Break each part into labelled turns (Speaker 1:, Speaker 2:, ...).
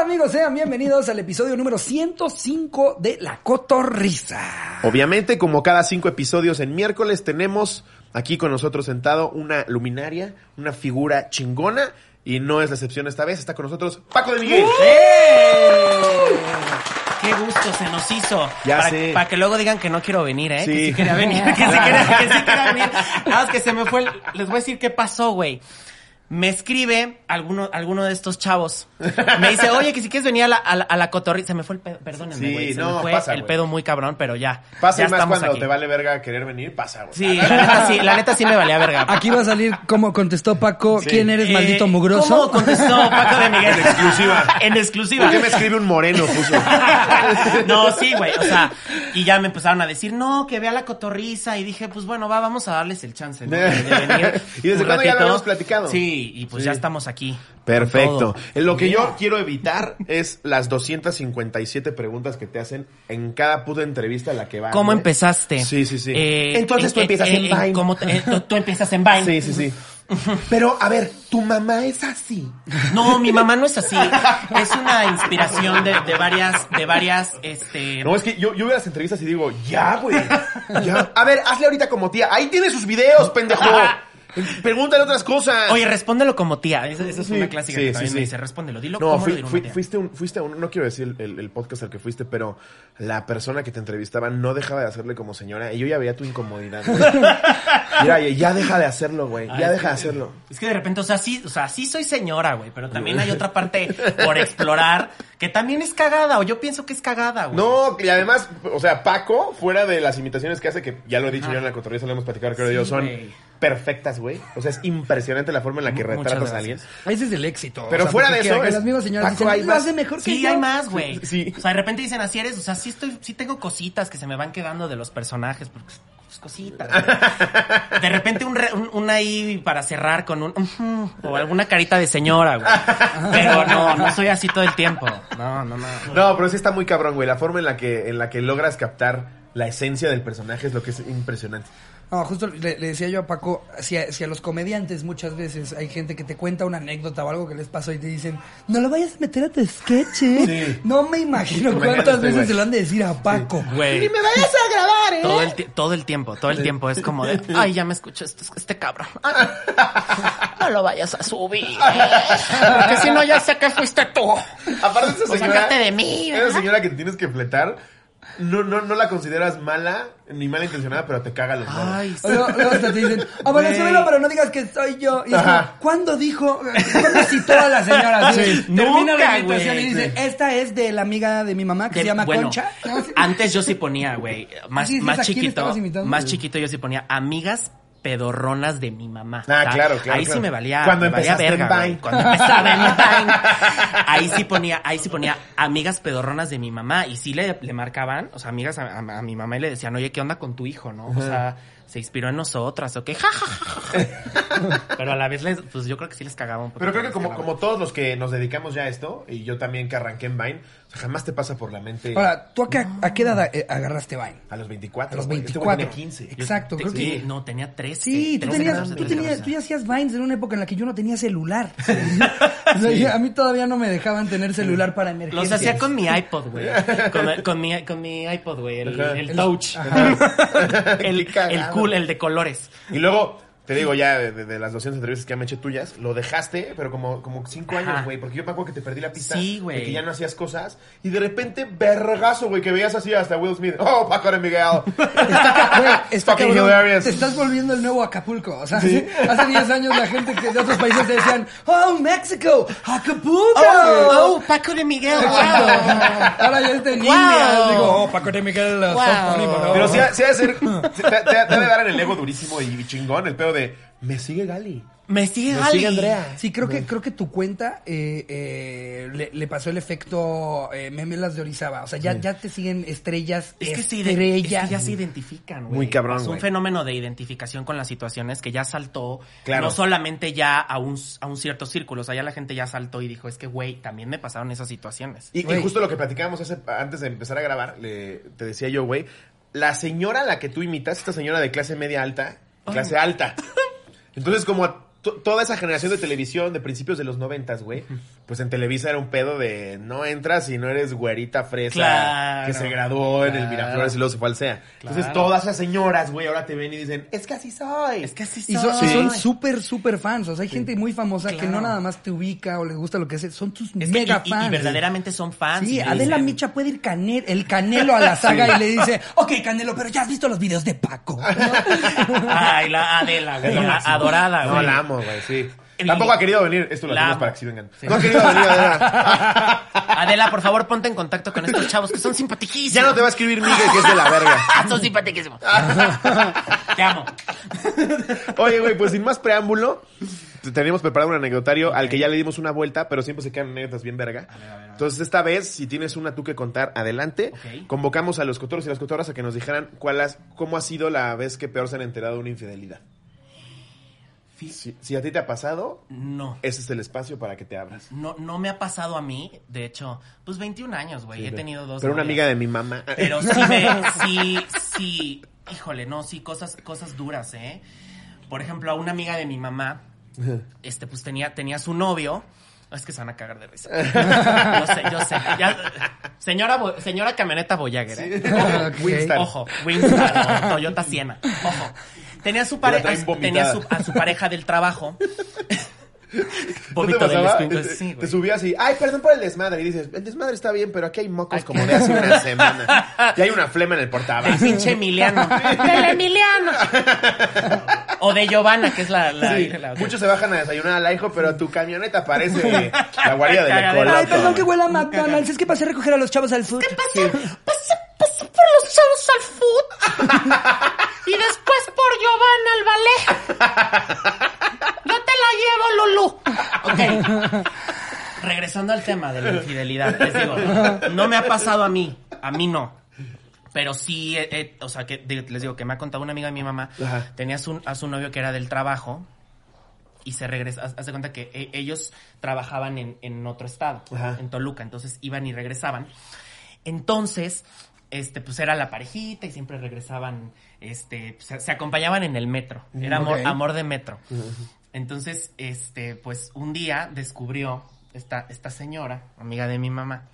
Speaker 1: amigos, sean bienvenidos al episodio número 105 de La Cotorrisa.
Speaker 2: Obviamente, como cada cinco episodios en miércoles, tenemos aquí con nosotros sentado una luminaria, una figura chingona. Y no es la excepción esta vez, está con nosotros Paco de Miguel.
Speaker 3: ¡Uh!
Speaker 2: ¡Eh!
Speaker 3: Qué gusto se nos hizo.
Speaker 2: Ya
Speaker 3: para,
Speaker 2: sé.
Speaker 3: para que luego digan que no quiero venir, ¿eh?
Speaker 2: Sí.
Speaker 3: Que sí quería venir, que sí quería, que sí quería venir. Nada más que se me fue. el- Les voy a decir qué pasó, güey. Me escribe alguno, alguno de estos chavos. Me dice, oye, que si quieres venir a la, a la, a la cotorri-". Se me fue el pedo, perdónenme,
Speaker 2: Sí,
Speaker 3: güey. se
Speaker 2: no,
Speaker 3: me fue
Speaker 2: pasa,
Speaker 3: el
Speaker 2: güey.
Speaker 3: pedo muy cabrón, pero ya.
Speaker 2: Pasa
Speaker 3: ya
Speaker 2: y más
Speaker 3: estamos
Speaker 2: cuando
Speaker 3: aquí.
Speaker 2: te vale verga querer venir, pasa, güey. Ah,
Speaker 3: Sí, la neta sí, la neta sí me valía verga.
Speaker 1: Aquí va a salir como contestó Paco,
Speaker 2: Sí.
Speaker 1: ¿quién Ah, eres
Speaker 3: Eh,
Speaker 1: maldito mugroso?
Speaker 3: ¿Cómo contestó Paco de Miguel?
Speaker 2: En exclusiva.
Speaker 3: En exclusiva.
Speaker 2: ¿Por qué me escribe un moreno, puso?
Speaker 3: no, sí, güey. O sea, y ya me empezaron a decir, no, que vea la cotorriza. Y dije, pues bueno, va, vamos a darles el chance, ¿no? De venir
Speaker 2: ¿Y desde cuándo ya lo
Speaker 3: un ratito.
Speaker 2: habíamos platicado?
Speaker 3: Sí, y pues
Speaker 2: Sí.
Speaker 3: ya estamos aquí.
Speaker 2: Perfecto.
Speaker 3: Todo.
Speaker 2: Eh, Lo que yo quiero evitar es las 257 preguntas que te hacen en cada puta entrevista a la que ¿eh? va.
Speaker 3: ¿Cómo empezaste?
Speaker 2: Ah, Sí, sí, sí.
Speaker 3: Eh,
Speaker 2: Entonces tú empiezas en Vine.
Speaker 3: cómo te- eh, tú, tú empiezas en Vine.
Speaker 2: Sí, sí, sí. Pero, a ver, tu mamá es así.
Speaker 3: No, mi mamá no es así. Es una inspiración de, de varias, de varias, este...
Speaker 2: No, es que yo, yo veo las entrevistas y digo, ya, güey. Ya. A ver, hazle ahorita como tía. Ahí tiene sus videos, pendejo. Pregúntale otras cosas.
Speaker 3: Oye, respóndelo como tía. Esa, esa es
Speaker 2: Sí,
Speaker 3: una clásica
Speaker 2: sí,
Speaker 3: que
Speaker 2: sí,
Speaker 3: también
Speaker 2: sí.
Speaker 3: me dice. Respóndelo. Dilo
Speaker 2: No,
Speaker 3: cómo
Speaker 2: fui-
Speaker 3: lo dirá una
Speaker 2: fui-
Speaker 3: tía.
Speaker 2: fuiste, un, fuiste a un- no quiero decir el, el podcast al que fuiste, pero la persona que te entrevistaba no dejaba de hacerle como señora y yo ya veía tu incomodidad. güey. Mira, ya- ya deja de hacerlo, güey, ya
Speaker 3: Ay,
Speaker 2: deja de
Speaker 3: sí.
Speaker 2: hacerlo.
Speaker 3: Es que de repente, o sea, sí, o sea, sí soy señora, güey, pero también hay otra parte por explorar que también es cagada, o yo pienso que es cagada, güey.
Speaker 2: No, y además, o sea, Paco, fuera de las imitaciones que hace, que ya lo he dicho yo en la cotorriza, lo hemos platicado, creo
Speaker 3: Sí,
Speaker 2: yo, son
Speaker 3: güey.
Speaker 2: perfectas, güey. O sea, es impresionante la forma en la que
Speaker 3: Mu- muchas
Speaker 2: retratas a alguien.
Speaker 3: gracias.
Speaker 1: Ese es el éxito.
Speaker 2: Pero fuera
Speaker 1: porque
Speaker 2: de
Speaker 1: que-
Speaker 2: eso,
Speaker 1: que
Speaker 2: es-
Speaker 1: las mismas señoras
Speaker 2: Paco,
Speaker 1: dicen,
Speaker 2: hay
Speaker 1: "Lo
Speaker 2: más".
Speaker 1: hace mejor que
Speaker 3: Sí,
Speaker 1: yo".
Speaker 3: hay más, güey.
Speaker 2: Sí.
Speaker 3: O sea, de repente dicen, así eres, o sea, sí estoy, sí tengo cositas que se me van quedando de los personajes, porque pues, pues, cositas. güey. De repente un, re- un- un ahí para cerrar con un "Ujú", o alguna carita de señora, güey. Pero no, no soy así todo el tiempo. No, no, no.
Speaker 2: No, pero sí está muy cabrón, güey. La forma en la que, en la que logras captar la esencia del personaje es lo que es impresionante.
Speaker 1: No, justo le, le decía yo a Paco, si a, si a los comediantes muchas veces hay gente que te cuenta una anécdota o algo que les pasó y te dicen, no lo vayas a meter a tu sketch, ¿eh".
Speaker 2: Sí.
Speaker 1: No me imagino
Speaker 2: Imagínate
Speaker 1: cuántas
Speaker 2: este
Speaker 1: veces
Speaker 2: güey.
Speaker 1: se lo han de decir a Paco.
Speaker 3: Güey.
Speaker 2: me vayas a grabar, ¿eh?
Speaker 3: Todo el, ti- todo el tiempo, todo el tiempo es como de, ay, ya me escuchó este, este cabrón. Ay, no lo vayas a subir. ¿eh? Porque si no, ya sé que fuiste tú.
Speaker 2: Aparte esa
Speaker 3: Pues
Speaker 2: señora,
Speaker 3: sácate de mí,
Speaker 2: esa
Speaker 3: ¿verdad?
Speaker 2: señora que te tienes que fletar, no, no, no la consideras mala ni malintencionada, pero te caga los modos.
Speaker 3: Ay, sí.
Speaker 1: O luego- luego hasta te dicen, ah, bueno,
Speaker 3: Güey.
Speaker 1: súbelo, pero no digas que soy yo. Y es como,
Speaker 2: Ajá.
Speaker 1: ¿cuándo dijo? ¿Cuándo citó a la señora? Así,
Speaker 3: Sí.
Speaker 1: Termina
Speaker 3: Nunca,
Speaker 1: la invitación y
Speaker 3: güey.
Speaker 1: dice, esta es de la amiga de mi mamá que
Speaker 3: De-
Speaker 1: se llama
Speaker 3: bueno,
Speaker 1: Concha.
Speaker 3: Antes yo sí ponía, güey, más,
Speaker 1: Sí, sí, ¿a
Speaker 3: más
Speaker 1: quién
Speaker 3: chiquito,
Speaker 1: estabas imitando?
Speaker 3: más chiquito yo sí ponía amigas pedorronas de mi mamá.
Speaker 2: Ah, claro, claro,
Speaker 3: Ahí
Speaker 2: claro.
Speaker 3: sí me valía,
Speaker 2: Cuando
Speaker 3: me valía
Speaker 2: empezaste en
Speaker 3: verga,
Speaker 2: Vine.
Speaker 3: güey. Cuando empezaba en Vine. Ahí sí ponía, ahí sí ponía amigas pedorronas de mi mamá y sí le, le marcaban, o sea, amigas a, a- a mi mamá y le decían, "Oye, ¿qué onda con tu hijo?", ¿no? O sea, se inspiró en nosotras, ¿o qué? Ja, ja, ja, ja. Pero a la vez, les, pues yo creo que sí les cagaba un poco.
Speaker 2: Pero creo que como, como todos los que nos dedicamos ya a esto, y yo también que arranqué en Vine, o sea, jamás te pasa por la mente
Speaker 1: Ahora, ¿tú a qué, a qué edad eh, agarraste Vine?
Speaker 2: a los 24.
Speaker 1: A los
Speaker 2: güey. Este
Speaker 1: 24.
Speaker 2: güey tiene 15.
Speaker 1: Exacto,
Speaker 3: Te-
Speaker 1: creo
Speaker 3: sí,
Speaker 1: que...
Speaker 3: No, tenía 13.
Speaker 1: Sí, tú,
Speaker 3: 13,
Speaker 1: tenías,
Speaker 3: 14,
Speaker 1: tú,
Speaker 3: 13,
Speaker 1: tenías,
Speaker 3: 14.
Speaker 1: tú ya hacías Vines en una época en la que yo no tenía celular. O sea, yo- a mí todavía no me dejaban tener celular para emergencias.
Speaker 3: Los hacía con mi iPod, güey. Con, con mi, con mi iPod, güey. El,
Speaker 2: Ajá.
Speaker 3: el
Speaker 2: El-
Speaker 3: touch. El,
Speaker 2: Qué cagado.
Speaker 3: el cool, el de colores.
Speaker 2: Y luego, te digo ya, de, de- de las 200 entrevistas que ya me eché tuyas, lo dejaste, pero como, como cinco
Speaker 3: Ajá.
Speaker 2: años, güey, porque yo me acuerdo que te perdí la pista.
Speaker 3: Sí,
Speaker 2: de
Speaker 3: güey.
Speaker 2: Que ya no hacías cosas, y de repente, vergazo, güey, que veías así hasta Will Smith. ¡Oh, Paco de Miguel!
Speaker 1: Está, ca- güey, está
Speaker 2: Fucking
Speaker 1: cabrón.
Speaker 2: hilarious.
Speaker 1: Te estás volviendo el nuevo Acapulco. O sea, hace 10 años la gente que de otros países te decían, ¡Oh, México! ¡Acapulco!
Speaker 3: Oh, Paco de Miguel.
Speaker 1: Exacto.
Speaker 3: Wow.
Speaker 1: Ahora ya está en
Speaker 3: Wow.
Speaker 1: India. Digo, oh, Paco de Miguel, los
Speaker 3: Wow.
Speaker 1: topónimos, ¿no?
Speaker 2: Pero sí, ha- sí ha de ser, sí, te, te- te ha de dar en el ego durísimo y chingón el pedo de, me sigue Gali.
Speaker 3: Me sigue
Speaker 2: Me
Speaker 3: Gali.
Speaker 2: sigue Andrea.
Speaker 1: Sí, creo que, creo que tu cuenta eh, eh, le, le pasó el efecto eh, memelas de Orizaba. O sea, ya, ya te siguen estrellas.
Speaker 3: Es que, se ide- es que
Speaker 1: estrellas.
Speaker 3: ya se identifican, güey.
Speaker 2: Muy cabrón,
Speaker 3: Es un
Speaker 2: güey.
Speaker 3: fenómeno de identificación con las situaciones que ya saltó.
Speaker 2: Claro.
Speaker 3: No solamente ya a un, a un cierto círculo. O sea, ya la gente ya saltó y dijo, es que, güey, también me pasaron esas situaciones.
Speaker 2: Y, y
Speaker 1: Güey.
Speaker 2: justo lo que platicábamos hace- antes de empezar a grabar, le- te decía yo, güey, la señora a la que tú imitas, esta señora de clase media alta, clase alta. Entonces, como a to- toda esa generación de televisión de principios de los noventas, güey, pues en Televisa era un pedo de no entras si no eres güerita fresa
Speaker 3: Claro.
Speaker 2: que se graduó en el
Speaker 3: Claro.
Speaker 2: Miraflores y luego se fue al CEA. Entonces
Speaker 3: Claro.
Speaker 2: todas esas señoras, güey, ahora te ven y dicen, es que así soy.
Speaker 3: Es que así
Speaker 1: Y son
Speaker 3: soy.
Speaker 1: y son súper, súper fans. O sea, hay gente muy famosa que
Speaker 3: Claro.
Speaker 1: no nada más te ubica o les gusta lo que hace. Son tus
Speaker 3: Es que-
Speaker 1: mega
Speaker 3: y- y, y
Speaker 1: fans.
Speaker 3: verdaderamente son fans. y
Speaker 1: Sí,
Speaker 3: te
Speaker 1: Adela
Speaker 3: dicen-
Speaker 1: Micha puede ir cane- el canelo a la saga y le dice, ok, canelo, pero ya has visto los videos de Paco.
Speaker 3: Ay, la Adela, güey.
Speaker 2: lo
Speaker 3: a-
Speaker 2: máximo.
Speaker 3: Adorada,
Speaker 2: No,
Speaker 3: ah, güey.
Speaker 2: la amo, güey, sí.
Speaker 3: Y-
Speaker 2: Tampoco ha querido venir, esto lo
Speaker 3: La
Speaker 2: hacemos
Speaker 3: amo.
Speaker 2: para que sí vengan.
Speaker 3: Sí.
Speaker 2: No ha querido venir, Adela.
Speaker 3: Adela, por favor, ponte en contacto con estos chavos que son simpaticísimos.
Speaker 2: ya no te va a escribir Miguel, que es de la verga.
Speaker 3: Ah, son simpaticísimos. te amo.
Speaker 2: Oye, güey, pues sin más preámbulo, te- teníamos preparado un anecdotario al que ya le dimos una vuelta, pero siempre se quedan anécdotas bien verga. Entonces, esta vez, si tienes una tú que contar, adelante.
Speaker 3: Ok.
Speaker 2: Convocamos a los cotoros y las cotoras a que nos dijeran cuál has- cómo ha sido la vez que peor se han enterado de una infidelidad. Si, si a ti te ha pasado,
Speaker 3: No.
Speaker 2: ese es el espacio para que te abras.
Speaker 3: No, no me ha pasado a mí, de hecho, pues 21 años, güey. He tenido dos.
Speaker 2: Pero una
Speaker 3: novias.
Speaker 2: amiga de mi mamá.
Speaker 3: Pero sí me, sí, sí, híjole, no, sí, cosas, cosas duras, ¿eh? Por ejemplo, a una amiga de mi mamá, este, pues tenía, tenía su novio. Es que se van a cagar de risa. Yo sé, yo sé. Ya- señora, Bo- señora camioneta Voyager, ¿eh?
Speaker 1: Ok.
Speaker 2: Winston.
Speaker 3: Ojo, Winston, o Toyota Siena. Ojo. Tenía su
Speaker 2: Ya la
Speaker 3: pareja,
Speaker 2: traen vomitada.
Speaker 3: tenía su- a su pareja del trabajo.
Speaker 2: ¿No te
Speaker 3: Vómito del
Speaker 2: pasaba?
Speaker 3: escuincle,
Speaker 2: Te-
Speaker 3: sí,
Speaker 2: Te
Speaker 3: güey.
Speaker 2: subías y, ay, perdón por el desmadre. Y dices, el desmadre está bien, pero aquí hay mocos como de hace una semana. Y hay una flema en el
Speaker 3: Del
Speaker 2: portavoz.
Speaker 3: pinche Emiliano. Del Emiliano. O de Giovanna, que es la, la,
Speaker 2: Sí,
Speaker 3: la otra.
Speaker 2: muchos se bajan a desayunar al hijo, pero tu camioneta parece la guarida del
Speaker 3: Cagadero.
Speaker 2: ecoloto.
Speaker 1: Ay, perdón que huela a McDonald's, es que pasé a recoger a los chavos al food.
Speaker 4: pasé, pasé por los chavos al food y después por Giovanna al ballet. Yo te la llevo, Lulu.
Speaker 3: Ok. Regresando al tema de la infidelidad, les digo, no me ha pasado a mí, a mí no. Pero sí, eh, eh, o sea, que de- les digo que me ha contado una amiga de mi mamá,
Speaker 2: Ajá.
Speaker 3: tenía a su, a su novio que era del trabajo y se regresa, haz- haz de cuenta que e- ellos trabajaban en, en otro estado,
Speaker 2: Ajá.
Speaker 3: en Toluca, entonces iban y regresaban. Entonces, este, pues era la parejita y siempre regresaban, este, se, se acompañaban en el metro. Era
Speaker 2: Mm,
Speaker 3: amor,
Speaker 1: Ok.
Speaker 3: amor de metro. Entonces, este, pues un día descubrió esta, esta señora, amiga de mi mamá,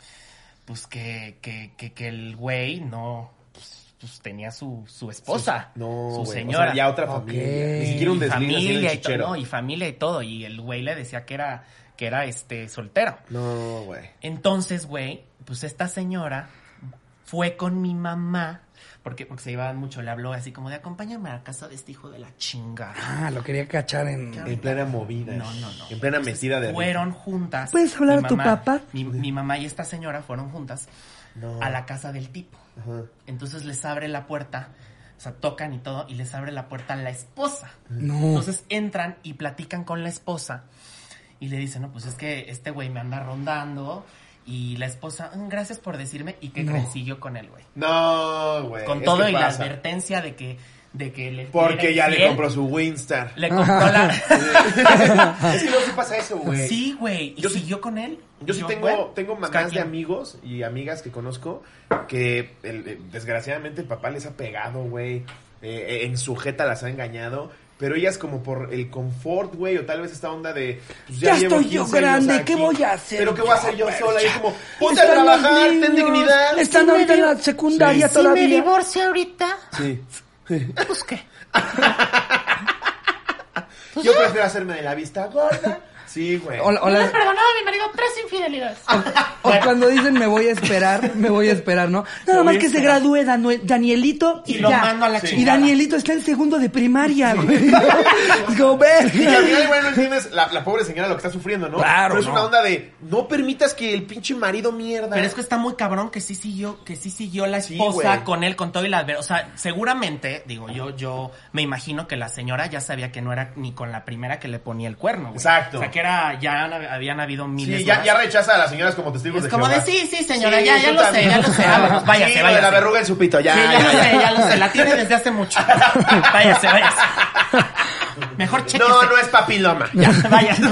Speaker 3: pues que, que, que, que el güey no, pues, pues, tenía su, su esposa,
Speaker 2: No, güey,
Speaker 3: su
Speaker 2: o sea,
Speaker 3: señora.
Speaker 2: ya otra
Speaker 1: Ok.
Speaker 2: familia. Ni siquiera un
Speaker 3: Y
Speaker 2: desliz así en el
Speaker 3: familia y, todo,
Speaker 2: chichero.
Speaker 3: no, y familia y todo. Y el güey le decía que era, que era este soltero.
Speaker 2: No, güey.
Speaker 3: Entonces, güey, pues esta señora fue con mi mamá, porque, porque se llevaban mucho, le habló así como de acompáñame a la casa de este hijo de la chingada.
Speaker 1: Ah, lo quería cachar en...
Speaker 2: En plena movida.
Speaker 3: No, no, no.
Speaker 2: En plena mesida de...
Speaker 3: Fueron juntas.
Speaker 1: ¿Puedes hablar
Speaker 3: mi
Speaker 1: a tu
Speaker 3: mamá-
Speaker 1: papá?
Speaker 3: Mi, mi mamá y esta señora fueron juntas
Speaker 2: No.
Speaker 3: a la casa del tipo.
Speaker 2: Ajá.
Speaker 3: Entonces les abre la puerta, o sea, tocan y todo, y les abre la puerta la esposa.
Speaker 1: No.
Speaker 3: Entonces entran y platican con la esposa y le dicen, no, pues es que este güey me anda rondando. Y la esposa, "Mm, gracias por decirme, y que
Speaker 1: No.
Speaker 3: creen, siguió con él, güey.
Speaker 2: No, güey.
Speaker 3: Con
Speaker 2: Eh, es
Speaker 3: todo
Speaker 2: que
Speaker 3: y
Speaker 2: pasa.
Speaker 3: la advertencia de que, de que le
Speaker 2: Porque
Speaker 3: era
Speaker 2: ya le
Speaker 3: infiel,
Speaker 2: compró su Winstar.
Speaker 3: Le compró la.
Speaker 2: es que no sí pasa eso, güey.
Speaker 3: sí, güey. Y
Speaker 2: Yo sí-
Speaker 3: siguió con él.
Speaker 2: Yo sí tengo,
Speaker 3: güey,
Speaker 2: tengo
Speaker 3: pues,
Speaker 2: mamás
Speaker 3: cada
Speaker 2: de
Speaker 3: quien.
Speaker 2: amigos y amigas que conozco que el- eh, desgraciadamente el papá les ha pegado, güey. Eh, eh, en sujeta las ha engañado. Pero ellas como por el confort, güey, o tal vez esta onda de... pues,
Speaker 1: Ya estoy yo
Speaker 2: 15 años
Speaker 1: grande, ¿qué voy a hacer
Speaker 2: ¿Pero qué voy a hacer yo
Speaker 1: yo,
Speaker 2: sola? Y es
Speaker 1: ya?
Speaker 2: como, ponte a trabajar, ten dignidad.
Speaker 1: Están
Speaker 4: Sí,
Speaker 1: ahorita en
Speaker 4: medio-
Speaker 1: la secundaria
Speaker 4: Si me
Speaker 1: todavía.
Speaker 4: divorcio ahorita,
Speaker 2: Sí.
Speaker 4: pues qué.
Speaker 2: Yo prefiero hacerme de la vista gorda. Sí, güey.
Speaker 1: O la- o
Speaker 4: Yo le
Speaker 1: la-
Speaker 4: perdonaba a mi marido tres infidelidades.
Speaker 1: O cuando dicen me voy a esperar, me voy a esperar, ¿no? Nada
Speaker 3: voy
Speaker 1: más
Speaker 3: a
Speaker 1: que se
Speaker 3: esperar.
Speaker 1: gradúe Danue- Danielito y,
Speaker 3: Y lo
Speaker 1: ya.
Speaker 3: mando a la
Speaker 1: Y
Speaker 3: chingada.
Speaker 1: Danielito está en segundo de primaria, güey. Es como,
Speaker 2: Y al final,
Speaker 1: verga.
Speaker 2: güey, no entiendes la, la pobre señora lo que está sufriendo, ¿no?
Speaker 1: Claro,
Speaker 2: Pero es
Speaker 1: no.
Speaker 2: una onda de, no permitas que el pinche marido mierda.
Speaker 3: Pero es que está muy cabrón que sí siguió, que sí siguió la
Speaker 2: Sí,
Speaker 3: esposa
Speaker 2: güey.
Speaker 3: con él, con todo y la adver- O sea, seguramente, digo, yo, yo me imagino que la señora ya sabía que no era ni con la primera que le ponía el cuerno, güey.
Speaker 2: Exacto.
Speaker 3: O sea, que era, ya han- habían habido miles
Speaker 2: Sí, ya,
Speaker 3: más.
Speaker 2: ya rechaza a las señoras como testigos
Speaker 3: es
Speaker 2: de
Speaker 3: como de
Speaker 2: Jehová.
Speaker 3: sí, sí, señora,
Speaker 2: Sí,
Speaker 3: ya, ya
Speaker 2: yo
Speaker 3: lo sé,
Speaker 2: también.
Speaker 3: ya lo sé. Ah, bueno, pues váyase,
Speaker 2: Sí, lo de
Speaker 3: váyase.
Speaker 2: la verruga en su pito, ya.
Speaker 3: Sí, ya,
Speaker 2: ya,
Speaker 3: lo
Speaker 2: ya.
Speaker 3: sé, ya lo sé, la tiene desde hace mucho. váyase, váyase. Mejor chéquese.
Speaker 2: No, no es papiloma.
Speaker 3: Ya, váyase.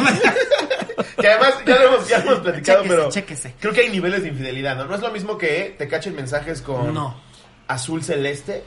Speaker 2: Que además ya lo hemos, ya lo hemos platicado,
Speaker 3: Chéquese,
Speaker 2: pero
Speaker 3: chéquese.
Speaker 2: creo que hay niveles de infidelidad, ¿no? No es lo mismo que te cachen mensajes con
Speaker 3: No.
Speaker 2: azul celeste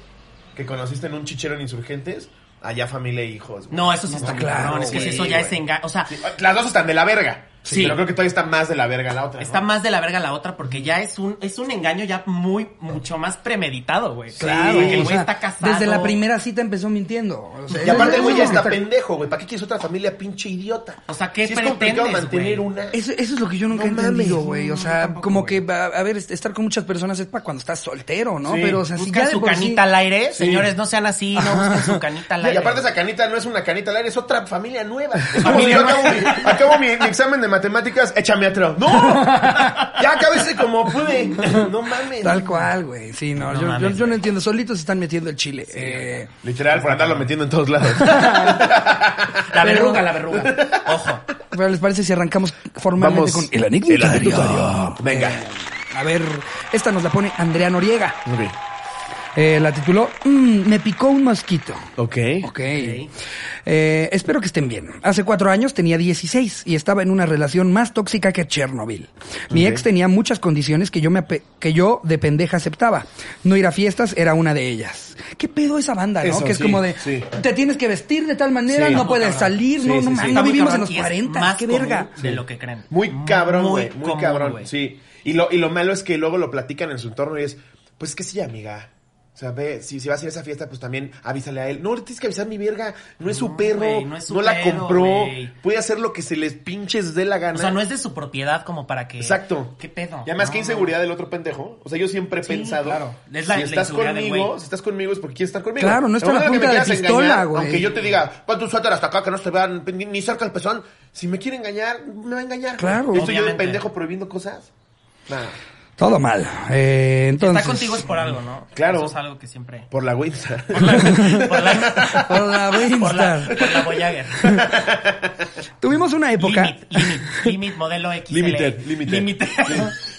Speaker 2: que conociste en un chichero en Insurgentes, allá familia e hijos. güey.
Speaker 3: No, eso sí está muy
Speaker 1: claro,
Speaker 3: cabrón, es que si
Speaker 2: güey,
Speaker 3: eso ya
Speaker 2: güey.
Speaker 3: es engaño, o sea,
Speaker 2: Sí, Las dos están de la verga.
Speaker 3: Sí.
Speaker 2: Pero creo que todavía está más de la verga la otra. ¿no?
Speaker 3: Está más de la verga la otra porque ya es un, es un engaño ya muy, mucho más premeditado, güey.
Speaker 1: Claro,
Speaker 3: Porque el
Speaker 1: o
Speaker 3: güey
Speaker 1: sea,
Speaker 3: está casado.
Speaker 1: Desde la primera cita empezó mintiendo. O sea,
Speaker 2: Y aparte,
Speaker 1: eso-
Speaker 2: güey,
Speaker 1: eso
Speaker 2: ya
Speaker 1: es lo
Speaker 2: está
Speaker 1: que
Speaker 2: pendejo, güey. ¿Para qué quieres otra familia pinche idiota?
Speaker 3: O sea, ¿qué
Speaker 2: Si es complicado
Speaker 3: pretendes,
Speaker 2: mantener
Speaker 3: güey?
Speaker 2: una.
Speaker 1: Eso, eso es lo que yo nunca he
Speaker 2: No
Speaker 1: entendido,
Speaker 2: mames,
Speaker 1: güey.
Speaker 3: no,
Speaker 1: O sea,
Speaker 3: yo tampoco,
Speaker 1: como
Speaker 3: güey.
Speaker 1: que, a, a ver, est- estar con muchas personas es para cuando estás soltero, ¿no?
Speaker 2: Sí,
Speaker 1: Pero, o sea, si
Speaker 3: Busca
Speaker 1: ya de
Speaker 3: su
Speaker 1: por sí-
Speaker 3: canita al aire. Señores, no sean así, no busquen su canita al
Speaker 2: Y
Speaker 3: aire.
Speaker 2: aparte esa canita no es una canita al aire, es otra familia nueva. Es como si
Speaker 3: Familia
Speaker 2: yo acabo, mi, acabo mi- mi examen de matemáticas, échame atrás. ¡No! Ya acabé como pude. No mames.
Speaker 1: Tal cual, güey. Sí, no,
Speaker 3: No
Speaker 1: yo,
Speaker 3: mames,
Speaker 1: yo, yo no
Speaker 3: güey.
Speaker 1: entiendo. Solitos están metiendo el chile. Eh,
Speaker 2: Literal, por andarlo metiendo en todos lados.
Speaker 3: La
Speaker 1: Pero-
Speaker 3: verruga, la verruga. Ojo.
Speaker 1: pero ¿les parece si arrancamos formalmente
Speaker 2: Vamos.
Speaker 1: con el anecdotario?
Speaker 2: El anecdotario. Venga.
Speaker 1: Eh, a ver, esta nos la pone Andrea Noriega.
Speaker 2: Ok.
Speaker 1: Eh, la tituló "Mm, Me picó un mosquito.
Speaker 2: Ok.
Speaker 1: Ok. Eh, espero que estén bien. Hace cuatro años tenía 16 y estaba en una relación más tóxica que Chernobyl. Mi
Speaker 2: Ok.
Speaker 1: ex tenía muchas condiciones que yo, me, ape- que yo de pendeja aceptaba. No ir a fiestas era una de ellas. ¿Qué pedo esa banda, no?
Speaker 2: Eso,
Speaker 1: que es
Speaker 2: sí,
Speaker 1: como de,
Speaker 2: sí.
Speaker 1: te tienes que vestir de tal manera,
Speaker 2: Sí.
Speaker 1: no
Speaker 2: Está
Speaker 1: puedes salir,
Speaker 2: Sí,
Speaker 1: no,
Speaker 2: sí,
Speaker 1: no,
Speaker 2: sí.
Speaker 1: mames,
Speaker 2: Está
Speaker 1: no
Speaker 3: muy
Speaker 1: vivimos
Speaker 3: cabrón,
Speaker 1: en los
Speaker 3: y es
Speaker 1: 40,
Speaker 3: más
Speaker 1: qué
Speaker 3: común
Speaker 1: verga.
Speaker 3: De lo que creen.
Speaker 2: Muy cabrón,
Speaker 3: Muy
Speaker 2: güey. Muy,
Speaker 3: común,
Speaker 2: cabrón,
Speaker 3: güey.
Speaker 2: sí. Y lo, y lo malo es que luego lo platican en su entorno y es, pues que sí, amiga. O sea, ve, si, si vas a ir a esa fiesta, pues también avísale a él. No, le tienes que avisar mi verga. No es su
Speaker 3: No,
Speaker 2: perro.
Speaker 3: güey,
Speaker 2: no
Speaker 3: no es su
Speaker 2: la
Speaker 3: pedo,
Speaker 2: compró.
Speaker 3: güey.
Speaker 2: Puede hacer lo que se les pinches dé la gana.
Speaker 3: O sea, no es de su propiedad como para que.
Speaker 2: Exacto.
Speaker 3: ¿Qué pedo?
Speaker 2: Y además,
Speaker 3: No,
Speaker 2: ¿qué inseguridad del otro pendejo? O sea, yo siempre he pensado.
Speaker 3: claro. Es la-
Speaker 2: si
Speaker 3: la
Speaker 2: estás
Speaker 3: inseguridad del
Speaker 2: conmigo,
Speaker 3: güey.
Speaker 2: si estás conmigo es porque quieres estar conmigo.
Speaker 1: Claro, no está
Speaker 2: El
Speaker 1: la
Speaker 2: momento que
Speaker 1: punta
Speaker 2: me
Speaker 1: de
Speaker 2: quieras
Speaker 1: pistola,
Speaker 2: engañar,
Speaker 1: güey.
Speaker 2: Aunque yo te diga, pon tu suéter hasta acá que no se te vean ni- ni cerca el pezón. Si me quiere engañar, me va a engañar.
Speaker 1: Claro.
Speaker 2: ¿Y estoy yo de
Speaker 3: Obviamente.
Speaker 2: pendejo prohibiendo cosas? Nah.
Speaker 1: Todo mal. Eh,
Speaker 3: no.
Speaker 1: entonces,
Speaker 3: Está contigo es por algo, ¿no?
Speaker 2: Claro.
Speaker 3: Eso es algo que siempre.
Speaker 2: Por la Windsor.
Speaker 3: Por la.
Speaker 1: Por la
Speaker 3: Por la,
Speaker 1: Winstar.
Speaker 3: por la Voyager.
Speaker 1: Tuvimos una época.
Speaker 3: Limit, limit, limit modelo XL.
Speaker 2: Limited, limited.
Speaker 3: Limited.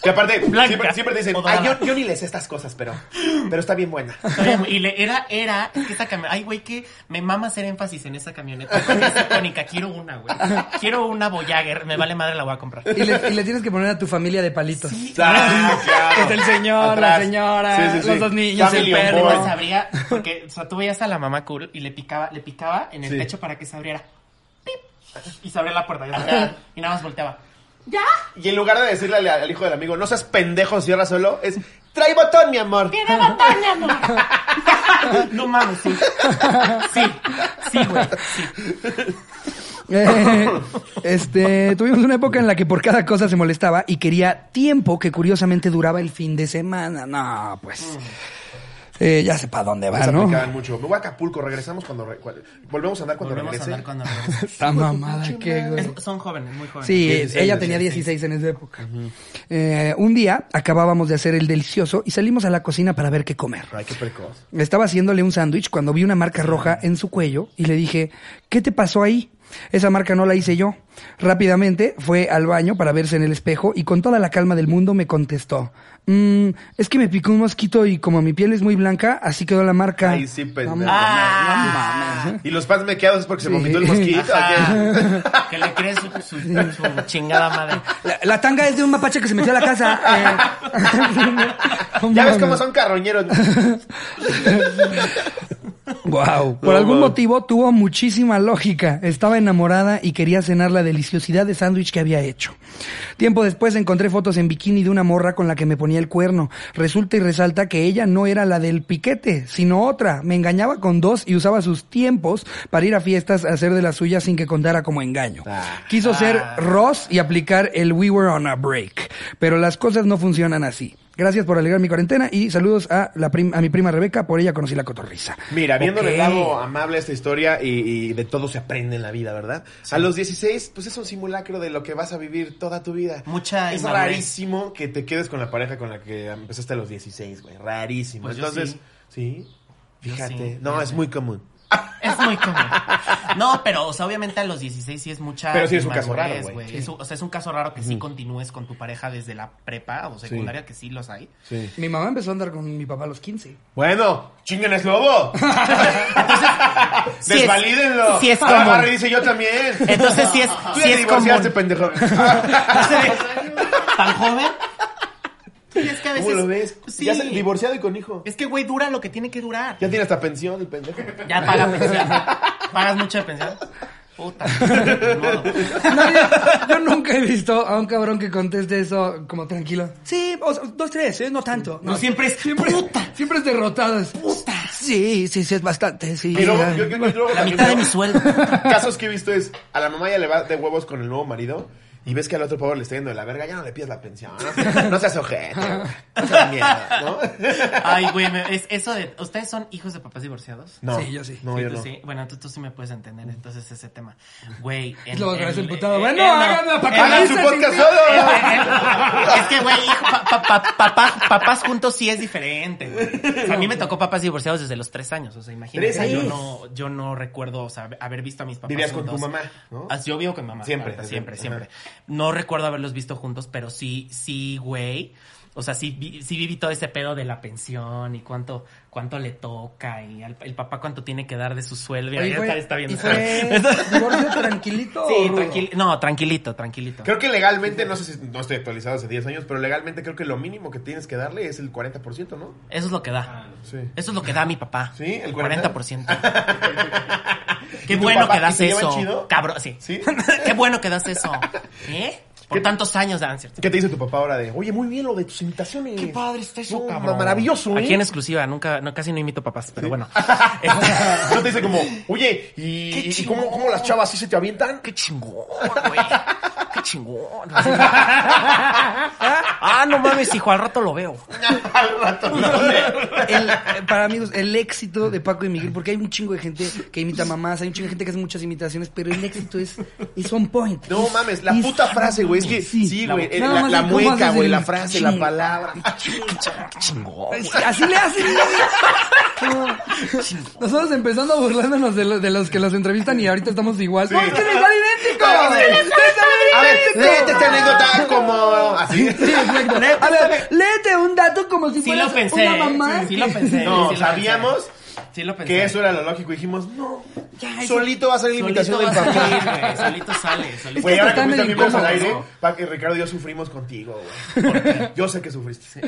Speaker 2: Que aparte,
Speaker 3: Blanca.
Speaker 2: siempre, siempre te dicen,
Speaker 3: O
Speaker 2: "Ay,
Speaker 3: dorada".
Speaker 2: yo, yo ni les sé estas cosas, pero, pero está bien buena.
Speaker 3: Y le, era, era, es que esta camioneta, ay, güey, que me mama hacer énfasis en esa camioneta, porque es icónica, quiero una, güey. Quiero una Voyager, me vale madre, la voy a comprar.
Speaker 1: Y le, y le tienes que poner a tu familia de palitos.
Speaker 2: Ah, claro.
Speaker 1: Es el señor, la
Speaker 2: Atrás.
Speaker 1: señora,
Speaker 2: Sí, sí, sí.
Speaker 1: los dos niños,
Speaker 2: Family
Speaker 1: el
Speaker 2: on
Speaker 1: perro.
Speaker 2: board.
Speaker 3: No sabría, porque, o sea, tú veías a la mamá cool y le picaba, le picaba en el
Speaker 2: Sí.
Speaker 3: techo para que se abriera. ¡Pip! Y se abría la puerta, ya sabes, y nada más volteaba. ¡Ya!
Speaker 2: Y en lugar de decirle al, al hijo del amigo, no seas pendejo, cierra solo, es trae botón, mi amor.
Speaker 4: Tiene botón, mi amor.
Speaker 3: No mames, sí. Sí, sí, güey, sí.
Speaker 1: Eh, este, tuvimos una época en la que por cada cosa se molestaba y quería tiempo que curiosamente duraba el fin de semana. No, pues. eh, ya sé para dónde
Speaker 3: Ah,
Speaker 1: va,
Speaker 2: Se
Speaker 1: ¿no?
Speaker 2: aplicaban mucho. Me voy a Acapulco, regresamos cuando, re- cua- volvemos a andar cuando
Speaker 3: Volvemos a
Speaker 2: regrese.
Speaker 3: andar cuando regrese.
Speaker 1: Esta mamada, qué güey.
Speaker 3: Es- son jóvenes, muy jóvenes.
Speaker 1: Sí,
Speaker 2: 16,
Speaker 1: ella tenía 16 en esa época. Eh, un día acabábamos de hacer el delicioso y salimos a la cocina para ver qué comer.
Speaker 2: Ay, qué precoz.
Speaker 1: Estaba haciéndole un sándwich cuando vi una marca roja en su cuello y le dije, ¿qué te pasó ahí? Esa marca no la hice yo. Rápidamente fue al baño para verse en el espejo y con toda la calma del mundo me contestó, "Mm, es que me picó un mosquito y como mi piel es muy blanca, así quedó la marca.
Speaker 2: Ay, sí, pendejo.
Speaker 1: No mames,
Speaker 3: Ah.
Speaker 1: no mames.
Speaker 2: Y los pans mequeados es porque se
Speaker 1: Sí.
Speaker 2: vomitó el mosquito. ¿o qué?
Speaker 3: Ajá. Que le cree su, su- su chingada madre.
Speaker 1: La, la tanga es de un mapache que se metió a la casa. eh.
Speaker 2: ya ves cómo son carroñeros.
Speaker 1: Wow. Por
Speaker 2: No,
Speaker 1: algún
Speaker 2: mames.
Speaker 1: motivo tuvo muchísima lógica. Estaba enamorada y quería cenar la deliciosidad de sándwich que había hecho. Tiempo después encontré fotos en bikini de una morra con la que me ponía el cuerno. Resulta y resalta que ella no era la del piquete, sino otra. Me engañaba con dos y usaba sus tiempos para ir a fiestas a hacer de las suyas sin que contara como engaño.
Speaker 2: Ah.
Speaker 1: Quiso ser Ross y aplicar el We Were on a Break. Pero las cosas no funcionan así. Gracias por alegrar mi cuarentena y saludos a, la prim- a mi prima Rebeca, por ella conocí la cotorriza.
Speaker 2: Mira, viéndole el
Speaker 1: Ok.
Speaker 2: lado amable a esta historia y, y de todo se aprende en la vida, ¿verdad? A los 16, pues es un simulacro de lo que vas a vivir toda tu vida.
Speaker 3: Mucha
Speaker 2: Es
Speaker 3: inmadurez.
Speaker 2: rarísimo que te quedes con la pareja con la que empezaste a los 16, güey. Rarísimo.
Speaker 3: Pues yo
Speaker 2: Entonces,
Speaker 3: sí.
Speaker 2: sí.
Speaker 3: Yo
Speaker 2: Fíjate.
Speaker 3: sí,
Speaker 2: no,
Speaker 3: yo
Speaker 2: es
Speaker 3: sí.
Speaker 2: muy común.
Speaker 3: Es muy común. No, pero, o sea, obviamente a los 16 sí es mucha.
Speaker 2: Pero sí es un caso
Speaker 3: inmadurez,
Speaker 2: raro, güey. Sí.
Speaker 3: Es un- O sea, es un caso raro que sí continúes con tu pareja desde la prepa o secundaria, que sí los hay.
Speaker 2: Sí.
Speaker 1: Mi mamá empezó a andar con mi papá a los 15.
Speaker 2: Bueno, chinguen es lobo.
Speaker 3: sí es-
Speaker 2: Desvalídenlo.
Speaker 3: sí es
Speaker 2: Ahora
Speaker 3: común.
Speaker 2: Barry dice yo también.
Speaker 3: Entonces sí es,
Speaker 2: Tú ya
Speaker 3: sí
Speaker 2: te
Speaker 3: es común.
Speaker 2: divorciaste, pendejo.
Speaker 3: Tan joven. Sí, es que a veces.
Speaker 2: ¿Cómo lo ves?
Speaker 3: Sí.
Speaker 2: Ya se divorciado y con hijo.
Speaker 3: Es que, güey, dura lo que tiene que durar.
Speaker 2: Ya tiene hasta pensión el pendejo.
Speaker 3: Ya paga pensión. Pagas mucho de pensión. Puta. ni modo.
Speaker 1: No, yo, yo nunca he visto a un cabrón que conteste eso como tranquilo. Sí, o sea, dos, tres, ¿eh? no tanto.
Speaker 3: No, siempre es puta.
Speaker 1: Siempre es derrotado. es,
Speaker 3: Puta.
Speaker 1: Sí, sí, sí, es bastante. Sí,
Speaker 2: Y luego,
Speaker 1: ya.
Speaker 2: yo- yo- yo luego
Speaker 3: La
Speaker 2: también
Speaker 3: mitad de
Speaker 2: veo
Speaker 3: mi sueldo.
Speaker 2: Casos que he visto es, a la mamá ya le va de huevos con el nuevo marido y ves que al otro pavo le está yendo de la verga, ya no le pides la pensión, no, seas- no seas ojete, güey. no seas mierda, ¿no?
Speaker 3: Ay, güey, me- es eso de. ¿Ustedes son hijos de papás divorciados?
Speaker 2: No,
Speaker 1: Sí, yo sí.
Speaker 2: No,
Speaker 3: Sí,
Speaker 2: yo
Speaker 3: tú
Speaker 2: no.
Speaker 3: sí. Bueno, tú, tú sí me puedes entender entonces ese tema. Güey. en-
Speaker 1: Luego otra vez
Speaker 3: en-
Speaker 1: el putado,
Speaker 3: eh,
Speaker 1: bueno,
Speaker 3: eh, no.
Speaker 1: háganla para que
Speaker 3: Eh,
Speaker 1: la
Speaker 2: ¡Hagan Ah, su
Speaker 1: Ese
Speaker 2: podcast
Speaker 1: sí,
Speaker 2: solo!
Speaker 3: Es que, güey, hijo, pa- pa- pa- papá- papás juntos sí es diferente. güey. O sea, a mí me tocó papás divorciados desde los tres años. O sea, imagínate.
Speaker 2: Tres años.
Speaker 3: Yo no, yo no recuerdo, o sea, haber visto a mis papás
Speaker 2: Vivías con tu
Speaker 3: juntos.
Speaker 2: mamá, ¿no?
Speaker 3: Ah, Yo vivo con mi mamá.
Speaker 2: Siempre,
Speaker 3: Siempre,
Speaker 2: desde-
Speaker 3: siempre,
Speaker 2: ajá.
Speaker 3: siempre. No recuerdo haberlos visto juntos, pero sí, sí, güey. O sea, sí, vi- sí viví todo ese pedo de la pensión y cuánto, cuánto le toca y al- el papá cuánto tiene que dar de su sueldo.
Speaker 1: Oye,
Speaker 3: Ya
Speaker 1: fue-
Speaker 3: está, está viendo.
Speaker 1: ¿y fue divorcio tranquilito o
Speaker 3: Sí,
Speaker 1: rudo?
Speaker 3: tranquilo. No, tranquilito, tranquilito.
Speaker 2: Creo que legalmente, no sé si no estoy actualizado hace 10 años, pero legalmente creo que lo mínimo que tienes que darle es el 40%, Ah, ¿no?
Speaker 3: Eso es lo que da.
Speaker 2: Sí.
Speaker 3: Eso es lo que da mi papá.
Speaker 2: Sí, el 40.
Speaker 3: 40%. Qué
Speaker 2: ¿Y tu
Speaker 3: bueno
Speaker 2: papá-
Speaker 3: que
Speaker 2: y
Speaker 3: das
Speaker 2: se llevan
Speaker 3: eso.
Speaker 2: chido?
Speaker 3: Cabrón, sí.
Speaker 2: ¿Sí?
Speaker 3: Qué bueno que das eso. ¿Eh? Por
Speaker 2: ¿Qué-
Speaker 3: tantos años de Answer.
Speaker 2: ¿Qué te dice tu papá ahora de, oye, muy bien lo de tus imitaciones?
Speaker 3: Qué padre está eso,
Speaker 2: No,
Speaker 3: cabrón.
Speaker 2: Maravilloso, ¿eh?
Speaker 3: Aquí en exclusiva, nunca, no, casi no imito papás, pero bueno.
Speaker 2: No te dice como, oye, ¿y,
Speaker 3: Qué
Speaker 2: y- y
Speaker 3: chingón.
Speaker 2: cómo, cómo las chavas sí se te avientan?
Speaker 3: Qué chingón, güey. Qué chingón. ah, no mames, hijo, al rato lo veo.
Speaker 2: Al rato no.
Speaker 1: El- eh, para amigos, el éxito de Paco y Miguel, porque hay un chingo de gente que imita mamás, hay un chingo de gente que hace muchas imitaciones, pero el éxito es, es on point.
Speaker 2: No mames, la
Speaker 1: Es-
Speaker 2: puta frase, güey. Es que
Speaker 1: Sí.
Speaker 2: sí, güey. eh,
Speaker 1: Nada
Speaker 2: La,
Speaker 1: más
Speaker 2: la
Speaker 1: de cómo
Speaker 2: mueca,
Speaker 1: haces
Speaker 2: güey,
Speaker 1: el
Speaker 2: la frase, la
Speaker 1: ching.
Speaker 2: palabra.
Speaker 3: Qué chingón.
Speaker 1: Es- Así le hacen. güey. Nosotros empezando burlándonos de, lo- de los que los entrevistan y ahorita estamos igual. ¡No, es que les sale idéntico!
Speaker 2: Ah, sí.
Speaker 1: ¡Les sale
Speaker 2: A ver,
Speaker 1: idéntico!
Speaker 2: léete esta anécdota como así.
Speaker 1: Sí, exacto. A ver, léete un dato como si
Speaker 3: Sí lo
Speaker 1: fueras
Speaker 3: pensé.
Speaker 1: una mamá.
Speaker 3: Sí, sí lo pensé.
Speaker 2: No,
Speaker 3: sí lo
Speaker 2: sabíamos
Speaker 3: pensé. Sí lo pensé.
Speaker 2: que eso era lo lógico. Dijimos, no,
Speaker 1: Ya, eso-
Speaker 2: solito va a ser la
Speaker 3: Solito
Speaker 2: imitación del
Speaker 3: va a salir,
Speaker 2: papá.
Speaker 3: güey, Solito sale. Solito
Speaker 2: Güey,
Speaker 1: que
Speaker 2: ahora que
Speaker 1: está medio
Speaker 2: fuiste amigos al
Speaker 1: incómodo,
Speaker 2: aire,
Speaker 1: ¿no?
Speaker 2: Pa- eh, Ricardo y yo sufrimos contigo, güey. Porque Yo sé que sufriste.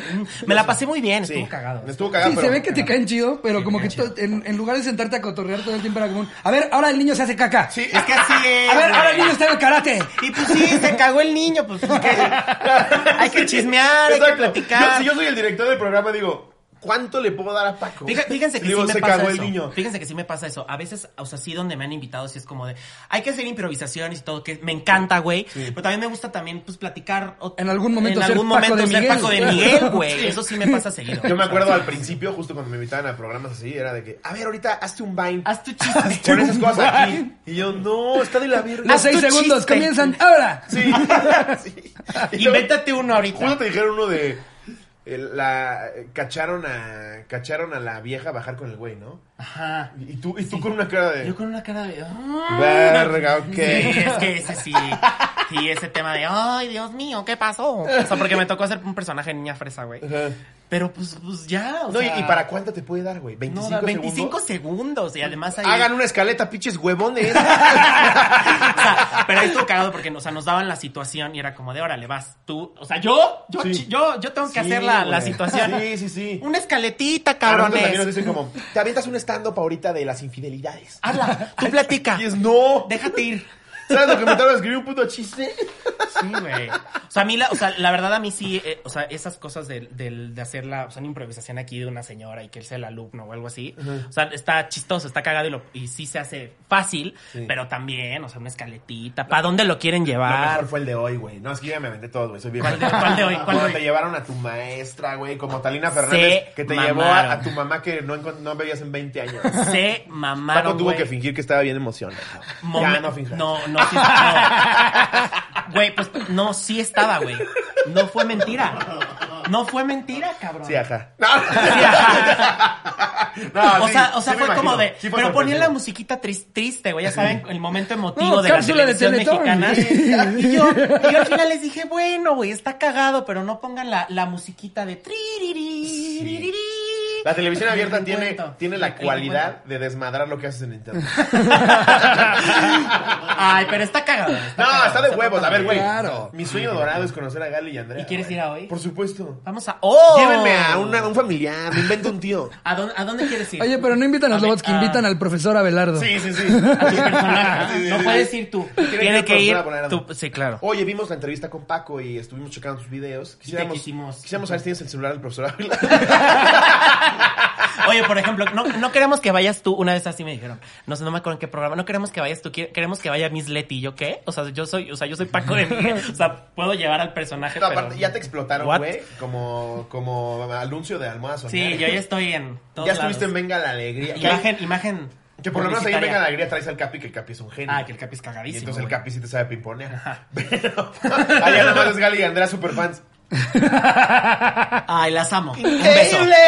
Speaker 3: Me la pasé muy bien, estuvo
Speaker 2: Sí.
Speaker 3: cagado.
Speaker 2: Estuvo
Speaker 1: Sí,
Speaker 2: cagado,
Speaker 1: se
Speaker 2: pero-
Speaker 1: ve que te caen chido, pero como que to- en, en lugar de sentarte a cotorrear todo el tiempo era como un, A ver, ahora el niño se hace caca.
Speaker 2: Sí,
Speaker 3: Es que así es.
Speaker 1: A ver, ahora el
Speaker 3: güey.
Speaker 1: niño está en el karate.
Speaker 3: Y pues sí, se cagó el niño, pues ¿qué? hay que chismear, hay que
Speaker 2: Exacto. Yo-
Speaker 3: platicar.
Speaker 2: si yo soy el director del programa, digo, ¿cuánto le puedo dar a Paco?
Speaker 3: Fíjense, fíjense que
Speaker 2: Digo,
Speaker 3: sí me
Speaker 2: se
Speaker 3: pasa
Speaker 2: cagó
Speaker 3: eso.
Speaker 2: el niño.
Speaker 3: Fíjense que sí me pasa eso. A veces, o sea, sí donde me han invitado, sí es como de, hay que hacer improvisaciones y todo, que me encanta, güey. Pero también me gusta también, pues, platicar. o-
Speaker 1: En algún momento
Speaker 3: en
Speaker 1: ser
Speaker 3: algún
Speaker 1: Paco
Speaker 3: momento
Speaker 1: de
Speaker 3: ser
Speaker 1: Miguel.
Speaker 3: Paco de Miguel, güey. Eso sí me pasa seguido.
Speaker 2: Yo me acuerdo al principio, justo cuando me invitaban a programas así, era de que, a ver, ahorita hazte un Vine.
Speaker 3: Haz tu chiste.
Speaker 2: Con esas cosas aquí. Y yo, no, está de la verga.
Speaker 1: Los
Speaker 3: Haz
Speaker 1: seis
Speaker 3: tu
Speaker 1: segundos
Speaker 3: chiste.
Speaker 1: comienzan ahora.
Speaker 2: Sí. sí. Y luego,
Speaker 3: Invéntate uno ahorita.
Speaker 2: Justo te dijeron uno de. eh, La eh, cacharon a cacharon a la vieja a bajar con el güey, ¿no?
Speaker 3: Ajá.
Speaker 2: Y tú, y tú con una cara de
Speaker 3: Yo con una cara de.
Speaker 2: verga, ok.
Speaker 3: Sí, es que ese sí. Y ese tema de, ay, Dios mío, ¿qué pasó? O sea, porque me tocó hacer un personaje de niña fresa, güey.
Speaker 2: Ajá.
Speaker 3: Pero pues, pues ya, o
Speaker 2: No, y,
Speaker 3: sea,
Speaker 2: y para cuánto te puede dar, güey? 25
Speaker 3: no, da 25
Speaker 2: segundos.
Speaker 3: segundos. y además ahí.
Speaker 2: Hagan una escaleta, pinches huevones.
Speaker 3: O sea, pero ahí estuvo cagado porque o sea, nos daban la situación y era como de, órale, vas tú. O sea, yo, yo,
Speaker 2: Sí.
Speaker 3: chi- yo, yo tengo que hacer la, la situación.
Speaker 2: Sí, sí, sí.
Speaker 3: Una escaletita,
Speaker 2: Ahorita también nos
Speaker 3: cabrones.
Speaker 2: dicen como, te avientas un stand-up ahorita de las infidelidades.
Speaker 3: Habla, tú platica.
Speaker 2: Y es, no.
Speaker 3: Déjate ir.
Speaker 2: ¿Sabes lo que me tardo en escribir un puto chiste?
Speaker 3: Sí, güey. O sea, a mí, la, o sea, la verdad, a mí sí, eh, o sea, esas cosas del- del- de hacer la, o sea, una improvisación aquí de una señora y que él sea el alumno o algo así, o sea, está chistoso, está cagado y, lo- y sí se hace fácil,
Speaker 2: Sí.
Speaker 3: pero también, o sea, una escaletita, ¿para dónde lo quieren
Speaker 2: Lo
Speaker 3: llevar?
Speaker 2: mejor fue el de hoy, güey. No, es que yo ya me vendé todo, güey. Soy bien
Speaker 3: ¿Cuál de-
Speaker 2: mal.
Speaker 3: cuál de hoy? ¿Cuál
Speaker 2: Cuando
Speaker 3: de
Speaker 2: te
Speaker 3: hoy?
Speaker 2: llevaron a tu maestra, güey, como Talina Fernández,
Speaker 3: Se
Speaker 2: que te llevó a,
Speaker 3: mamaron.
Speaker 2: a tu mamá que no, encon- no veías en 20 años.
Speaker 3: Se mamaron,
Speaker 2: Paco tuvo
Speaker 3: güey.
Speaker 2: que fingir que estaba bien emocionado.
Speaker 3: Momen-
Speaker 2: Ya, no finjas.
Speaker 3: No, no, sí, no. Güey, pues no, sí estaba, güey. No fue mentira. No fue mentira, cabrón.
Speaker 2: Sí, ajá.
Speaker 3: Sí, ajá.
Speaker 2: No,
Speaker 3: o
Speaker 2: Ah, sí,
Speaker 3: sea, o sea
Speaker 2: sí me
Speaker 3: fue como
Speaker 2: imagino.
Speaker 3: de.
Speaker 2: Sí fue
Speaker 3: pero ponían la
Speaker 2: sorpresivo.
Speaker 3: musiquita tris- triste, güey. Ya saben, el momento emotivo
Speaker 1: No,
Speaker 3: de la
Speaker 1: cápsula de
Speaker 3: televisión
Speaker 1: Teletón.
Speaker 3: mexicana.
Speaker 1: Sí.
Speaker 3: Y yo, y yo al final les dije, bueno, güey, está cagado, pero no pongan la, la musiquita de. tri, ri, ri, ri, ri, ri,
Speaker 2: La televisión abierta tiene,
Speaker 3: reencuentro.
Speaker 2: tiene la
Speaker 3: El
Speaker 2: cualidad de desmadrar lo que haces en internet.
Speaker 3: Ay, pero está cagado.
Speaker 2: No,
Speaker 3: cagado,
Speaker 2: está de huevos. A ver, güey.
Speaker 1: Claro.
Speaker 2: Mi sueño dorado es conocer a Gali y a Andrea.
Speaker 3: ¿Y quieres
Speaker 2: güey.
Speaker 3: ir a hoy?
Speaker 2: Por supuesto.
Speaker 3: Vamos a. ¡Oh!
Speaker 2: Llévenme a una- un familiar, me invento un tío.
Speaker 3: ¿A dónde, a dónde quieres ir?
Speaker 1: Oye, pero no invitan a
Speaker 3: ver,
Speaker 1: Slobotsky,
Speaker 3: ah,
Speaker 1: invitan al profesor Abelardo.
Speaker 2: Sí, sí, sí.
Speaker 3: a tu personaje.
Speaker 2: Sí, sí,
Speaker 3: no
Speaker 2: sí.
Speaker 3: puedes ir tú.
Speaker 2: Tiene que
Speaker 3: Tiene
Speaker 2: ir
Speaker 3: que ir.
Speaker 2: profesora Bonarosa.
Speaker 3: tú- sí, claro.
Speaker 2: Oye, vimos la entrevista con Paco y estuvimos checando sus videos. Quisiéramos,
Speaker 3: quisimos.
Speaker 2: quisiéramos saber si tienes el celular del profesor Ávila.
Speaker 3: Oye, por ejemplo, no, no queremos que vayas tú. Una vez así me dijeron. No sé, no me acuerdo en qué programa. No queremos que vayas tú. qui- Queremos que vaya Miss Leti. ¿Y ¿Yo qué? O sea, yo soy, o sea, yo soy Paco de Miguel. O sea, puedo llevar al personaje.
Speaker 2: No,
Speaker 3: pero-
Speaker 2: aparte, ya te explotaron,
Speaker 3: What?
Speaker 2: güey, como, como anuncio de almohada soñar.
Speaker 3: Sí, yo ya estoy en. Todos
Speaker 2: Ya estuviste en
Speaker 3: lados.
Speaker 2: Venga la Alegría. Que,
Speaker 3: Imagen, imagen.
Speaker 2: hay- que por lo menos ahí en Venga la
Speaker 3: publicitaria.
Speaker 2: Alegría traes al Capi, que el Capi es un genio.
Speaker 3: Ah, que el Capi es
Speaker 2: Y
Speaker 3: cagadísimo.
Speaker 2: entonces el
Speaker 3: güey.
Speaker 2: Capi sí te sabe pimponear. Pero allá nada más es Gali y Andrea superfans.
Speaker 3: Ay, las amo. Un beso.
Speaker 2: ¡Increíble!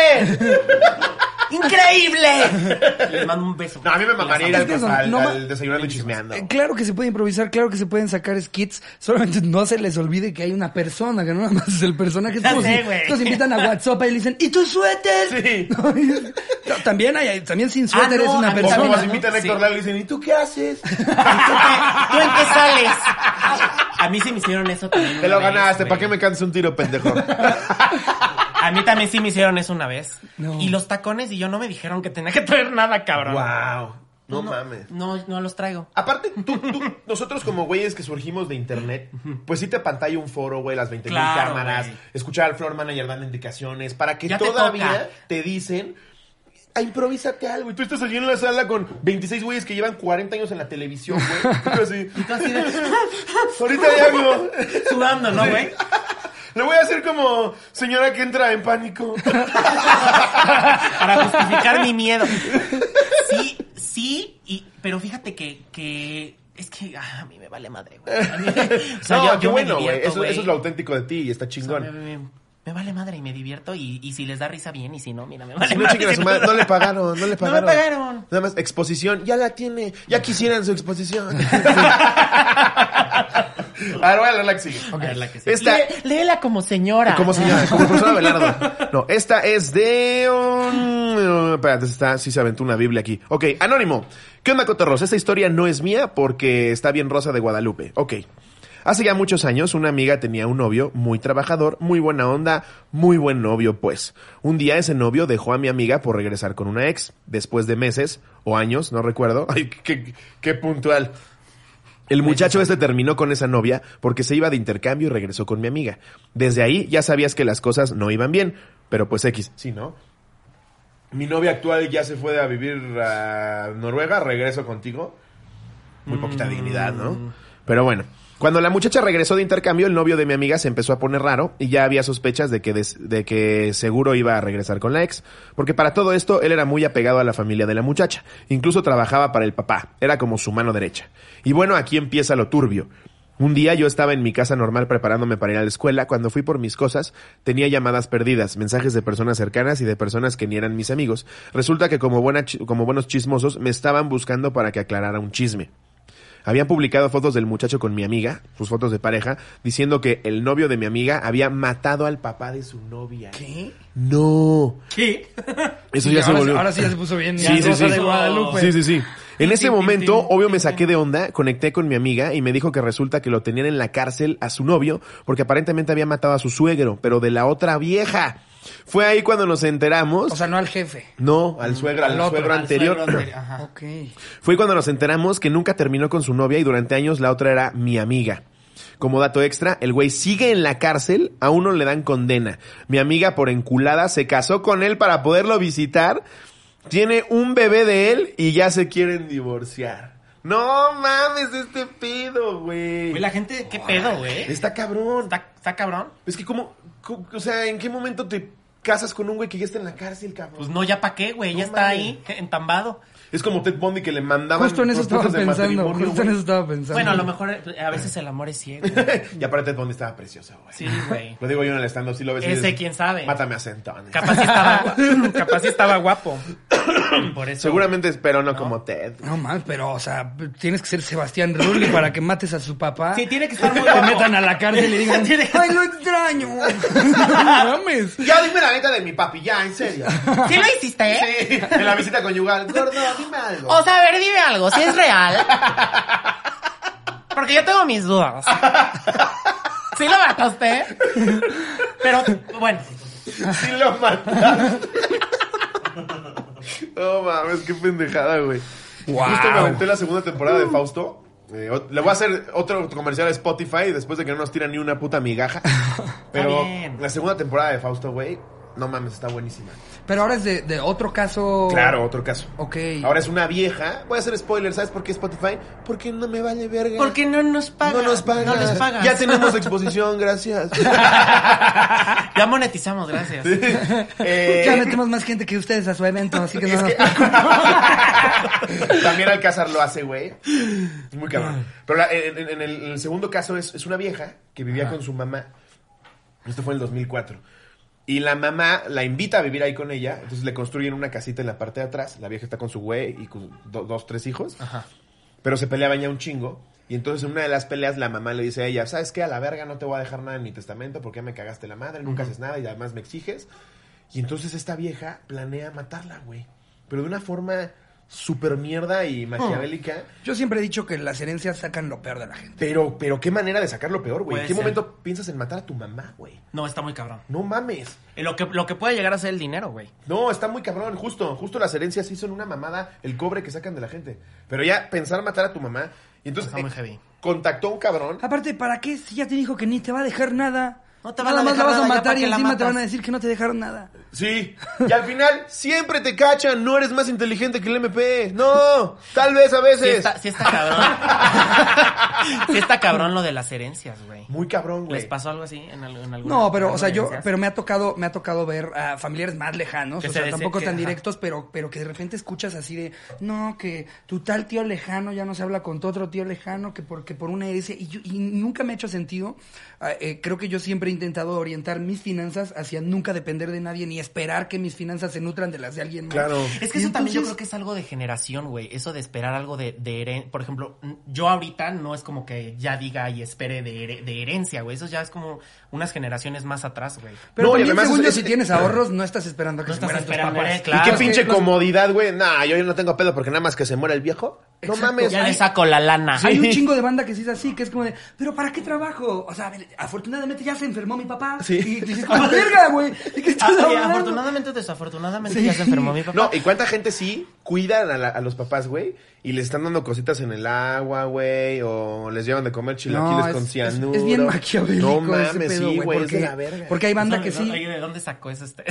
Speaker 3: ¡Increíble! Les mando un beso.
Speaker 2: No, a mí me mamaría ir
Speaker 1: Es
Speaker 2: al,
Speaker 1: que son-
Speaker 2: al,
Speaker 1: no ma-
Speaker 2: al desayunando y chismeando.
Speaker 1: Eh, Claro que se puede improvisar, claro que se pueden sacar skits, solamente no se les olvide que hay una persona, que no nada más es el personaje. Es
Speaker 3: Ya
Speaker 1: como
Speaker 3: sé,
Speaker 1: si-
Speaker 3: güey.
Speaker 1: Los invitan a WhatsApp y le dicen, ¿y tu suéter?
Speaker 2: Sí.
Speaker 1: No, y- no, también, hay, también sin
Speaker 3: Ah,
Speaker 1: suéter
Speaker 3: no,
Speaker 1: es una
Speaker 3: a mí
Speaker 2: O
Speaker 1: persona.
Speaker 2: como
Speaker 3: también,
Speaker 2: se
Speaker 1: ¿no?
Speaker 2: invita a Héctor
Speaker 3: Sí.
Speaker 2: Lalo y dicen, ¿y tú qué haces?
Speaker 3: ¿Tú en qué sales? A mí sí me hicieron eso también.
Speaker 2: Te
Speaker 3: una
Speaker 2: lo
Speaker 3: vez,
Speaker 2: ganaste,
Speaker 3: güey.
Speaker 2: ¿para qué me canses un tiro, pendejo?
Speaker 3: A mí también sí me hicieron eso una vez.
Speaker 1: No.
Speaker 3: Y los tacones y yo no me dijeron que tenía que traer nada, cabrón.
Speaker 2: wow, no mames.
Speaker 3: No, no los traigo.
Speaker 2: Aparte, tú, tú- nosotros como güeyes que surgimos de internet, pues sí te pantalla un foro, güey, las 20.000
Speaker 3: Claro,
Speaker 2: cámaras,
Speaker 3: güey.
Speaker 2: escuchar al floor manager dando indicaciones, para que
Speaker 3: Ya te
Speaker 2: todavía
Speaker 3: toca.
Speaker 2: te, dicen, "Ah, improvísate algo. Y tú estás allí en la sala con 26 güeyes que llevan 40 años en la televisión, güey. Y tú así,
Speaker 3: Y tú así de...
Speaker 2: ahorita hay algo.
Speaker 3: Sudando, ¿no, güey?
Speaker 2: Lo voy a hacer como señora que entra en pánico.
Speaker 3: Para justificar mi miedo. Sí, sí, y, pero fíjate que, que es que ah, a mí me vale madre, güey. A mí- o sea,
Speaker 2: no,
Speaker 3: yo-
Speaker 2: qué
Speaker 3: yo me
Speaker 2: bueno, güey.
Speaker 3: divierto,
Speaker 2: Eso, eso es lo auténtico de ti y está
Speaker 3: O sea,
Speaker 2: chingón.
Speaker 3: me, me- me vale madre y me divierto y, y si les da risa bien y si no, mira, me
Speaker 2: Si
Speaker 3: vale
Speaker 2: no,
Speaker 3: madre.
Speaker 2: chinguen a su madre. no le pagaron, no le
Speaker 3: No me
Speaker 2: pagaron.
Speaker 3: pagaron.
Speaker 2: Nada más exposición, ya la tiene, ya quisieran su exposición. Ahora voy a leer la que sigue.
Speaker 3: A ver, la que sí.
Speaker 2: Esta-
Speaker 3: Lee- léela como señora.
Speaker 2: Como señora, como profesora Belardo. No, esta es de. um, espérate, está, sí se aventó una Biblia aquí. Ok, anónimo. ¿Qué onda, Cotorros? Esta historia no es mía porque está bien rosa de Guadalupe. Ok. Hace ya muchos años, una amiga tenía un novio muy trabajador, muy buena onda, muy buen novio, pues. Un día ese novio dejó a mi amiga por regresar con una ex, después de meses o años, no recuerdo. Ay, qué- qué- qué puntual. El muchacho este terminó con esa novia porque se iba de intercambio y regresó con mi amiga. Desde ahí ya sabías que las cosas no iban bien, pero pues X. Sí, ¿no? Mi novia actual ya se fue a vivir a Noruega, regreso contigo. Muy poquita dignidad, ¿no? Pero bueno. Cuando la muchacha regresó de intercambio, el novio de mi amiga se empezó a poner raro y ya había sospechas de que, des- de que seguro iba a regresar con la ex, porque para todo esto él era muy apegado a la familia de la muchacha, incluso trabajaba para el papá, era como su mano derecha. Y bueno, aquí empieza lo turbio. Un día yo estaba en mi casa normal preparándome para ir a la escuela, cuando fui por mis cosas tenía llamadas perdidas, mensajes de personas cercanas y de personas que ni eran mis amigos. Resulta que como, buena chi- como buenos chismosos me estaban buscando para que aclarara un chisme. Habían publicado fotos del muchacho con mi amiga, sus fotos de pareja, diciendo que el novio de mi amiga había matado al papá de su novia.
Speaker 1: ¿Qué?
Speaker 2: No.
Speaker 3: ¿Qué?
Speaker 2: Eso
Speaker 1: Sí,
Speaker 2: ya se
Speaker 1: ahora,
Speaker 2: volvió.
Speaker 1: ahora sí pues. ya se puso bien.
Speaker 2: Sí,
Speaker 1: ya
Speaker 2: sí,
Speaker 1: Rosa
Speaker 2: sí.
Speaker 1: de Guadalupe.
Speaker 2: Sí, sí, sí. En ese
Speaker 3: tin,
Speaker 2: momento,
Speaker 3: tin, tin,
Speaker 2: obvio, me
Speaker 3: tin,
Speaker 2: saqué de onda, conecté con mi amiga y me dijo que resulta que lo tenían en la cárcel a su novio porque aparentemente había matado a su suegro, pero de la otra vieja. Fue ahí cuando nos enteramos.
Speaker 1: O sea, no al jefe.
Speaker 2: no, al suegro, al,
Speaker 1: al otro,
Speaker 2: suegro
Speaker 1: al
Speaker 2: anterior.
Speaker 3: Al suegro anterior, ajá.
Speaker 1: Ok.
Speaker 2: Fue cuando nos enteramos que nunca terminó con su novia y durante años la otra era mi amiga. Como dato extra, el güey sigue en la cárcel, a uno le dan condena. Mi amiga por enculada se casó con él para poderlo visitar, tiene un bebé de él y ya se quieren divorciar. No mames este pedo,
Speaker 3: Güey,
Speaker 2: güey.
Speaker 3: la gente, qué pedo, güey.
Speaker 2: Está cabrón.
Speaker 3: Está, está cabrón.
Speaker 2: Es que como, co- o sea, ¿en qué momento te casas con un güey que ya está en la cárcel, cabrón?
Speaker 3: Pues no, ya pa' qué, güey. Ya
Speaker 2: No
Speaker 3: está
Speaker 2: mames.
Speaker 3: ahí, entambado.
Speaker 2: es como Ted Bundy que le mandaban
Speaker 1: Justo en eso estaba
Speaker 2: propuestas de
Speaker 1: pensando.
Speaker 2: matrimonio,
Speaker 1: Justo en
Speaker 2: güey.
Speaker 1: eso estaba pensando.
Speaker 3: Bueno, a lo mejor eh, a veces el amor es ciego.
Speaker 2: y aparte Ted Bundy estaba preciosa, güey.
Speaker 3: Sí, güey.
Speaker 2: Lo digo yo en el stand-up, si lo ves. y
Speaker 3: Ese,
Speaker 2: dices,
Speaker 3: quién sabe.
Speaker 2: Mátame a centones.
Speaker 3: Capaz sí estaba, guapo. capaz sí estaba guapo. Por eso.
Speaker 2: Seguramente, pero no,
Speaker 3: ¿No?
Speaker 2: como Ted.
Speaker 1: No más, pero, o sea, tienes que ser Sebastián Rulli para que mates a su papá.
Speaker 3: Sí, tiene que estar muy
Speaker 1: Te
Speaker 3: guapo.
Speaker 1: metan a la cárcel y digan,
Speaker 3: Tiene que-
Speaker 1: ¡ay, lo extraño! No mames.
Speaker 2: Ya dime la neta de mi papi, ya, en serio.
Speaker 4: ¿Sí lo hiciste?
Speaker 3: ¿Eh?
Speaker 2: Sí, en la visita conyugal. Gordo, dime algo.
Speaker 3: Oh.
Speaker 4: O sea, a ver, dime algo, si es real. Porque yo tengo mis dudas. ¿Sí lo mataste?
Speaker 3: Pero, bueno.
Speaker 2: Sí lo mataste. No mames, qué pendejada, güey.
Speaker 1: Guau.
Speaker 2: Justo me aventé la segunda temporada de Fausto. Eh, o- le voy a hacer otro comercial a Spotify después de que no nos tiran ni una puta migaja. Pero
Speaker 3: bien.
Speaker 2: la segunda temporada de Fausto, güey, no mames, está buenísima.
Speaker 1: Pero ahora es de, de otro caso.
Speaker 3: Oh.
Speaker 2: Claro, otro caso.
Speaker 1: Ok.
Speaker 2: Ahora es una vieja. Voy a hacer spoiler, ¿sabes por qué Spotify? Porque no me vale verga.
Speaker 3: Porque no nos
Speaker 2: no
Speaker 3: pagan.
Speaker 2: nos pagan.
Speaker 3: No les pagan.
Speaker 2: Ya tenemos exposición, gracias.
Speaker 3: Ya monetizamos, gracias.
Speaker 2: Eh,
Speaker 1: Ya metemos más gente que ustedes a su evento, así que no.
Speaker 2: Es
Speaker 1: nos-
Speaker 2: que- También Alcázar lo hace, güey. Es muy cabrón. Pero la- en, en- en el, en el segundo caso es, es una vieja que vivía con su mamá. Esto fue en el 2004. Y la mamá la invita a vivir ahí con ella. Entonces le construyen una casita en la parte de atrás. La vieja está con su güey y con do- dos, tres hijos.
Speaker 3: Ajá.
Speaker 2: Pero se peleaban ya un chingo. Y entonces en una de las peleas la mamá le dice a ella, ¿sabes qué? A la verga no te voy a dejar nada en mi testamento porque ya me cagaste la madre, nunca haces nada y además me exiges. Y entonces esta vieja planea matarla, güey. Pero de una forma súper mierda y maquiavélica.
Speaker 1: Yo siempre he dicho que las herencias sacan lo peor de la gente.
Speaker 2: Pero, pero qué manera de sacar lo peor, güey. ¿En
Speaker 3: Puede
Speaker 2: qué
Speaker 3: ser.
Speaker 2: momento piensas en matar a tu mamá, güey?
Speaker 3: No, está muy cabrón.
Speaker 2: No mames.
Speaker 3: Eh, Lo que, lo que puede llegar a ser el dinero, güey.
Speaker 2: No, está muy cabrón, justo, justo las herencias sí son una mamada, el cobre que sacan de la gente. Pero ya pensar matar a tu mamá, y entonces eh,
Speaker 3: Está muy heavy.
Speaker 2: contactó a un cabrón.
Speaker 1: Aparte, ¿para qué? Si ya te dijo que ni te va a dejar nada.
Speaker 3: No te van
Speaker 1: nada
Speaker 3: a
Speaker 1: más
Speaker 3: dejar
Speaker 1: la vas
Speaker 3: nada,
Speaker 1: a
Speaker 3: ya
Speaker 1: matar
Speaker 3: para
Speaker 1: y
Speaker 3: que la
Speaker 1: encima te van a
Speaker 3: matas.
Speaker 1: decir que no te dejaron nada.
Speaker 2: Sí, y al final siempre te cachan, no eres más inteligente que el MP. No, tal vez a
Speaker 3: Sí
Speaker 2: veces.
Speaker 3: está, sí está cabrón. sí está cabrón lo de las herencias, güey.
Speaker 2: Muy cabrón, güey.
Speaker 3: ¿Les pasó algo así en, al- en alguna-
Speaker 1: No, pero, o
Speaker 3: alguna
Speaker 1: sea, yo,
Speaker 3: herencia?
Speaker 1: pero me ha tocado, me ha tocado ver a familiares más lejanos,
Speaker 3: Que
Speaker 1: o
Speaker 3: se
Speaker 1: sea,
Speaker 3: dese-
Speaker 1: tampoco
Speaker 3: que-
Speaker 1: tan
Speaker 3: ajá.
Speaker 1: directos, pero, pero que de repente escuchas así de, no, que tu tal tío lejano ya no se habla con tu otro tío lejano, que porque por una herencia, y, yo- y nunca me ha hecho sentido. Ah, eh, creo que yo siempre he intentado orientar mis finanzas hacia nunca depender de nadie ni esperar que mis finanzas se nutran de las de alguien más.
Speaker 2: Claro.
Speaker 3: Es que
Speaker 1: Y
Speaker 3: eso también yo
Speaker 1: entonces-
Speaker 3: creo que es algo de generación, güey. Eso de esperar algo de, de heren- Por ejemplo, n- yo ahorita no es como que ya diga y espere de, here- de herencia, güey. Eso ya es como unas generaciones más atrás, güey.
Speaker 1: Pero
Speaker 2: No, y
Speaker 1: también,
Speaker 2: además
Speaker 1: según
Speaker 2: es-
Speaker 1: yo,
Speaker 2: es-
Speaker 1: si tienes ahorros, no estás esperando que
Speaker 3: No
Speaker 1: se
Speaker 3: estás
Speaker 1: mueran tus
Speaker 3: esperando,
Speaker 1: papás.
Speaker 3: eh, claro.
Speaker 2: y qué
Speaker 3: es que
Speaker 2: pinche
Speaker 1: los-
Speaker 2: comodidad, güey. Nah, yo ya no tengo pedo porque nada más que se muera el viejo. No
Speaker 1: Exacto.
Speaker 2: mames.
Speaker 3: Ya
Speaker 2: Ay,
Speaker 3: le saco la lana.
Speaker 1: Pues Hay un chingo de banda que sí es así, que es como de, ¿pero para qué trabajo? O sea, a ver, afortunadamente ya se enfermó mi papá.
Speaker 2: Sí.
Speaker 1: Y dices, como, "Ah, verga, güey! ¿De qué
Speaker 3: Ah,
Speaker 1: estás
Speaker 3: sí,
Speaker 1: hablando?
Speaker 3: afortunadamente o desafortunadamente
Speaker 1: Sí.
Speaker 3: ya se enfermó mi papá.
Speaker 2: No, y cuánta gente sí cuidan a, la- a los papás, güey, y les están dando cositas en el agua, güey, o les llevan de comer chilaquiles
Speaker 1: No, es-
Speaker 2: con
Speaker 1: es,
Speaker 2: cianuro.
Speaker 1: es bien maquiavélico
Speaker 2: No
Speaker 1: ese
Speaker 2: mames,
Speaker 1: pedo,
Speaker 2: sí,
Speaker 1: güey.
Speaker 2: güey, es de
Speaker 1: Porque,
Speaker 2: la verga.
Speaker 1: porque hay banda
Speaker 3: ¿Dónde-
Speaker 1: que sí.
Speaker 3: oye, ¿de dónde sacó eso este?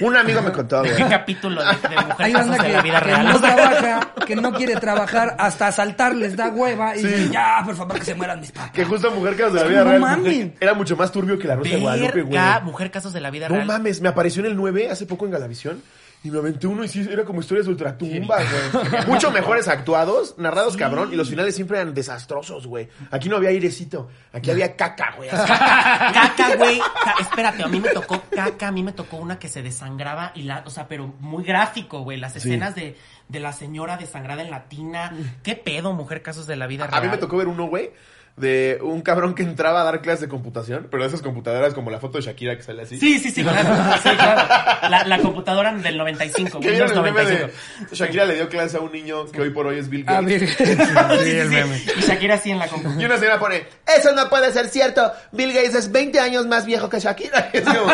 Speaker 2: Un amigo me contó, güey.
Speaker 3: ¿Qué capítulo de, de mujer
Speaker 1: Hay banda
Speaker 3: Casos
Speaker 1: que,
Speaker 3: de la vida
Speaker 1: que
Speaker 3: real?
Speaker 1: no
Speaker 3: O sea,
Speaker 1: trabaja, que no quiere trabajar, hasta asaltar les da hueva y dicen, ya, por favor, que se mueran mis papás.
Speaker 2: Que justo mujer que de la
Speaker 1: Es
Speaker 2: vida
Speaker 1: como,
Speaker 2: real
Speaker 1: mames.
Speaker 2: era mucho más turbio que la Rosa de Guadalupe, güey.
Speaker 3: Verga, mujer casos de la vida
Speaker 2: No
Speaker 3: real.
Speaker 2: mames, me apareció en el 9 hace poco en Galavisión. Y me aventé uno y sí, era como historias de ultratumba, güey. Mucho mejores actuados, narrados cabrón, y los finales siempre eran desastrosos, güey. Aquí no había airecito, aquí había caca, güey. así.
Speaker 3: Caca, güey. Ca- Espérate, a mí me tocó caca, a mí me tocó una que se desangraba y la, o sea, pero muy gráfico, güey. Las escenas de, de la señora desangrada en la tina. ¿Qué pedo, mujer casos de la vida
Speaker 2: A
Speaker 3: Ah, real?
Speaker 2: mí me tocó ver uno, güey, de un cabrón que entraba a dar clases de computación, pero de esas computadoras como la foto de Shakira que sale así.
Speaker 3: Sí, sí, sí, claro. Sí, claro. La, la computadora del 95,
Speaker 2: Que vieron
Speaker 3: Windows
Speaker 2: el meme
Speaker 3: 95.
Speaker 2: de Shakira le dio clase a un niño que hoy por hoy es Bill
Speaker 1: A
Speaker 3: Ah,
Speaker 2: Gates.
Speaker 1: ver,
Speaker 3: Sí, sí, sí. Y Shakira así en la computadora.
Speaker 2: Y una señora pone, eso no puede ser cierto, Bill Gates es 20 años más viejo que Shakira. Es como,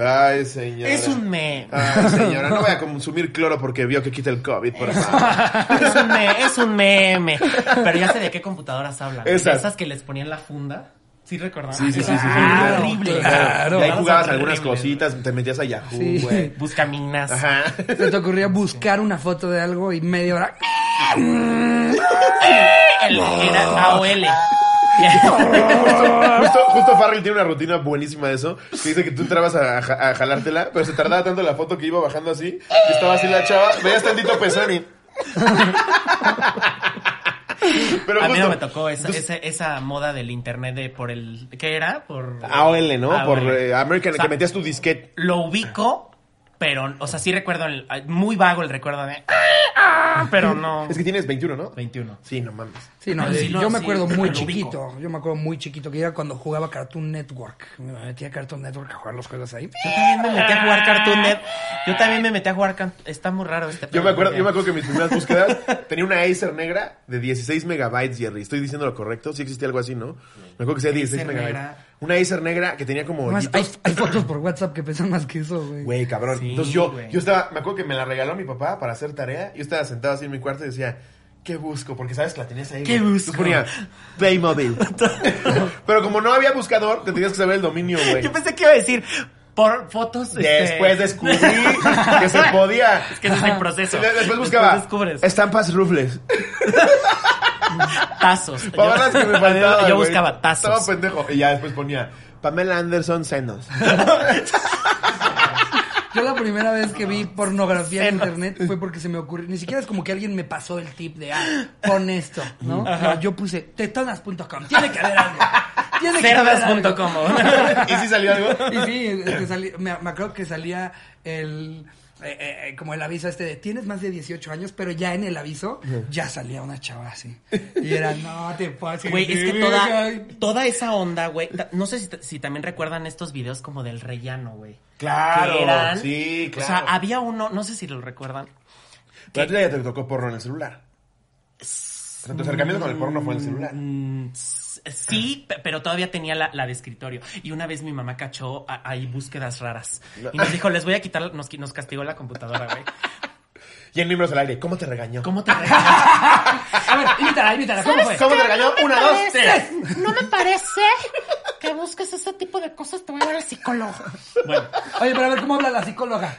Speaker 2: ay señora.
Speaker 3: Es un meme.
Speaker 2: Ay señora, no voy a consumir cloro porque vio que quita el COVID, por favor.
Speaker 3: Es un, me- es un meme. Pero ya sé de qué computadoras hablan. güey.
Speaker 2: Esas.
Speaker 3: Esas que les ponían la funda. Sí, recordaba.
Speaker 2: Sí, sí, sí, sí, sí.
Speaker 3: Ah, horrible.
Speaker 1: Claro.
Speaker 2: Y ahí jugabas
Speaker 3: Horrible.
Speaker 2: algunas cositas, te metías a Yahoo,
Speaker 1: Sí.
Speaker 2: güey.
Speaker 3: Buscaminas.
Speaker 2: Ajá.
Speaker 1: se te ocurría buscar una foto de algo y media hora.
Speaker 3: El- era AOL.
Speaker 2: Justo, justo Farrell tiene una rutina buenísima de eso, que dice que tú entrabas a, ja- a jalártela, pero se tardaba tanto la foto que iba bajando así, que estaba así la chava, veías tantito pezón y... Pero
Speaker 3: A mí no
Speaker 2: justo-
Speaker 3: me tocó esa, esa, esa moda del internet de por el... ¿Qué era? Por...
Speaker 2: AOL, ¿no?
Speaker 3: AOL.
Speaker 2: Por eh, American,
Speaker 3: O sea,
Speaker 2: que metías tu disquete.
Speaker 3: Lo ubico Pero, o sea, sí recuerdo, el- muy vago el recuerdo de... "Ah, ah", Pero no...
Speaker 2: Es que tienes 21, ¿no?
Speaker 3: 21.
Speaker 2: Sí, no mames.
Speaker 1: Sí, no,
Speaker 3: Pero
Speaker 1: de-
Speaker 3: Ah, sí lo-
Speaker 1: yo me
Speaker 3: sí,
Speaker 1: acuerdo
Speaker 3: lo
Speaker 1: muy
Speaker 3: ubico.
Speaker 1: chiquito. Yo me acuerdo muy chiquito que era cuando jugaba Cartoon Network. Me metía a Cartoon Network a jugar los juegos ahí.
Speaker 3: Yo también me metí a jugar Cartoon Net- Yo también me metí a jugar... can- Está muy raro este
Speaker 2: Yo
Speaker 3: pedo,
Speaker 2: me acuerdo,
Speaker 3: porque-
Speaker 2: yo me acuerdo que mis primeras búsquedas tenía una Acer negra de 16 megabytes, Jerry. Estoy diciendo lo correcto, sí existía algo así, ¿no? Me acuerdo que sea 16
Speaker 3: Acer
Speaker 2: megabytes.
Speaker 3: negra.
Speaker 2: Una Acer negra que tenía como
Speaker 1: Además, hay,
Speaker 2: hoyitos.
Speaker 1: hay fotos por WhatsApp que pesan más que eso, güey.
Speaker 2: Güey, cabrón.
Speaker 3: Sí,
Speaker 2: Entonces yo,
Speaker 3: güey.
Speaker 2: yo estaba, me acuerdo que me la regaló mi papá para hacer tarea. Yo estaba sentado así en mi cuarto y decía, ¿qué busco? Porque sabes que la tenías ahí.
Speaker 3: ¿Qué
Speaker 2: güey.
Speaker 3: busco?
Speaker 2: Tú ponías Playmobil. Pero como no había buscador, te tenías que saber el dominio, güey.
Speaker 3: Yo pensé que iba a decir por fotos... este-
Speaker 2: Después descubrí que se podía.
Speaker 3: Es que ese es el proceso.
Speaker 2: Después buscaba
Speaker 3: descubres
Speaker 2: estampas rufles.
Speaker 3: tazos. Yo,
Speaker 2: Palabras que me faltaban.
Speaker 3: yo
Speaker 2: güey.
Speaker 3: buscaba
Speaker 2: Estaba pues,
Speaker 3: tazos.
Speaker 2: pendejo. Y ya después ponía Pamela Anderson senos.
Speaker 1: Yo la primera vez que
Speaker 3: Ah,
Speaker 1: vi pornografía en internet fue porque se me ocurrió. Ni siquiera es como que alguien me pasó el tip de, ah, pon esto, ¿no? No, yo puse tetonas.com. Tiene que haber algo. Tiene que haber algo.
Speaker 3: Cerdas.com.
Speaker 2: ¿Y si salió algo?
Speaker 1: Y sí, este, salí- me, me acuerdo que salía el. eh, eh, eh, como el aviso este de tienes más de 18 años, pero ya en el aviso ya salía una chava así. Y era, no te pases.
Speaker 3: Güey, es
Speaker 1: de
Speaker 3: que toda,
Speaker 1: verga".
Speaker 3: toda esa onda, güey. ta- No sé si, ta- si también recuerdan estos videos como del rellano, güey.
Speaker 2: Claro,
Speaker 3: Que eran-
Speaker 2: sí, claro.
Speaker 3: O sea, había uno, no sé si lo recuerdan.
Speaker 2: Pero a ti ya te tocó porno en el celular. O sea, tu acercamiento con el porno fue en el celular.
Speaker 3: Mm, s- Sí, pe- pero todavía tenía la, la de escritorio. Y una vez mi mamá cachó a- ahí búsquedas raras. Y nos dijo, les voy a quitar, nos, qui- nos castigó la computadora, güey.
Speaker 2: Y en libros al aire, ¿cómo te regañó?
Speaker 3: ¿Cómo te regañas?
Speaker 1: A ver, invítala, invítala, ¿cómo fue?
Speaker 2: ¿Cómo te regañó? Una, dos, tres.
Speaker 4: No me parece que busques ese tipo de cosas, te voy a ver al psicólogo.
Speaker 3: Bueno,
Speaker 1: Oye, pero a ver, ¿cómo habla la psicóloga?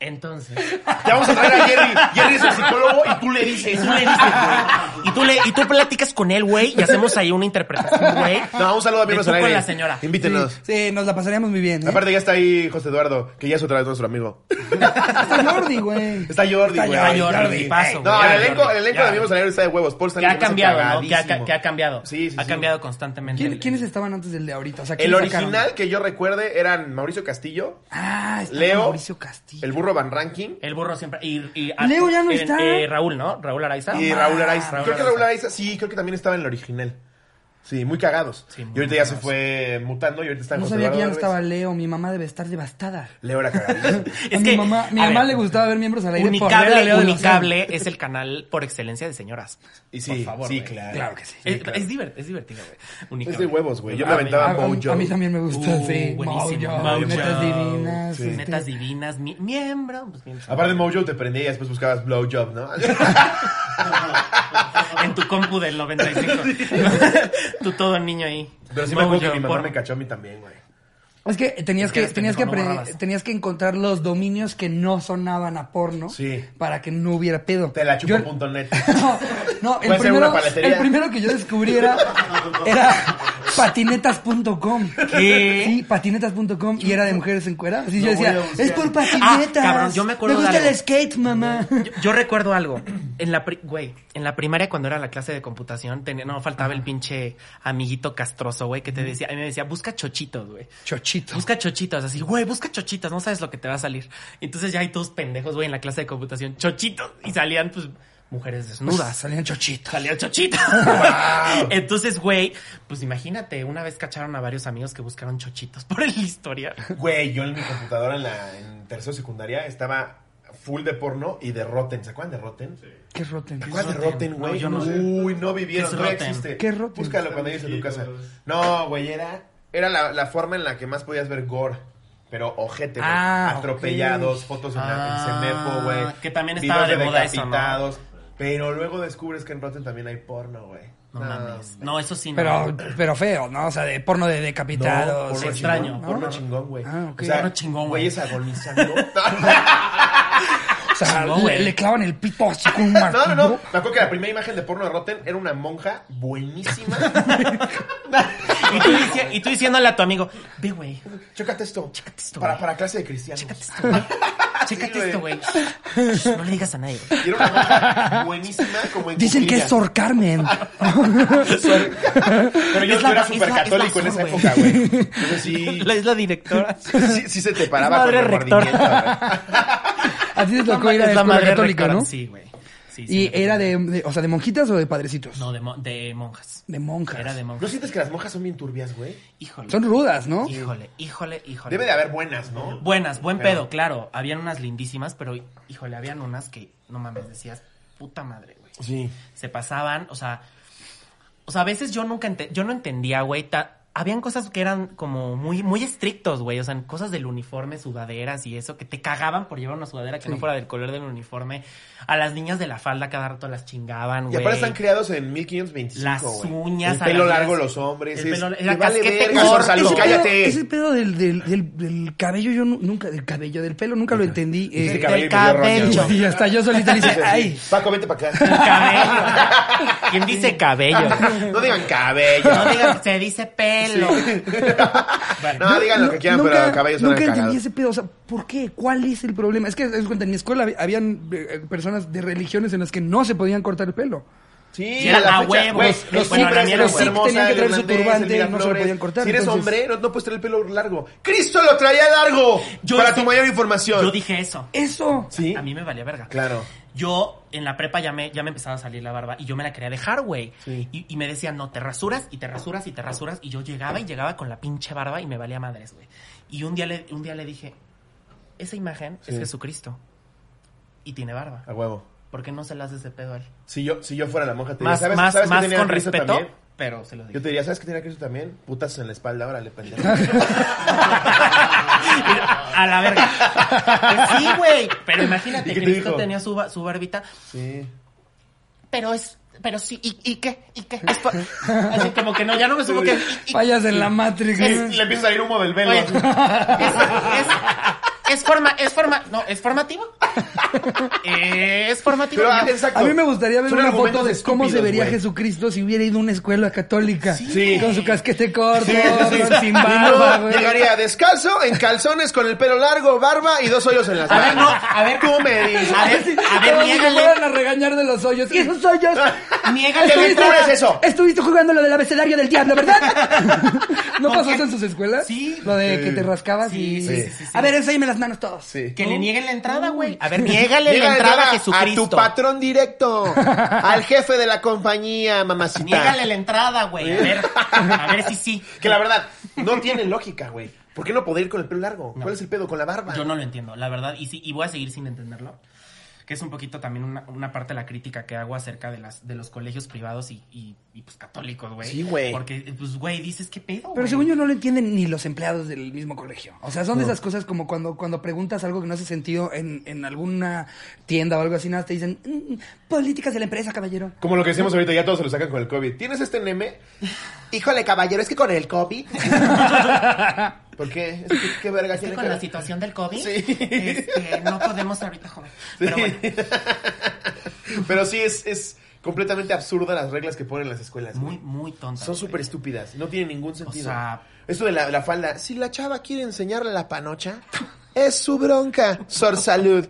Speaker 3: entonces...
Speaker 2: Ya vamos a traer a Jerry. Jerry es el psicólogo y tú le dices.
Speaker 3: Tú le dices, güey. Y tú, le, y tú platicas con él, güey, y hacemos ahí una interpretación, güey.
Speaker 2: No, un saludo a
Speaker 3: De
Speaker 2: miembros
Speaker 3: tú
Speaker 2: al aire.
Speaker 3: con la señora.
Speaker 2: Invítenos.
Speaker 1: Sí, nos la pasaríamos muy bien. ¿eh?
Speaker 2: Aparte ya está ahí José Eduardo, que ya es otra vez nuestro amigo.
Speaker 1: Hasta Jordi, güey.
Speaker 2: Está Jordi,
Speaker 1: Está Jordi,
Speaker 2: güey.
Speaker 3: Jordi, paso,
Speaker 2: No,
Speaker 3: güey, ya,
Speaker 2: el elenco,
Speaker 3: Jordi,
Speaker 2: el elenco
Speaker 3: ya.
Speaker 2: de miembros al aire está de huevos. Paul
Speaker 3: Que
Speaker 2: Stanley
Speaker 3: ha
Speaker 2: está
Speaker 3: cambiado, ¿no? Que ha,
Speaker 2: cagadísimo.
Speaker 3: que ha cambiado.
Speaker 2: Sí, sí,
Speaker 3: ha
Speaker 2: sí.
Speaker 3: cambiado constantemente.
Speaker 1: ¿Quién-
Speaker 3: el-
Speaker 1: ¿Quiénes estaban antes del de ahorita? O sea, ¿quién
Speaker 2: El
Speaker 1: sacaron?
Speaker 2: original que yo recuerde eran Mauricio Castillo,
Speaker 1: Ah, estaba
Speaker 2: Leo,
Speaker 1: Mauricio Castillo.
Speaker 2: el burro Van Ranking
Speaker 3: El burro siempre. Y, y-
Speaker 1: Leo ya no
Speaker 3: eh,
Speaker 1: está.
Speaker 3: eh, Raúl, ¿no? Raúl Araiza. Ah,
Speaker 2: y Raúl Araiz.
Speaker 3: Raúl
Speaker 2: creo que
Speaker 3: Araiza.
Speaker 2: Raúl Araiz, sí, creo que también estaba en el original. Sí, muy cagados.
Speaker 3: Sí, muy
Speaker 2: y ahorita ya se
Speaker 3: cagados.
Speaker 2: fue mutando y ahorita está
Speaker 1: No
Speaker 2: José
Speaker 1: sabía que ya no
Speaker 2: Eduardo
Speaker 1: estaba
Speaker 2: Derbez.
Speaker 1: Leo, mi mamá debe estar devastada.
Speaker 2: Leo era cagadísimo.
Speaker 1: a mi mamá, mi
Speaker 3: a
Speaker 1: mamá
Speaker 3: ver,
Speaker 1: le gustaba ver miembros al aire por ver a Leo de
Speaker 3: Unicable,
Speaker 1: los
Speaker 3: Unicable es el canal por excelencia de señoras.
Speaker 2: Y sí,
Speaker 3: Por favor,
Speaker 2: sí,
Speaker 3: güey.
Speaker 2: claro. Eh,
Speaker 1: Claro que sí.
Speaker 3: es, es divert- es divertido, güey. Unicable.
Speaker 2: Es de huevos, güey. Yo
Speaker 3: A
Speaker 2: me
Speaker 3: mí-
Speaker 1: A,
Speaker 2: aventaba
Speaker 1: a-
Speaker 2: Mojo.
Speaker 1: a mí también me gusta,
Speaker 3: Uh,
Speaker 1: sí.
Speaker 3: buenísimo.
Speaker 1: Mojo,
Speaker 3: Mojo.
Speaker 1: Netas divinas.
Speaker 2: Sí.
Speaker 1: este,
Speaker 3: Netas divinas, mi- miembro. pues, miembro.
Speaker 2: Aparte de Mojo te prendía y después buscabas blowjob, ¿no?
Speaker 3: En tu compu del 95. Tú todo niño ahí.
Speaker 2: Pero sí me acuerdo
Speaker 3: Mojo,
Speaker 2: que mi mamá
Speaker 3: por-
Speaker 2: me cachó a mí también, güey.
Speaker 1: Es que tenías
Speaker 3: Es
Speaker 1: que,
Speaker 3: que eres
Speaker 1: tenías, que
Speaker 3: pendejo, no
Speaker 1: apre-
Speaker 3: grabas.
Speaker 1: tenías que encontrar los dominios que no sonaban a porno
Speaker 2: Sí.
Speaker 1: para que no hubiera pedo.
Speaker 2: Te la
Speaker 1: Yo-
Speaker 2: chupo.net.
Speaker 1: No, no, el
Speaker 2: Puede ser una
Speaker 1: primero,
Speaker 2: paletería.
Speaker 1: el primero que yo descubrí era, era patinetas.com.
Speaker 3: ¿Qué?
Speaker 1: Sí, patinetas.com y era de mujeres encueradas. Y yo
Speaker 2: Lo voy a
Speaker 1: decía,
Speaker 2: buscar.
Speaker 1: es por patinetas.
Speaker 3: Ah, cabrón, yo me acuerdo
Speaker 1: gusta
Speaker 3: de algo.
Speaker 1: el skate, mamá.
Speaker 3: Yo, yo recuerdo algo. En la, pri- güey, en la primaria cuando era la clase de computación, tenía- no faltaba el pinche amiguito castroso, güey, que te decía, a mí me decía, busca chochitos, güey.
Speaker 1: Chochito.
Speaker 3: Busca chochitas, así, güey, busca chochitas, no sabes lo que te va a salir. Entonces ya hay todos pendejos, güey, en la clase de computación, chochitos, y salían, pues, mujeres desnudas.
Speaker 1: Salían chochitos.
Speaker 3: Salió Chochito. Entonces, güey, pues imagínate, una vez cacharon a varios amigos que buscaron Chochitos por la historia.
Speaker 2: Güey, yo en mi computadora en la en tercero secundaria estaba full de porno y de Rotten. ¿Se acuerdan de Rotten?
Speaker 1: Qué roten.
Speaker 2: ¿Te acuerdas de
Speaker 3: Rotten?
Speaker 2: Rotten,
Speaker 3: No,
Speaker 2: güey?
Speaker 3: yo no sé.
Speaker 2: Uy, no vivieron,
Speaker 3: ¿Qué es
Speaker 2: todavía
Speaker 3: Rotten?
Speaker 2: existe.
Speaker 1: ¿Qué es Rotten?
Speaker 2: Búscalo cuando llegues a tu casa. No, güey, era, era la, la forma en la que más podías ver gore. Pero ojete, güey.
Speaker 1: Ah,
Speaker 2: Atropellados,
Speaker 1: ok.
Speaker 2: fotos en,
Speaker 3: Ah,
Speaker 2: la, en Cenepo, güey.
Speaker 3: que también
Speaker 2: videos
Speaker 3: estaba de moda eso, ¿no?
Speaker 2: decapitados. Pero luego descubres que en Rotten también hay porno, güey.
Speaker 3: No mames. No, eso sí, no.
Speaker 1: Pero, pero feo, ¿no? O sea, de porno de
Speaker 2: No,
Speaker 1: decapitados.
Speaker 2: porno
Speaker 1: este,
Speaker 3: extraño.
Speaker 2: chingón,
Speaker 1: ¿no?
Speaker 2: Porno chingón, güey.
Speaker 1: Ah, ok.
Speaker 2: O sea,
Speaker 3: Porno chingón, güey.
Speaker 2: Güeyes agonizando.
Speaker 1: O sea,
Speaker 3: No,
Speaker 1: le,
Speaker 3: güey.
Speaker 1: le clavan el pito así con un martillo.
Speaker 2: No, no, no. Me acuerdo que la primera imagen de porno de Rotten era una monja buenísima.
Speaker 3: Y tú, dici- y tú diciéndole a tu amigo, ve, güey,
Speaker 2: Chécate esto.
Speaker 3: Chécate esto,
Speaker 2: Para,
Speaker 3: güey.
Speaker 2: para clase de cristianos. Ah,
Speaker 3: chécate esto, güey. Chécate
Speaker 2: güey.
Speaker 3: esto, güey. Shh, No le digas a nadie, güey.
Speaker 2: Y era una monja buenísima como en
Speaker 1: Dicen que es
Speaker 2: cuclillas.
Speaker 1: Sor Carmen.
Speaker 2: Pero yo,
Speaker 3: Es
Speaker 2: yo
Speaker 3: la-
Speaker 2: era
Speaker 3: es la-
Speaker 2: súper católico
Speaker 3: es
Speaker 2: en
Speaker 3: la
Speaker 2: esa
Speaker 3: Sor,
Speaker 2: época, güey. Entonces sí,
Speaker 5: La es la directora.
Speaker 2: sí, sí se te paraba
Speaker 5: Es
Speaker 2: con
Speaker 5: madre
Speaker 2: el
Speaker 5: rectora.
Speaker 2: mordimiento, güey.
Speaker 1: A ti te tocó ir a
Speaker 3: Es
Speaker 1: la escuela católica,
Speaker 3: rectora.
Speaker 1: ¿no?
Speaker 3: Sí, güey. Sí, sí,
Speaker 1: ¿Y
Speaker 3: me tocó.
Speaker 1: era de, de- o sea, de monjitas o de padrecitos?
Speaker 3: No, de, mon- de monjas.
Speaker 1: De monjas.
Speaker 3: Era de
Speaker 2: ¿No
Speaker 3: monjas.
Speaker 2: sientes que las monjas son bien turbias, güey?
Speaker 3: Híjole.
Speaker 1: Son rudas, ¿no?
Speaker 3: Híjole, híjole, híjole.
Speaker 2: Debe de haber buenas, ¿no?
Speaker 3: Buenas, buen
Speaker 2: Pero-
Speaker 3: pedo, claro. Habían unas lindísimas, pero híjole, habían unas que, no mames, decías, puta madre, güey.
Speaker 2: Sí.
Speaker 3: Se pasaban, o sea. O sea, a veces yo nunca ente- yo no entendía, güey. ta- Habían cosas que eran como muy, muy estrictos, güey. O sea, cosas del uniforme, sudaderas y eso, que te cagaban por llevar una sudadera que no fuera del color del uniforme. A las niñas de la falda cada rato las chingaban,
Speaker 2: Y
Speaker 3: güey.
Speaker 2: aparte están criados en 1525,
Speaker 3: Las
Speaker 2: güey.
Speaker 3: uñas a
Speaker 2: El pelo
Speaker 3: las-
Speaker 2: largo los hombres.
Speaker 3: El
Speaker 2: es-
Speaker 3: pelo-
Speaker 2: te
Speaker 3: era
Speaker 2: vale
Speaker 3: casquete
Speaker 2: verga,
Speaker 3: corto.
Speaker 2: Gonzalo,
Speaker 1: Ah, ese
Speaker 2: cállate.
Speaker 1: Pedo, ese pedo del, del, del, del cabello, yo nu- nunca, del cabello, del pelo, nunca lo entendí.
Speaker 2: Ese
Speaker 1: Eh,
Speaker 2: cabello
Speaker 3: del
Speaker 2: que yo roño,
Speaker 3: cabello.
Speaker 2: güey.
Speaker 1: y hasta yo solita dije, ay,
Speaker 2: Paco, vente para
Speaker 3: El
Speaker 2: acá.
Speaker 3: cabello. ¿Quién dice cabello?
Speaker 2: No digan cabello.
Speaker 3: No digan, se dice pelo. Bueno,
Speaker 2: No, digan lo que quieran, pero los cabellos son
Speaker 1: nunca
Speaker 2: cagados.
Speaker 1: entendí ese pedo. O sea, ¿por qué? ¿Cuál es el problema? Es que, es cuenta, en mi escuela hab- habían eh, personas de religiones en las que no se podían cortar el pelo.
Speaker 2: Sí,
Speaker 3: Y era
Speaker 2: la
Speaker 3: a
Speaker 2: fecha,
Speaker 3: huevo.
Speaker 2: güey,
Speaker 3: Los-
Speaker 2: los hombres
Speaker 3: bueno, la mía
Speaker 2: eran
Speaker 3: era huevo.
Speaker 2: hermosa,
Speaker 1: Sí, tenían que traer su
Speaker 2: irlandés, el
Speaker 1: turbante, no se lo
Speaker 2: Miraflores.
Speaker 1: podían cortar,
Speaker 2: Si eres
Speaker 1: entonces-
Speaker 2: hombre, no, no puedes tener el pelo largo. ¡Cristo lo traía largo!
Speaker 3: Yo
Speaker 2: para
Speaker 3: dije-
Speaker 2: tu mayor información.
Speaker 3: yo dije eso.
Speaker 1: Eso.
Speaker 2: Sí,
Speaker 3: A mí me valía verga.
Speaker 2: claro.
Speaker 3: Yo en la prepa ya me, ya me empezaba a salir la barba y yo me la quería dejar, güey.
Speaker 2: Sí.
Speaker 3: Y, y me decían, no, te rasuras y te rasuras y te rasuras. Y yo llegaba y llegaba con la pinche barba y me valía madres, güey. Y un día le, un día le dije, esa imagen
Speaker 2: Sí. Ah.
Speaker 3: es Jesucristo. Y tiene barba.
Speaker 2: A huevo.
Speaker 3: ¿Por qué no se la haces de pedo a él?
Speaker 2: Si yo, si yo fuera la monja, te diría,
Speaker 3: Más,
Speaker 2: ¿sabes,
Speaker 3: más,
Speaker 2: ¿sabes qué
Speaker 3: más
Speaker 2: tenía
Speaker 3: con
Speaker 2: Cristo
Speaker 3: respeto,
Speaker 2: también?
Speaker 3: pero se lo dije.
Speaker 2: Yo te diría, ¿sabes qué tenía Cristo también? Putas en la espalda, órale, pendejo.
Speaker 3: a la verga. Pues sí, güey. Pero
Speaker 2: ¿Y
Speaker 3: imagínate,
Speaker 2: qué te
Speaker 3: Cristo
Speaker 2: dijo?
Speaker 3: tenía su, ba- su barbita.
Speaker 2: Sí.
Speaker 3: Pero es, pero sí, ¿y, y qué? ¿Y qué? Es por- así como que no, ya no me supo que. y- y-
Speaker 1: Fallas en la Matrix. ¿eh? ¿no?
Speaker 2: Le empieza a salir humo del velo.
Speaker 3: Oye, es, es, es forma, es forma, no, es formativo. Es formativo.
Speaker 2: Pero, ah,
Speaker 3: Y yo,
Speaker 2: exacto.
Speaker 1: A mí me gustaría ver
Speaker 2: Son
Speaker 1: una
Speaker 2: argumentos
Speaker 1: foto de cómo se
Speaker 2: estúpidos,
Speaker 1: vería
Speaker 2: güey.
Speaker 1: Jesucristo si hubiera ido a una escuela católica.
Speaker 2: Sí.
Speaker 1: Con su casquete corto,
Speaker 2: Sí, sí, sí.
Speaker 1: sin
Speaker 2: Y
Speaker 1: barba,
Speaker 2: luego
Speaker 1: güey.
Speaker 2: Llegaría descalzo, en calzones, con el pelo largo, barba y dos hoyos en las
Speaker 3: A ver,
Speaker 2: manos.
Speaker 3: no, a ver.
Speaker 2: tú me dices.
Speaker 3: A ver, a ver,
Speaker 1: Como si me
Speaker 3: niégale,
Speaker 1: fueran a regañar de los hoyos. ¡Y esos hoyos!
Speaker 3: niégale.
Speaker 2: ¿Qué me cobres eso?
Speaker 1: Estuviste jugando lo del abecedario del diablo, ¿verdad? ¿No
Speaker 3: ¿Con
Speaker 1: pasó
Speaker 3: qué?
Speaker 1: eso en sus escuelas?
Speaker 3: Sí.
Speaker 1: Lo de
Speaker 2: Sí.
Speaker 1: que te rascabas y...
Speaker 2: sí, sí, sí,
Speaker 1: A ver, enséñame las manos todos.
Speaker 2: Sí.
Speaker 3: Que le nieguen la entrada, güey. A ver, niégale
Speaker 2: Llega
Speaker 3: la entrada a
Speaker 2: a tu
Speaker 3: Jesucristo.
Speaker 2: patrón directo, al jefe de la compañía, mamacita.
Speaker 3: Niégale la entrada, güey. A ver, a ver si sí.
Speaker 2: Que la verdad, no tiene lógica, güey. ¿Por qué no poder ir con el pelo largo? ¿Cuál es el pedo? Con la barba.
Speaker 3: Yo no lo entiendo, la verdad, y sí, y voy a seguir sin entenderlo. Que es un poquito también una, una parte de la crítica que hago acerca de las de los colegios privados y, y, y, pues católicos, güey.
Speaker 2: Sí, güey.
Speaker 3: Porque, pues, güey, dices qué pedo.
Speaker 1: Pero
Speaker 3: güey?
Speaker 1: según yo no lo entienden ni los empleados del mismo colegio. O sea, son de esas cosas como cuando, cuando preguntas algo que no hace sentido en, en alguna tienda o algo así, nada, te dicen, "Mm, políticas de la empresa, caballero.
Speaker 2: Como lo que decimos ahorita, ya todos se lo sacan con el COVID. ¿Tienes este meme? Híjole, caballero, es que con el COVID. ¿Por qué? Es que, ¿Qué verga
Speaker 3: Es que
Speaker 2: tiene
Speaker 3: con
Speaker 2: que
Speaker 3: la
Speaker 2: ver?
Speaker 3: situación del COVID,
Speaker 2: Sí.
Speaker 3: este, no podemos ahorita, joven.
Speaker 2: Sí.
Speaker 3: Pero bueno,
Speaker 2: Pero sí, es, es completamente absurda las reglas que ponen las escuelas.
Speaker 3: muy,
Speaker 2: güey.
Speaker 3: muy tonta.
Speaker 2: Son súper estúpidas, no tienen ningún sentido.
Speaker 3: sea-
Speaker 2: Esto de la, la falda, si la chava quiere enseñarle la panocha, es su bronca, Sor Salud.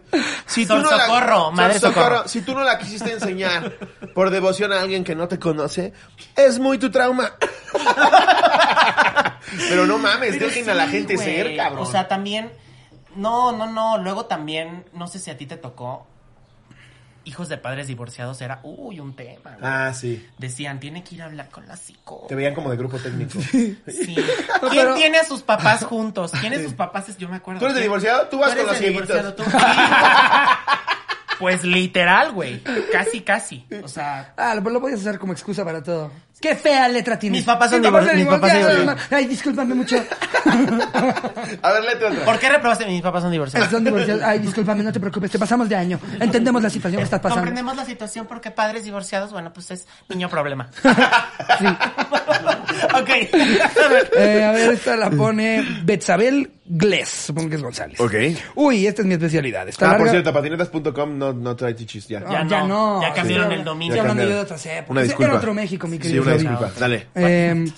Speaker 2: Si
Speaker 3: Sor Socorro, madre Socorro.
Speaker 2: Si tú no la quisiste enseñar por devoción a alguien que no te conoce, es muy tu trauma. Pero no mames,
Speaker 3: Pero
Speaker 2: dejen
Speaker 3: sí,
Speaker 2: a la gente
Speaker 3: güey.
Speaker 2: ser, cabrón.
Speaker 3: O sea, también. No, no, no. Luego también, no sé si a ti te tocó. Hijos de padres divorciados era, uy, un tema, güey.
Speaker 2: ah, sí.
Speaker 3: Decían, tiene que ir a hablar con la psico.
Speaker 2: Te veían como de grupo técnico.
Speaker 3: Sí.
Speaker 1: No,
Speaker 3: ¿Quién
Speaker 1: pero-
Speaker 3: tiene a sus papás juntos? ¿Quién es sus papás? Es- Yo me acuerdo.
Speaker 2: ¿Tú eres de
Speaker 3: ¿Quién-
Speaker 2: divorciado? Tú vas
Speaker 3: ¿Tú eres
Speaker 2: con los
Speaker 3: de
Speaker 2: cieguitos.
Speaker 3: divorciado? Tú- Sí. Pues literal, güey. Casi, casi. O sea,
Speaker 1: Ah, lo, lo podías usar como excusa para todo. ¡Qué fea letra tienes!
Speaker 5: Mis papás son
Speaker 1: Mis papás
Speaker 5: divor-
Speaker 1: son
Speaker 5: mis papás son
Speaker 1: divorciados,
Speaker 5: divorciados.
Speaker 1: ¿no? Ay, discúlpame mucho.
Speaker 2: A ver, léete otra.
Speaker 3: ¿por qué reprobaste? Mis papás son divorciados.
Speaker 1: Son divorciados. Ay, discúlpame, no te preocupes, te pasamos de año. Entendemos la situación que estás pasando.
Speaker 3: Comprendemos la situación porque padres divorciados, bueno, pues es niño problema.
Speaker 1: Sí.
Speaker 3: ok.
Speaker 1: Eh, a ver, esta la pone Betzabel Gless, supongo que es González.
Speaker 2: Ok.
Speaker 1: Uy, esta es mi especialidad. Está
Speaker 2: Ah, por
Speaker 1: larga.
Speaker 2: cierto, patinetas.com no, no trae chichis ya.
Speaker 1: Ah,
Speaker 3: Ya no, ya cambiaron el dominio.
Speaker 1: Ya
Speaker 3: Ya
Speaker 1: hablando yo
Speaker 2: cambiaron.
Speaker 1: de otras épocas.
Speaker 2: Una disculpa.
Speaker 1: Era otro México, mi
Speaker 2: Sí,
Speaker 1: querido.
Speaker 2: una
Speaker 1: Javi.
Speaker 2: disculpa. Dale.
Speaker 1: Eh, Em,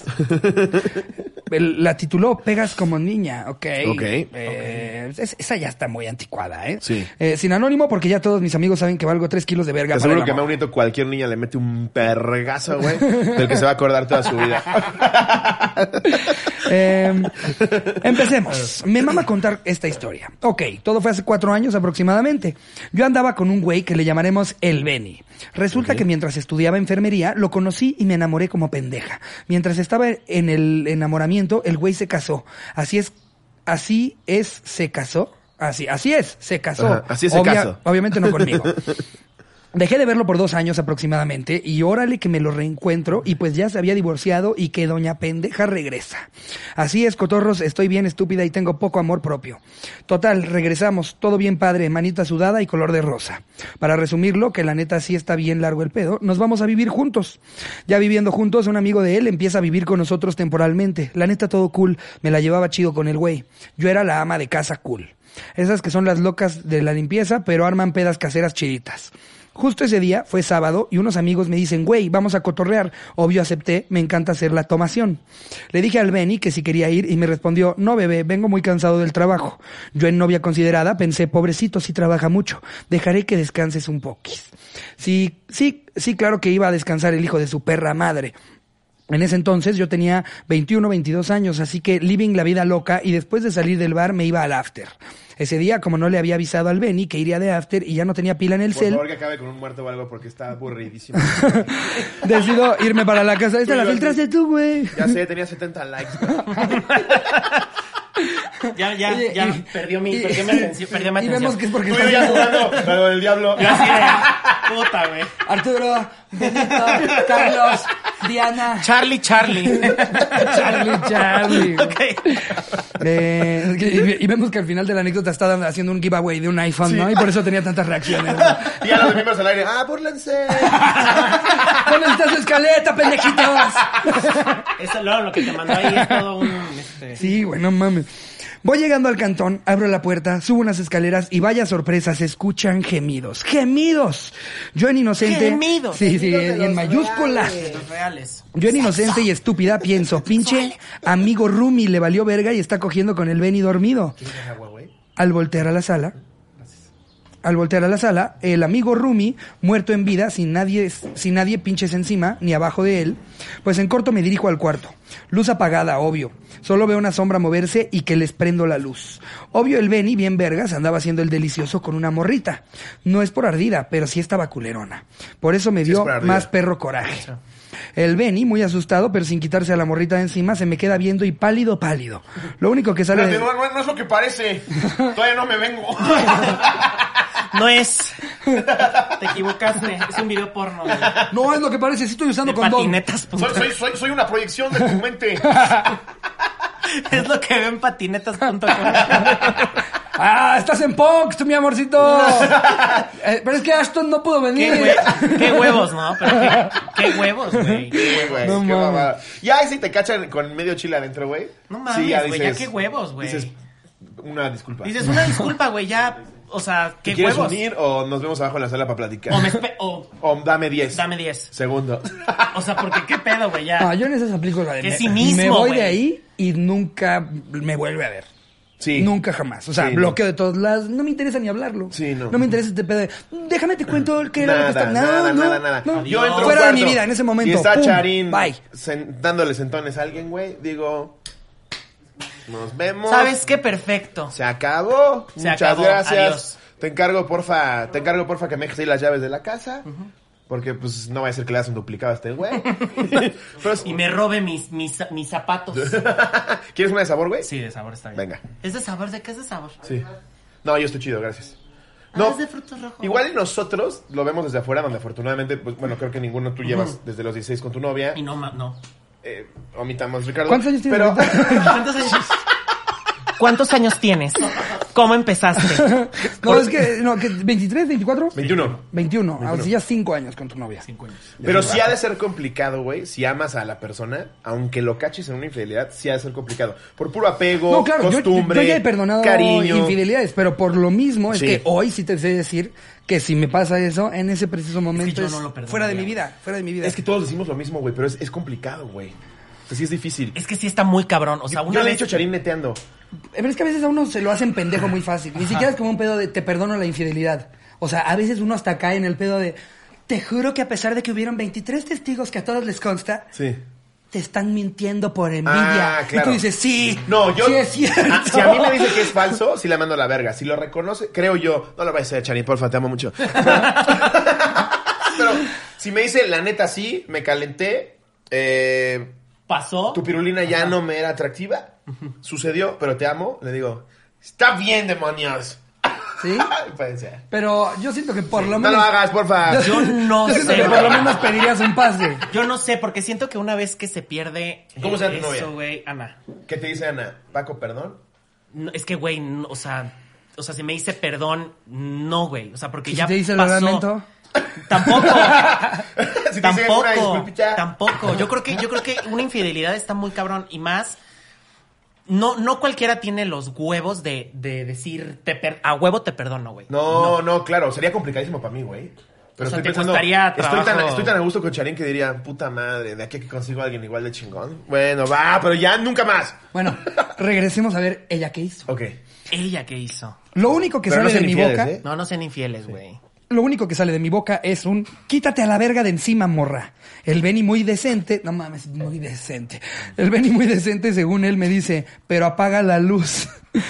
Speaker 1: el- la tituló Pegas como niña, ok.
Speaker 5: Ok.
Speaker 1: Eh, es- esa ya está muy anticuada, ¿eh?
Speaker 5: Sí.
Speaker 1: Eh, sin anónimo, porque ya todos mis amigos saben que valgo tres kilos de verga.
Speaker 2: Te
Speaker 1: para el
Speaker 2: aseguro que a
Speaker 1: amor.
Speaker 2: Mau Nieto cualquier niña le mete un pergazo, güey, del que se va a acordar toda su vida.
Speaker 1: Eh, empecemos. Me mama contar esta historia. Ok, todo fue hace cuatro años aproximadamente. Yo andaba con un güey que le llamaremos el Benny. Resulta que mientras estudiaba enfermería, lo conocí y me enamoré como pendeja. Mientras estaba en el enamoramiento, el güey se casó. Así es, así es, se casó. Así, así es, se casó.
Speaker 2: Ajá, así es, se casó.
Speaker 1: Obviamente no conmigo. Dejé de verlo por dos años aproximadamente y órale que me lo reencuentro y pues ya se había divorciado y que doña pendeja regresa. Así es, cotorros, estoy bien estúpida y tengo poco amor propio. Total, regresamos, todo bien padre, manita sudada y color de rosa. Para resumirlo, que la neta sí está bien largo el pedo, nos vamos a vivir juntos. Ya viviendo juntos, un amigo de él empieza a vivir con nosotros temporalmente. La neta todo cool, me la llevaba chido con el güey. Yo era la ama de casa cool. Esas que son las locas de la limpieza, pero arman pedas caseras chiditas. Justo ese día fue sábado y unos amigos me dicen, güey, vamos a cotorrear. Obvio acepté, me encanta hacer la tomación. Le dije al Benny que si quería ir y me respondió, no bebé, vengo muy cansado del trabajo. Yo en novia considerada pensé, pobrecito, si trabaja mucho, dejaré que descanses un poquis. Sí, sí, sí, claro que iba a descansar el hijo de su perra madre. En ese entonces yo tenía 21, 22 años, así que living la vida loca y después de salir del bar me iba al after. Ese día, como no le había avisado al Benny que iría de after y ya no tenía pila en el
Speaker 2: Por
Speaker 1: cel,
Speaker 2: favor, que acabe con un muerto o algo porque está aburridísimo.
Speaker 1: Decido irme para la casa. Esta la filtraste tú, güey.
Speaker 2: Ya sé, tenía 70 likes. güey.
Speaker 3: Ya, ya,
Speaker 1: Oye,
Speaker 3: ya.
Speaker 1: y-
Speaker 3: perdió mi,
Speaker 1: y-
Speaker 3: perdió mi atención. Perdió mi
Speaker 1: y
Speaker 3: atención.
Speaker 1: vemos que es porque
Speaker 2: Tú y yo ya
Speaker 1: está
Speaker 2: jugando la del diablo.
Speaker 3: Yo así de, puta, güey.
Speaker 1: Arturo, Benito, Carlos, Diana,
Speaker 3: Charlie, Charlie.
Speaker 1: Charlie, Charlie.
Speaker 3: Ok.
Speaker 1: Eh, y, y vemos que al final de la anécdota está dando- haciendo un giveaway de un iPhone, ¿no? Y por eso tenía tantas reacciones. ¿no?
Speaker 2: Y a los miembros al aire. ¡Ah, búrlense!
Speaker 1: ¿Dónde está su escaleta, pendejitos?
Speaker 3: Eso luego lo que te mandó ahí es todo un. Este...
Speaker 1: Sí, güey, no mames. Voy llegando al cantón, abro la puerta, subo unas escaleras y vaya sorpresa, se escuchan gemidos. ¡Gemidos! Yo en inocente.
Speaker 3: Gemidos.
Speaker 1: Sí, sí,
Speaker 2: Gemidos de
Speaker 1: en, en
Speaker 2: los
Speaker 1: mayúsculas.
Speaker 3: de los reales.
Speaker 1: Yo en inocente y estúpida pienso, pinche amigo Rumi le valió verga y está cogiendo con el Benny dormido.
Speaker 2: ¿Quieres más agua, güey?
Speaker 1: Al voltear a la sala, al voltear a la sala, el amigo Rumi, muerto en vida, sin nadie, sin nadie pinches encima, ni abajo de él, pues en corto me dirijo al cuarto. Luz apagada, obvio. Solo veo una sombra moverse y que les prendo la luz. Obvio el Benny, bien vergas, andaba haciendo el delicioso con una morrita. No es por ardida, pero sí estaba culerona. Por eso me
Speaker 2: Sí es
Speaker 1: dio
Speaker 2: por ardida.
Speaker 1: más perro coraje. El Benny, muy asustado, pero sin quitarse a la morrita de encima, se me queda viendo y pálido, pálido. Lo único que sale...
Speaker 2: Espérate,
Speaker 1: de-
Speaker 2: no, no, no es lo que parece. Todavía no me vengo.
Speaker 3: No es. Te equivocaste. Es un video porno. güey.
Speaker 1: No, es lo que parece, sí estoy usando
Speaker 3: De
Speaker 1: condón.
Speaker 3: patinetas.
Speaker 2: Soy,
Speaker 3: punto-
Speaker 2: soy, soy, soy una proyección de tu mente.
Speaker 3: Es lo que veo en patinetas.com.
Speaker 1: Ah, estás en Pox, mi amorcito. Eh, pero es que Ashton no pudo
Speaker 3: ¿Qué,
Speaker 1: venir.
Speaker 3: hue- qué huevos, ¿no? Pero qué, qué huevos, güey.
Speaker 2: Sí, güey,
Speaker 1: No
Speaker 2: qué
Speaker 1: mames.
Speaker 2: mamada. Ya ahí sí te cachan con medio chile adentro, güey.
Speaker 3: No
Speaker 2: Sí,
Speaker 3: mames, güey. ya qué huevos, güey.
Speaker 2: Dices, una disculpa.
Speaker 3: Dices, una disculpa, güey. Ya, o sea,
Speaker 2: ¿Te
Speaker 3: qué
Speaker 2: quieres
Speaker 3: huevos.
Speaker 2: unir o nos vemos abajo en la sala para platicar?
Speaker 3: O me espe- o
Speaker 2: O dame 10.
Speaker 3: dame 10.
Speaker 2: Segundo.
Speaker 3: O sea, porque qué pedo, güey. Ya.
Speaker 1: No, yo en esas aplico la de
Speaker 3: Qué
Speaker 1: me-
Speaker 3: cinismo,
Speaker 1: Me voy
Speaker 3: güey.
Speaker 1: de ahí y nunca me vuelve a ver.
Speaker 2: Sí.
Speaker 1: Nunca jamás. O sea,
Speaker 2: Sí,
Speaker 1: bloqueo de todos lados. No me interesa ni hablarlo.
Speaker 2: Sí, no.
Speaker 1: No me interesa este pedo. de, Déjame te cuento qué era lo que
Speaker 2: Nada,
Speaker 1: está. No,
Speaker 2: nada,
Speaker 1: no,
Speaker 2: nada, nada.
Speaker 1: no.
Speaker 2: Yo entro a un
Speaker 1: Fuera de mi
Speaker 2: cuarto
Speaker 1: vida en ese momento.
Speaker 2: Y está
Speaker 1: Pum,
Speaker 2: Charín
Speaker 1: Bye.
Speaker 2: sen- dándole sentones a alguien, güey. Digo, nos vemos.
Speaker 3: ¿Sabes qué? Perfecto.
Speaker 2: Se acabó.
Speaker 3: Se
Speaker 2: Muchas
Speaker 3: acabó.
Speaker 2: gracias.
Speaker 3: Adiós.
Speaker 2: Te encargo, porfa, te encargo, porfa, que me dejes ahí las llaves de la casa. Porque, pues, no va a ser que le das un duplicado a este güey. Pero es-
Speaker 3: Y me robe mis, mis, mis zapatos.
Speaker 2: ¿Quieres una de sabor, güey?
Speaker 3: Sí, de sabor está bien.
Speaker 2: Venga.
Speaker 3: ¿Es de sabor? ¿De qué es de sabor?
Speaker 2: Sí. No, yo estoy chido, gracias.
Speaker 3: Ah,
Speaker 2: No,
Speaker 3: es de frutos rojos.
Speaker 2: igual y nosotros lo vemos desde afuera, donde afortunadamente, pues, bueno, creo que ninguno tú llevas desde los 16 con tu novia.
Speaker 3: Y no, ma- no.
Speaker 2: Eh, omitamos, Ricardo.
Speaker 1: ¿Cuántos años tienes
Speaker 2: Pero,
Speaker 1: ahorita?
Speaker 3: ¿Cuántos años? ¿Cuántos años tienes? ¿Cómo empezaste?
Speaker 1: No, es que, no, que 23, 24.
Speaker 2: 21.
Speaker 1: 21. Así ya 5 años con tu novia.
Speaker 3: Cinco años.
Speaker 2: Pero sí ha de ser complicado, güey, si amas a la persona, aunque lo caches en una infidelidad, sí ha de ser complicado. Por puro apego,
Speaker 1: No, claro, yo-
Speaker 2: costumbre,
Speaker 1: yo, ya he perdonado
Speaker 2: cariño.
Speaker 1: infidelidades, pero por lo mismo es
Speaker 2: Sí.
Speaker 1: que hoy sí te sé decir que si me pasa eso, en ese preciso momento
Speaker 3: yo
Speaker 1: es
Speaker 3: no lo perdonaría.
Speaker 1: fuera de mi vida, fuera de mi vida.
Speaker 2: Es que todos decimos lo mismo, güey, pero es, es complicado, güey. O sea, sí es difícil.
Speaker 3: Es que sí está muy cabrón. O sea,
Speaker 2: Yo,
Speaker 3: una
Speaker 2: yo le he
Speaker 3: vez.
Speaker 2: dicho Charín neteando.
Speaker 1: Eh, Pero es que a veces a uno se lo hacen pendejo muy fácil. Ni siquiera es como un pedo de te perdono la infidelidad. O sea, a veces uno hasta cae en el pedo de te juro que a pesar de que hubieron 23 testigos que a todos les consta,
Speaker 2: Sí.
Speaker 1: te están mintiendo por envidia.
Speaker 2: Ah, claro.
Speaker 1: Y tú dices, sí.
Speaker 2: No, yo.
Speaker 1: Sí es cierto.
Speaker 2: Ah, si a mí me dice que es falso, sí la mando a la verga. Si lo reconoce, creo yo. No lo vayas a hacer, Charín, porfa, te amo mucho. Pero si me dice, la neta sí, me calenté. Eh,
Speaker 3: Pasó.
Speaker 2: tu pirulina ya no me era atractiva. Sucedió, pero te amo. Le digo, está bien, demonios.
Speaker 1: ¿Sí?
Speaker 2: Parece.
Speaker 1: Pero yo siento que por lo
Speaker 2: No
Speaker 1: menos.
Speaker 2: lo hagas, porfa.
Speaker 3: Yo no
Speaker 1: siento
Speaker 3: sé.
Speaker 1: que por lo menos pedirías un pase.
Speaker 3: Yo no sé, porque siento que una vez que se pierde.
Speaker 2: ¿Cómo
Speaker 3: eh,
Speaker 2: se llama tu novia?
Speaker 3: Eso, güey. Ana.
Speaker 2: ¿Qué te dice Ana? Paco, perdón.
Speaker 3: No, es que, güey, no, o sea. O sea, si me dice perdón, no, güey. O sea, porque
Speaker 1: ¿Y
Speaker 3: ya.
Speaker 1: si te dice el
Speaker 3: pasó.
Speaker 1: lamento?
Speaker 3: Tampoco.
Speaker 2: Si te dice una
Speaker 3: tampoco.
Speaker 2: disculpita.
Speaker 3: Tampoco. Yo creo que, yo creo que una infidelidad está muy cabrón. Y más. No, no cualquiera tiene los huevos de, de decir te per- a huevo te perdono, güey.
Speaker 2: No, no, claro, sería complicadísimo para mí, güey. Pero
Speaker 3: O sea,
Speaker 2: estoy
Speaker 3: te
Speaker 2: pensando,
Speaker 3: costaría
Speaker 2: estoy tan,
Speaker 3: trabajo.
Speaker 2: estoy tan a gusto con Charín que diría, puta madre, de aquí a que consigo a alguien igual de chingón. Bueno, va, pero ya nunca más.
Speaker 1: Bueno, regresemos a ver ella qué hizo.
Speaker 2: Ok.
Speaker 3: ¿Ella qué hizo?
Speaker 1: Lo único que
Speaker 2: Pero no
Speaker 1: sale de
Speaker 2: sean
Speaker 1: mi
Speaker 2: infieles,
Speaker 1: boca.
Speaker 2: ¿eh?
Speaker 3: No, no sean infieles, güey.
Speaker 1: Lo único que sale de mi boca es un quítate a la verga de encima, morra. El Benny muy decente, no mames, muy decente. El Benny muy decente, según él, me dice, pero apaga la luz.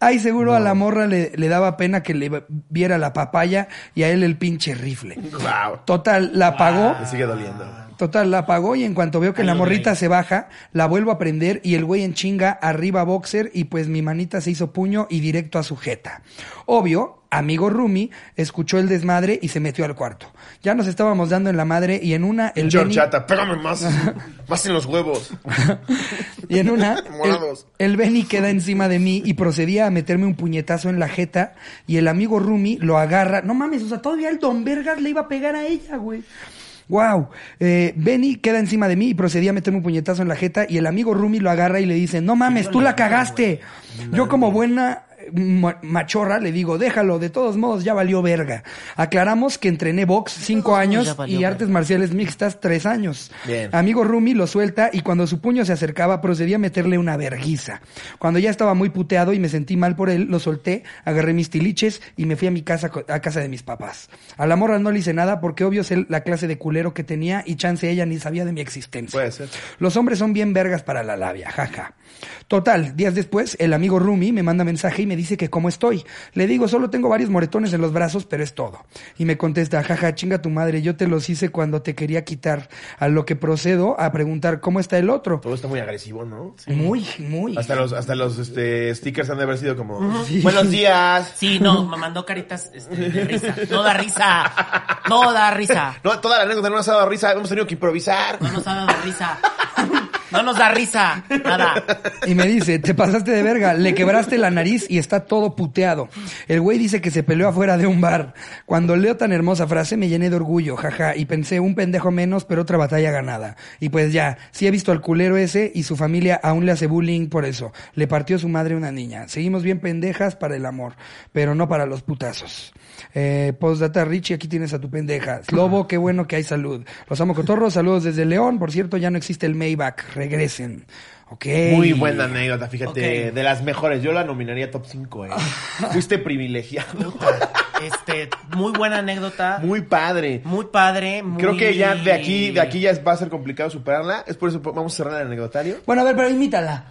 Speaker 1: Ay, seguro a la morra le, le daba pena que le viera la papaya y a él el pinche rifle.
Speaker 2: Wow.
Speaker 1: Total, la
Speaker 3: Ah.
Speaker 1: apagó.
Speaker 2: Me sigue doliendo.
Speaker 1: Total, la apagó y en cuanto veo que
Speaker 3: Ahí
Speaker 1: la
Speaker 3: lo
Speaker 1: morrita
Speaker 3: veis.
Speaker 1: se baja, la vuelvo a prender y el güey en chinga arriba boxer y pues mi manita se hizo puño y directo a su jeta. Obvio, amigo Rumi escuchó el desmadre y se metió al cuarto. Ya nos estábamos dando en la madre y en una el Benny,
Speaker 2: Chorchata, pégame más. más en los huevos.
Speaker 1: y en una el,
Speaker 2: Morados.
Speaker 1: el Benny queda encima de mí y procedía a meterme un puñetazo en la jeta y el amigo Rumi lo agarra. No mames, o sea, todavía el Don Vergas le iba a pegar a ella, güey. Wow, eh, Benny queda encima de mí y procedía a meterme un puñetazo en la jeta y el amigo Rumi lo agarra y le dice, no mames, tú la cagaste. Yo como buena eh, ma- machorra le digo, déjalo, de todos modos ya valió verga. Aclaramos que entrené box cinco
Speaker 3: modos, ya
Speaker 1: años
Speaker 3: valió
Speaker 1: y
Speaker 3: verga.
Speaker 1: artes marciales mixtas tres años.
Speaker 2: Bien.
Speaker 1: Amigo Rumi lo suelta y cuando su puño se acercaba procedía a meterle una verguiza. Cuando ya estaba muy puteado y me sentí mal por él, lo solté, agarré mis tiliches y me fui a mi casa co- a casa de mis papás. A la morra no le hice nada porque obvio es el- la clase de culero que tenía y chance ella ni sabía de mi existencia.
Speaker 2: Puede ser.
Speaker 1: Los hombres son bien vergas para la labia, jaja. Total, días después, el amigo Rumi me manda mensaje y me dice que cómo estoy. Le digo, solo tengo varios moretones en los brazos, pero es todo. Y me contesta, jaja, chinga tu madre, yo te los hice cuando te quería quitar. A lo que procedo a preguntar cómo está el otro.
Speaker 2: Todo está muy agresivo, ¿no?
Speaker 1: Muy, muy.
Speaker 2: Hasta los, hasta los este, stickers han de haber sido como,
Speaker 1: Sí.
Speaker 2: buenos días.
Speaker 3: Sí, no, me mandó caritas este, de risa. No da risa. No da risa.
Speaker 2: No, toda la anécdota no nos ha dado risa, hemos tenido que improvisar.
Speaker 3: No nos ha dado risa. No nos da risa. Nada.
Speaker 1: Y me dice, te pasaste de verga, le quebraste la nariz y está todo puteado. El güey dice que se peleó afuera de un bar. Cuando leo tan hermosa frase me llené de orgullo, jaja, y pensé un pendejo menos, pero otra batalla ganada. Y pues ya, sí he visto al culero ese y su familia aún le hace bullying por eso. Le partió su madre una niña. Seguimos bien pendejas para el amor, pero no para los putazos. Eh, postdata Richie, aquí tienes a tu pendeja. Lobo, qué bueno que hay salud. Los amo cotorros, saludos desde León. Por cierto, ya no existe el Maybach, regresen. Ok.
Speaker 2: Muy buena anécdota, fíjate,
Speaker 3: Ok.
Speaker 2: de las mejores. Yo la nominaría top 5, eh. Fuiste privilegiado.
Speaker 3: Este, muy buena anécdota. Muy,
Speaker 2: Muy padre.
Speaker 3: padre. muy-
Speaker 2: Creo que ya de aquí, de aquí ya va a ser complicado superarla. Es por eso vamos a cerrar el anecdotario.
Speaker 1: Bueno, a ver, pero imítala.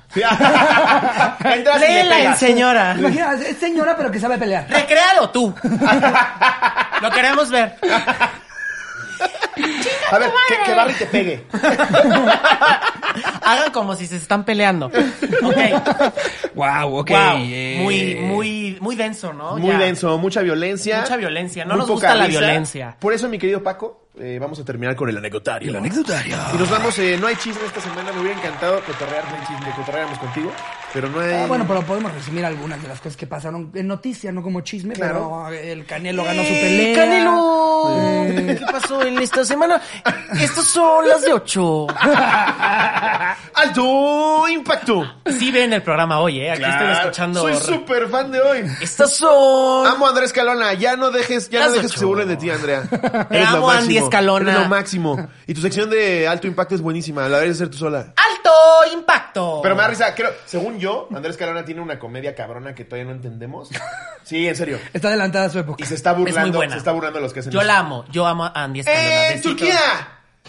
Speaker 2: Entras y le
Speaker 3: Léela en
Speaker 2: pegas.
Speaker 3: señora.
Speaker 1: Imagina, es señora, pero que sabe pelear.
Speaker 3: Recréalo tú. Lo queremos ver.
Speaker 2: A ver, que, que Barry te pegue.
Speaker 3: Hagan como si se están peleando. Ok.
Speaker 1: Wow, ok.
Speaker 3: Wow.
Speaker 1: eh.
Speaker 3: Muy, muy, muy denso, ¿no?
Speaker 2: Muy
Speaker 3: Ya.
Speaker 2: denso, mucha violencia.
Speaker 3: Mucha violencia. No
Speaker 2: Muy
Speaker 3: nos
Speaker 2: poca
Speaker 3: gusta la
Speaker 2: risa.
Speaker 3: violencia.
Speaker 2: Por eso, mi querido Paco, eh, vamos a terminar con el anecdotario.
Speaker 1: El anecdotario.
Speaker 2: Y nos vamos, eh, no hay chisme esta semana. Me hubiera encantado cotorrear, no hay chisme, cotorreáramos contigo. Pero no hay.
Speaker 1: Ah, bueno, pero podemos resumir algunas de las cosas que pasaron en noticia, no como chisme,
Speaker 2: Claro. Eh,
Speaker 1: pero eh, el Canelo ganó su
Speaker 3: ¡Ey,
Speaker 1: pelea.
Speaker 3: Eh, Canelo! ¿Qué pasó en esta semana? Estas son las de ocho.
Speaker 2: ¡Alto impacto!
Speaker 3: Sí ven el programa hoy, ¿eh? Aquí estoy
Speaker 2: Claro.
Speaker 3: escuchando.
Speaker 2: Soy súper fan de hoy.
Speaker 3: Estas son...
Speaker 2: Amo a Andrés Calona, ya no dejes, ya no
Speaker 3: Las
Speaker 2: dejes que
Speaker 3: ocho.
Speaker 2: se burlen de ti, Andrea.
Speaker 3: Te
Speaker 2: Eres lo
Speaker 3: amo, Andy
Speaker 2: máximo,
Speaker 3: Escalona.
Speaker 2: Eres lo máximo. Y tu sección de alto impacto es buenísima, la debes hacer tú sola.
Speaker 3: ¡Alto Exacto.
Speaker 2: Pero me da risa, creo, según yo, Andrés Carona tiene una comedia cabrona que todavía no entendemos. Sí, en serio.
Speaker 1: Está adelantada a su época.
Speaker 2: Y se está burlando,
Speaker 3: Es muy buena.
Speaker 2: se está burlando de los que hacen
Speaker 3: Yo
Speaker 2: eso.
Speaker 3: la amo. Yo amo a Andy Escalona.
Speaker 2: ¡Eh,
Speaker 3: Besitos.
Speaker 2: Turquía!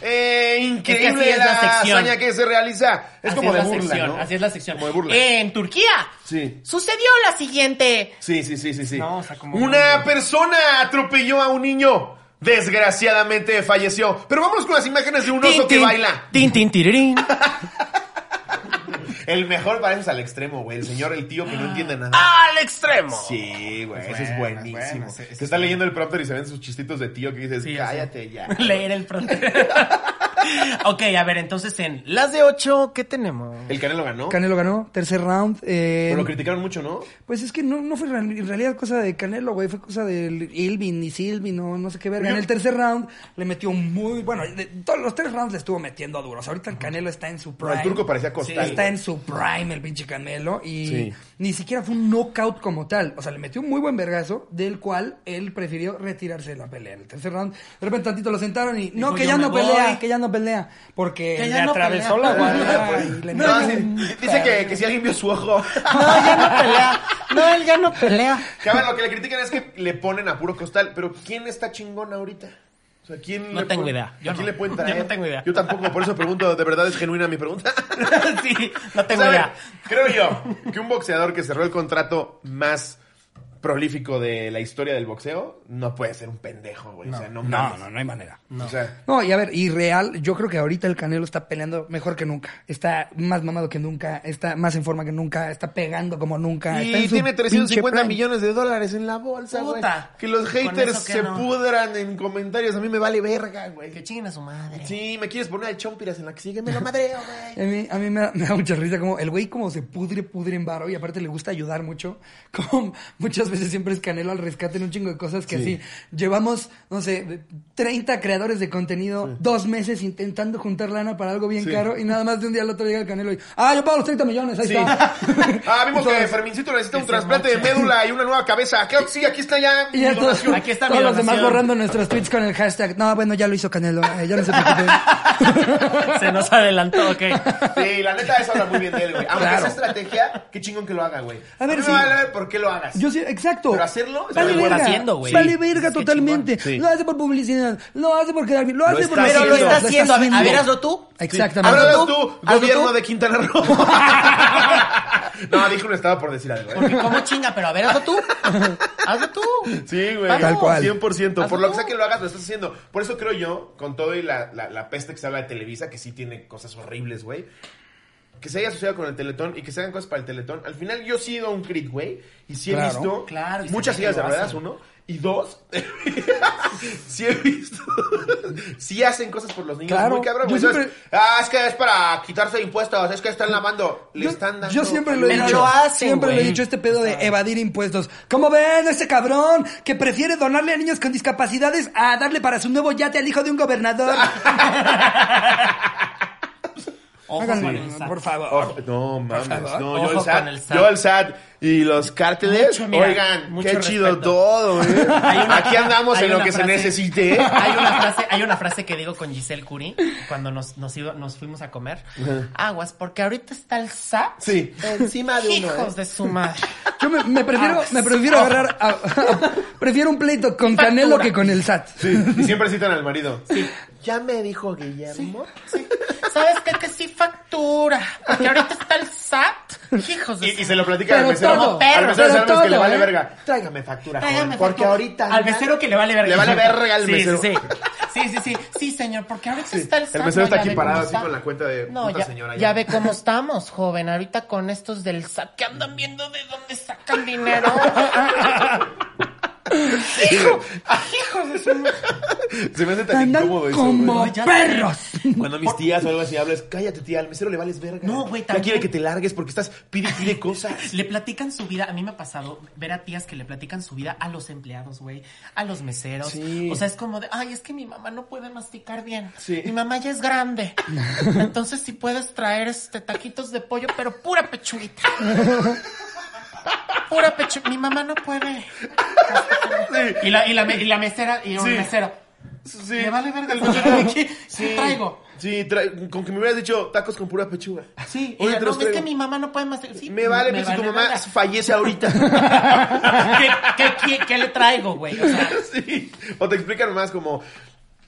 Speaker 2: ¡Eh, increíble
Speaker 3: así es
Speaker 2: la,
Speaker 3: la sección.
Speaker 2: hazaña que se realiza! Es
Speaker 3: Así
Speaker 2: como de
Speaker 3: la
Speaker 2: burla,
Speaker 3: sección,
Speaker 2: ¿no?
Speaker 3: Así es la sección. Eh,
Speaker 2: Como de burla.
Speaker 3: En Turquía
Speaker 2: Sí.
Speaker 3: sucedió la siguiente.
Speaker 2: Sí, sí, sí, sí, sí.
Speaker 3: No, o sea, como-
Speaker 2: Una persona atropelló a un niño. Desgraciadamente falleció. Pero vámonos con las imágenes de un oso
Speaker 3: Tin,
Speaker 2: que
Speaker 3: tin,
Speaker 2: baila.
Speaker 3: Tin, tin, tirirín.
Speaker 2: El mejor para eso es al extremo, güey. El señor, el tío que no entiende nada.
Speaker 3: ¡Al extremo!
Speaker 2: Sí, güey,
Speaker 3: Pues
Speaker 2: ese es
Speaker 3: buena, es
Speaker 2: buenísimo.
Speaker 3: buena, sí,
Speaker 2: Te
Speaker 3: sí,
Speaker 2: está
Speaker 3: sí.
Speaker 2: leyendo el prompter y se ven sus chistitos de tío que dices,
Speaker 3: Sí, ya sé.
Speaker 2: cállate ya.
Speaker 3: Leer el prompter. ok, a ver, entonces en las de 8, ¿qué tenemos?
Speaker 2: El Canelo ganó.
Speaker 1: Canelo ganó, tercer round. eh,
Speaker 2: Pero lo criticaron mucho, ¿no?
Speaker 1: pues es que no, no fue real- en realidad cosa de Canelo, güey. Fue cosa del Ilvin y Silvin o no sé qué verga. En el tercer round le metió muy. Bueno, de- todos los tres rounds le estuvo metiendo duros. Ahorita el Canelo está en su prime.
Speaker 2: el turco parecía costal.
Speaker 1: Está en su prime el pinche Canelo. Y
Speaker 2: Sí.
Speaker 1: ni siquiera fue un knockout como tal. O sea, le metió un muy buen vergazo, del cual él prefirió retirarse de la pelea. En el tercer round, de repente tantito lo sentaron y. no,
Speaker 3: Dijo,
Speaker 1: que
Speaker 3: "Yo
Speaker 1: ya
Speaker 3: me
Speaker 1: no pelea,
Speaker 3: voy".
Speaker 1: que ya no pelea. Porque
Speaker 3: Que
Speaker 1: le
Speaker 3: ya no
Speaker 1: atravesó
Speaker 3: pelea.
Speaker 1: la guardia
Speaker 2: Pues,
Speaker 1: y le
Speaker 2: no,
Speaker 1: metió
Speaker 2: sí.
Speaker 1: un
Speaker 2: dice que, que si alguien vio su ojo.
Speaker 3: ya no pelea. No, él ya no pelea.
Speaker 2: Que a ver, lo que le critican es que le ponen a puro costal, pero ¿quién está chingón ahorita? O sea, ¿quién
Speaker 3: No
Speaker 2: le
Speaker 3: tengo
Speaker 2: puede-
Speaker 3: idea. Yo
Speaker 2: ¿A quién
Speaker 3: no.
Speaker 2: le pueden
Speaker 3: Yo
Speaker 2: traer?
Speaker 3: no tengo idea.
Speaker 2: Yo tampoco, por eso pregunto, de verdad es genuina mi pregunta.
Speaker 3: sí, no tengo
Speaker 2: O sea, a ver,
Speaker 3: idea.
Speaker 2: Creo yo que un boxeador que cerró el contrato más prolífico de la historia del boxeo no puede ser un pendejo, güey. o sea, no mames.
Speaker 1: no hay manera.
Speaker 2: O sea,
Speaker 1: No, y a ver, y real, yo creo que ahorita el Canelo está peleando mejor que nunca. Está más mamado que nunca, está más en forma que nunca, está pegando como nunca. Ah, está en
Speaker 2: y
Speaker 1: su
Speaker 2: tiene
Speaker 1: pinche
Speaker 2: 350
Speaker 1: prime.
Speaker 2: millones de dólares en la bolsa, güey.
Speaker 3: Puta.
Speaker 2: Que los
Speaker 3: Con
Speaker 2: haters
Speaker 3: eso que
Speaker 2: se
Speaker 3: no.
Speaker 2: pudran en comentarios. A mí me vale verga,
Speaker 3: Que
Speaker 2: güey.
Speaker 3: chinguen a su madre.
Speaker 2: Sí, me quieres poner al chompiras en la que sigue, me lo madreo,
Speaker 1: A
Speaker 2: güey.
Speaker 1: mí, a mí me, da, me da mucha risa como el güey como se pudre, pudre en varo y aparte le gusta ayudar mucho. Como muchas veces siempre es Canelo al rescate en un chingo de cosas que
Speaker 2: Sí.
Speaker 1: así. Llevamos, no sé, 30 creadores de contenido, dos meses intentando juntar lana para algo bien
Speaker 2: Sí.
Speaker 1: caro y nada más de un día al otro llega el Canelo y, ah, yo pago los 30 millones, ahí
Speaker 2: Sí.
Speaker 1: está.
Speaker 2: Ah, vimos que
Speaker 1: Entonces,
Speaker 2: Fermincito necesita un
Speaker 3: que se
Speaker 2: trasplante de
Speaker 3: moche.
Speaker 2: médula y una nueva cabeza. Creo que sí, aquí está ya. mi
Speaker 1: Y ya todos,
Speaker 2: donación.
Speaker 3: Aquí está mi
Speaker 1: todos los demás
Speaker 3: donación.
Speaker 1: borrando nuestros tweets con el hashtag. No, bueno, ya lo hizo Canelo. eh, ya no se preocupen.
Speaker 3: Se nos adelantó, ok.
Speaker 2: Sí, la neta, eso habla muy bien de él, güey. Aunque
Speaker 1: Claro.
Speaker 2: esa estrategia, qué chingón que lo haga, güey.
Speaker 1: A
Speaker 2: A
Speaker 1: ver,
Speaker 2: ver, no
Speaker 1: sí.
Speaker 2: me vale ver por qué lo hagas.
Speaker 1: Yo sí, exacto.
Speaker 2: Pero hacerlo,
Speaker 1: vale
Speaker 2: está
Speaker 1: verga.
Speaker 3: haciendo, güey.
Speaker 1: Vale
Speaker 3: Sí.
Speaker 1: verga
Speaker 3: Qué
Speaker 1: totalmente.
Speaker 2: chingón. Sí.
Speaker 1: Lo hace por publicidad. Lo hace por quedar bien. Lo hace
Speaker 2: está
Speaker 1: por la
Speaker 3: Pero lo
Speaker 1: sociedad,
Speaker 3: está haciendo. A ver, a ver, hazlo tú.
Speaker 1: Exactamente.
Speaker 2: Ahora
Speaker 3: Hazlo
Speaker 2: tú,
Speaker 3: tú, hazlo
Speaker 2: gobierno
Speaker 3: tú.
Speaker 2: de Quintana Roo. no, dijo un estado por decir algo,
Speaker 3: Porque
Speaker 2: ¿eh?
Speaker 3: cómo chinga, pero a ver, hazlo tú. Hazlo tú.
Speaker 2: Sí, güey.
Speaker 3: Vamos.
Speaker 1: Tal cual.
Speaker 2: 100%. Por
Speaker 3: Hazlo
Speaker 2: lo que
Speaker 3: tú.
Speaker 2: sea que lo hagas, lo estás haciendo. Por eso creo yo, con todo y la, la, la peste que se habla de Televisa, que sí tiene cosas horribles, güey. Que se haya asociado con el Teletón y que se hagan cosas para el Teletón. Al final yo sí he ido a un crit, güey. Y sí he
Speaker 1: Claro.
Speaker 2: visto
Speaker 3: Claro, y se
Speaker 2: muchas
Speaker 3: ve que
Speaker 2: sillas de
Speaker 3: lo
Speaker 2: ruedas,
Speaker 3: hacen.
Speaker 2: uno. Y dos, sí he visto. sí hacen cosas por los niños.
Speaker 1: Claro.
Speaker 2: Muy cabrón,
Speaker 1: Yo
Speaker 2: güey. ¿sabes?
Speaker 1: siempre-
Speaker 2: Ah, es que es para quitarse impuestos. Es que están lavando. Le
Speaker 1: Yo,
Speaker 2: están dando.
Speaker 1: yo siempre lo he
Speaker 3: Pero
Speaker 1: dicho.
Speaker 3: lo hacen,
Speaker 1: siempre lo he
Speaker 3: güey.
Speaker 1: dicho este pedo de evadir impuestos. ¿Cómo ven a este cabrón que prefiere donarle a niños con discapacidades a darle para su nuevo yate al hijo de un gobernador?
Speaker 3: Ojo
Speaker 1: Háganlo,
Speaker 3: con el SAT.
Speaker 1: por favor.
Speaker 2: Oh, no mames,
Speaker 1: favor.
Speaker 2: no,
Speaker 3: Ojo
Speaker 2: yo el,
Speaker 3: con
Speaker 2: SAT,
Speaker 3: el SAT.
Speaker 2: yo el SAT y los cárteles,
Speaker 3: Mucho, mira,
Speaker 2: oigan,
Speaker 3: mucho
Speaker 2: qué chido
Speaker 3: respeto.
Speaker 2: todo, ¿eh?
Speaker 3: Hay una-
Speaker 2: Aquí andamos
Speaker 3: hay
Speaker 2: en lo
Speaker 3: una
Speaker 2: que se
Speaker 3: frase-
Speaker 2: necesite. ¿eh?
Speaker 3: Hay una frase, hay una frase que digo con Giselle Curie cuando nos, nos, iba- nos fuimos a comer. Aguas, porque ahorita está el SAT.
Speaker 2: Sí. Encima ¿eh?
Speaker 3: Hijos
Speaker 4: ¿eh?
Speaker 3: de su madre.
Speaker 1: Yo me, me prefiero, me prefiero agarrar. a- prefiero un pleito con Canelo que con el SAT.
Speaker 2: Sí, y siempre citan al marido. Ya me dijo Guillermo.
Speaker 3: ¿Sabes qué? Que sí factura. Porque ahorita está el SAT. Hijos de
Speaker 2: Y, y
Speaker 3: su
Speaker 2: se lo platica al
Speaker 1: Pero
Speaker 2: mesero.
Speaker 1: todo,
Speaker 2: al mesero
Speaker 1: pero
Speaker 2: sabemos que le
Speaker 1: todo,
Speaker 2: vale
Speaker 1: ¿eh?
Speaker 2: verga. Tráigame factura,
Speaker 3: Tráigame
Speaker 2: joven, porque
Speaker 3: factura.
Speaker 2: ahorita
Speaker 3: Al mesero que le vale verga.
Speaker 2: Le vale verga al
Speaker 3: sí,
Speaker 2: mesero.
Speaker 3: Sí, sí. Sí, sí, sí. Sí, señor, porque ahorita está el SAT.
Speaker 2: el mesero
Speaker 3: ¿no?
Speaker 2: está
Speaker 3: Ya
Speaker 2: aquí
Speaker 3: ve cómo
Speaker 2: parado así
Speaker 3: está.
Speaker 2: con la cuenta de
Speaker 3: No,
Speaker 2: puta
Speaker 3: ya,
Speaker 2: señora.
Speaker 3: ya ve cómo estamos, joven. Ahorita con estos del SAT que andan viendo de dónde sacan dinero. Hijo, hijos de su madre.
Speaker 2: Se me hace tan
Speaker 1: Andan
Speaker 2: incómodo eso. güey.
Speaker 1: como
Speaker 3: güey. Ya sé.
Speaker 1: perros.
Speaker 2: Cuando mis tías o algo así hablas, cállate tía, al mesero le vales verga.
Speaker 3: No, güey,
Speaker 2: Ya quiere
Speaker 3: también.
Speaker 2: que te largues porque estás pide y pide cosas.
Speaker 3: Le platican su vida. A mí me ha pasado ver a tías que le platican su vida a los empleados, güey, a los meseros.
Speaker 2: Sí.
Speaker 3: O sea, es como de, ay, es que mi mamá no puede masticar bien.
Speaker 2: Sí.
Speaker 3: Mi mamá ya es grande. Entonces, si puedes traer este taquitos de pollo, pero pura pechuguita. Pura pechuga. Mi mamá no puede. Y la, y la, me- y la mesera, y un
Speaker 2: Sí.
Speaker 3: mesero.
Speaker 2: Sí.
Speaker 3: Me vale verga.
Speaker 2: El
Speaker 3: señora,
Speaker 2: mesero.
Speaker 3: ¿Qué, qué traigo?
Speaker 2: Sí, tra- con que me hubieras dicho tacos con pura pechuga.
Speaker 3: Sí,
Speaker 2: Oye,
Speaker 3: ella,
Speaker 2: te
Speaker 3: no,
Speaker 2: los
Speaker 3: es
Speaker 2: traigo.
Speaker 3: que mi mamá no puede más. Sí,
Speaker 2: Me vale, que si tu mamá
Speaker 3: verga.
Speaker 2: fallece ahorita.
Speaker 3: ¿Qué, qué, qué- qué le traigo, güey? O sea,
Speaker 2: Sí. O te explican más como,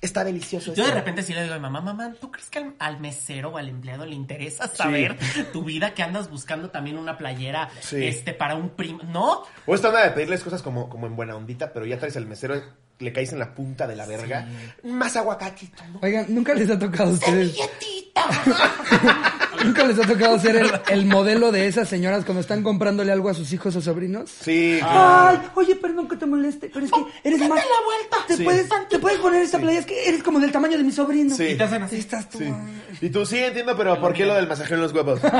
Speaker 2: está delicioso.
Speaker 3: yo de
Speaker 2: esto".
Speaker 3: repente sí le digo a mi mamá, mamá, ¿tú crees que al, al mesero o al empleado le interesa saber tu vida que andas buscando también una playera
Speaker 2: Sí.
Speaker 3: este para un primo? ¿No?
Speaker 2: O esta onda de pedirles cosas como, como en buena ondita, pero ya traes al mesero, le caes en la punta de la verga. Más aguacatito, ¿no?
Speaker 1: Oigan, nunca les ha tocado a ustedes. Nunca les ha tocado ser el, el modelo de esas señoras cuando están comprándole algo a sus hijos o sobrinos.
Speaker 2: Sí,
Speaker 1: Ay, oye, perdón que te moleste, pero es
Speaker 2: Oh,
Speaker 1: que eres más.
Speaker 4: la vuelta.
Speaker 1: Te
Speaker 2: Sí.
Speaker 1: puedes, te puedes poner esta playa, es que eres como del tamaño de mi sobrino.
Speaker 2: Sí. Y te hacen así.
Speaker 1: Estás tú.
Speaker 2: Sí.
Speaker 1: ay.
Speaker 2: Y tú sí entiendo, pero ¿por qué lo del masaje en los huevos?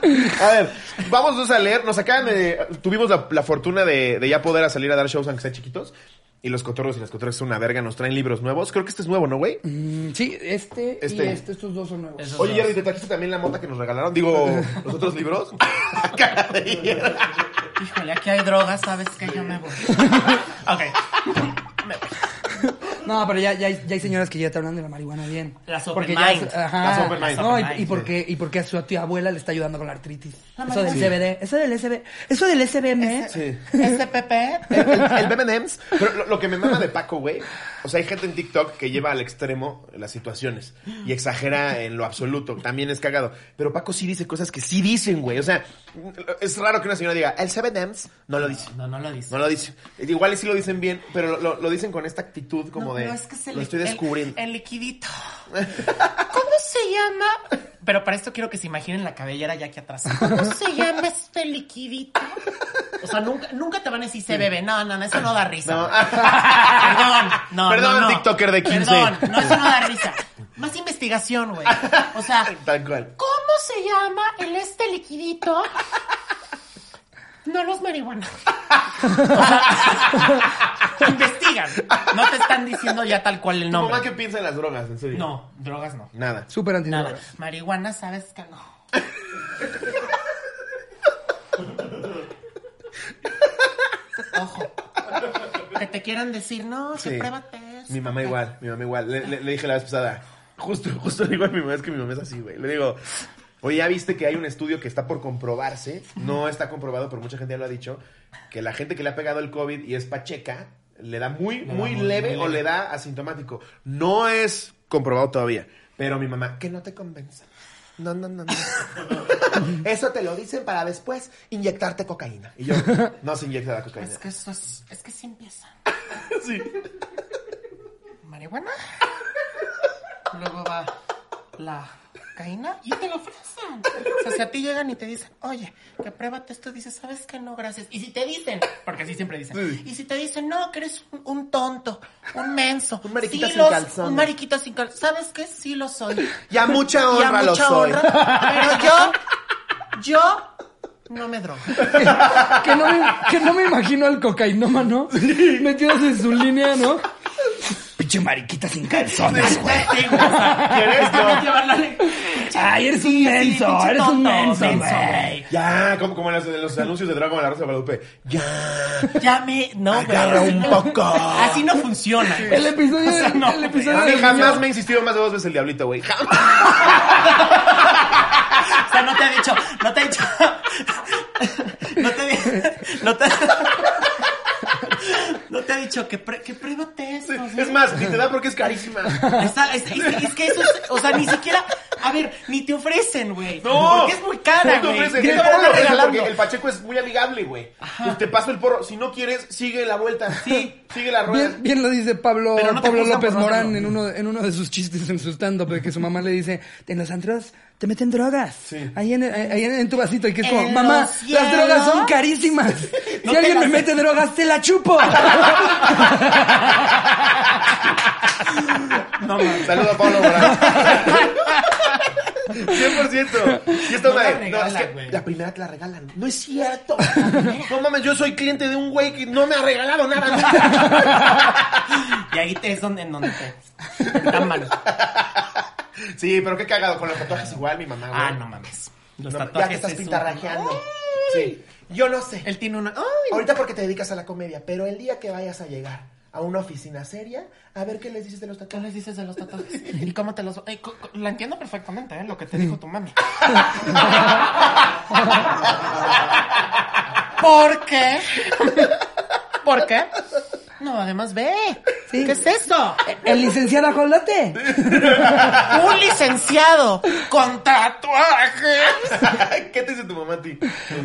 Speaker 2: A ver, vamos dos a leer. Nos acaban de. Tuvimos la, la fortuna de, de ya poder a salir a dar shows aunque sean chiquitos. Y los cotorros y las cotorras son una verga. Nos traen libros nuevos. Creo que este es nuevo, ¿no, güey?
Speaker 1: Mm, Sí, este, y
Speaker 2: Este.
Speaker 1: este, estos dos son nuevos.
Speaker 3: Esos
Speaker 2: Oye,
Speaker 3: dos.
Speaker 2: Jerry, ¿te trajiste también la mota que nos regalaron? Digo, ¿los otros libros?
Speaker 3: Híjole, aquí hay drogas, ¿sabes qué? Yo me voy. ok. Me voy.
Speaker 1: No, pero ya, ya, hay, ya hay señoras que ya te hablan de la marihuana bien.
Speaker 3: Las open
Speaker 1: porque ya-
Speaker 3: mind.
Speaker 1: ajá.
Speaker 2: Las open mind.
Speaker 1: No,
Speaker 3: Las open
Speaker 1: y, y
Speaker 3: mind,
Speaker 1: porque, y porque a su tía abuela le está ayudando con la artritis.
Speaker 4: La
Speaker 1: eso del
Speaker 4: marihuana.
Speaker 1: CBD. Eso del SB. Eso del SBM.
Speaker 2: Sí.
Speaker 3: Este
Speaker 4: Ese Pepe.
Speaker 2: el BMMs. Pero lo, lo que me mama de Paco, güey. O sea, hay gente en TikTok que lleva al extremo las situaciones y exagera en lo absoluto. También es cagado. Pero Paco sí dice cosas que sí dicen, güey. O sea, es raro que una señora diga, el BMMs no lo dice.
Speaker 3: No, no lo dice.
Speaker 2: No lo dice. Igual y sí lo dicen bien, pero lo, lo dicen con esta actitud como
Speaker 3: No,
Speaker 2: de.
Speaker 3: no, es que es el,
Speaker 2: lo estoy
Speaker 3: el-
Speaker 2: descubriendo.
Speaker 3: El, liquidito. ¿Cómo se llama? Pero para esto quiero que se imaginen la cabellera ya aquí atrás.
Speaker 4: ¿Cómo se llama este liquidito?
Speaker 3: O sea, nunca, nunca te van a decir se bebe. No, no, no, eso no da risa.
Speaker 2: No.
Speaker 3: Perdón, no,
Speaker 2: Perdón,
Speaker 3: no, no.
Speaker 2: TikToker de 15.
Speaker 3: Perdón, no, eso no da risa. Más investigación, güey. O sea,
Speaker 2: Tal cual.
Speaker 4: ¿Cómo se llama el este liquidito? No los marihuana.
Speaker 3: investigan. No te están diciendo ya tal cual el
Speaker 2: ¿Tu mamá qué
Speaker 3: nombre.
Speaker 2: piensa en las drogas? En serio.
Speaker 3: No, drogas no.
Speaker 2: Nada.
Speaker 1: Súper antidrogas.
Speaker 3: Nada. Marihuana, sabes que no. Ojo. Que te quieran decir, no, que
Speaker 2: Sí.
Speaker 3: pruébate esto.
Speaker 2: Mi mamá igual, mi mamá igual. Le, le- le dije la vez pasada, justo, justo le digo a mi mamá, es que mi mamá es así, güey. Le digo, oye, ya viste que hay un estudio que está por comprobarse, no está comprobado, pero mucha gente ya lo ha dicho, que la gente que le ha pegado el COVID y es pacheca, le da muy,
Speaker 3: da
Speaker 2: muy
Speaker 3: muy,
Speaker 2: leve
Speaker 3: muy
Speaker 2: o
Speaker 3: leve.
Speaker 2: le da asintomático. No es comprobado todavía. Pero mi mamá, que no te convenza. No, no, no, no. Eso te lo dicen para después inyectarte cocaína. Y yo, no se inyecta la cocaína.
Speaker 3: Es Pues que eso es, es que sí empieza.
Speaker 2: Sí.
Speaker 3: Marihuana. Luego va la caína y te lo ofrecen. O sea, si a ti llegan y te dicen, oye, que pruébate esto, dices, ¿sabes qué? No, gracias. Y si te dicen, porque así siempre dicen,
Speaker 2: Sí.
Speaker 3: y si te dicen, no, que eres un, un tonto, un menso.
Speaker 2: Un mariquita
Speaker 3: sí
Speaker 2: sin
Speaker 3: los-
Speaker 2: calzones.
Speaker 3: Un mariquita sin calzones. ¿Sabes qué? Sí lo soy.
Speaker 2: Y a mucha
Speaker 3: Y a
Speaker 2: honra lo
Speaker 3: mucha
Speaker 2: soy.
Speaker 3: honra. Pero yo, yo no me drogo.
Speaker 1: que, no me, que no me imagino al cocainómano metidos en su línea, ¿no? Pinche mariquita sin
Speaker 3: Este,
Speaker 1: calzones, güey.
Speaker 2: ¿Quieres? No.
Speaker 1: Ay, eres un menso, eres un menso, güey.
Speaker 2: Ya, como, como en, los, en los anuncios de Dragon Ball, la Rosa de Guadalupe. Ya,
Speaker 3: Ya me, no, güey.
Speaker 2: agarra un poco.
Speaker 3: Así no funciona.
Speaker 1: El episodio,
Speaker 3: O sea, no,
Speaker 1: el
Speaker 3: güey.
Speaker 1: episodio
Speaker 2: A mí
Speaker 1: del
Speaker 2: jamás
Speaker 1: señor-
Speaker 2: me ha insistido más de dos veces el diablito, güey. Jamás.
Speaker 3: O sea, no te ha dicho, no te ha dicho. No te, di- no te, no te ha dicho que, pre, que pruébate esto. ¿sí?
Speaker 2: Es más, ni te da porque es carísima.
Speaker 3: Está- es, es- es que eso es, o sea, ni siquiera, a ver, ni te ofrecen, güey.
Speaker 2: No.
Speaker 3: Porque es muy cara,
Speaker 2: No te
Speaker 3: güey.
Speaker 2: ofrecen,
Speaker 3: ¿Qué
Speaker 2: el
Speaker 3: te van a
Speaker 2: porro
Speaker 3: andar
Speaker 2: lo ofrecen
Speaker 3: regalando?
Speaker 2: porque el Pacheco es muy amigable, güey. Pues te paso el porro. Si no quieres, sigue la vuelta.
Speaker 3: Sí.
Speaker 2: Sigue la rueda.
Speaker 1: Bien, bien lo dice Pablo,
Speaker 3: Pero no te
Speaker 1: Pablo
Speaker 3: juzgan
Speaker 1: López
Speaker 3: por no
Speaker 1: Morán
Speaker 3: hacerlo.
Speaker 1: en uno, en uno de sus chistes en su stand-up, de que su mamá le dice, en los antros te meten drogas.
Speaker 2: Sí.
Speaker 1: Ahí, en, ahí en, en tu vasito. Y que es como,
Speaker 3: En
Speaker 1: mamá,
Speaker 3: los
Speaker 1: las
Speaker 3: cielos".
Speaker 1: drogas son carísimas. si
Speaker 3: te
Speaker 1: alguien me
Speaker 3: las-
Speaker 1: mete drogas, te la chupo.
Speaker 3: No, mames.
Speaker 2: Saludo a Pablo Morán. 100%. Y esta
Speaker 3: No
Speaker 2: una
Speaker 3: la
Speaker 2: de- no,
Speaker 3: regalan,
Speaker 2: es que
Speaker 3: güey.
Speaker 2: la primera te la regalan. No es cierto. No mames, yo soy cliente de un güey que no me ha regalado nada.
Speaker 3: Y ahí te es donde, en donde te, te taman.
Speaker 2: Sí, pero qué cagado. Con los tatuajes igual, mi mamá. güey.
Speaker 3: Ah, no mames. Los
Speaker 2: No,
Speaker 3: tatuajes
Speaker 2: ya que estás
Speaker 3: es un-
Speaker 2: pintarrajeando. Sí. Yo no sé.
Speaker 3: Él tiene una. ¡Ay!
Speaker 2: Ahorita porque te dedicas a la comedia, pero el día que vayas a llegar a una oficina seria a ver qué les dices de los
Speaker 3: ¿Qué
Speaker 2: tatuajes.
Speaker 3: les dices de los tatuajes? ¿Y cómo te los.? Eh, co- co- la entiendo perfectamente, ¿eh? Lo que te dijo tu mami. ¿Por qué? ¿Por qué? No, además ve.
Speaker 1: Sí.
Speaker 3: ¿Qué es esto?
Speaker 1: El licenciado Ajolote.
Speaker 3: Un licenciado con tatuajes.
Speaker 2: ¿Qué te dice tu mamá a ti?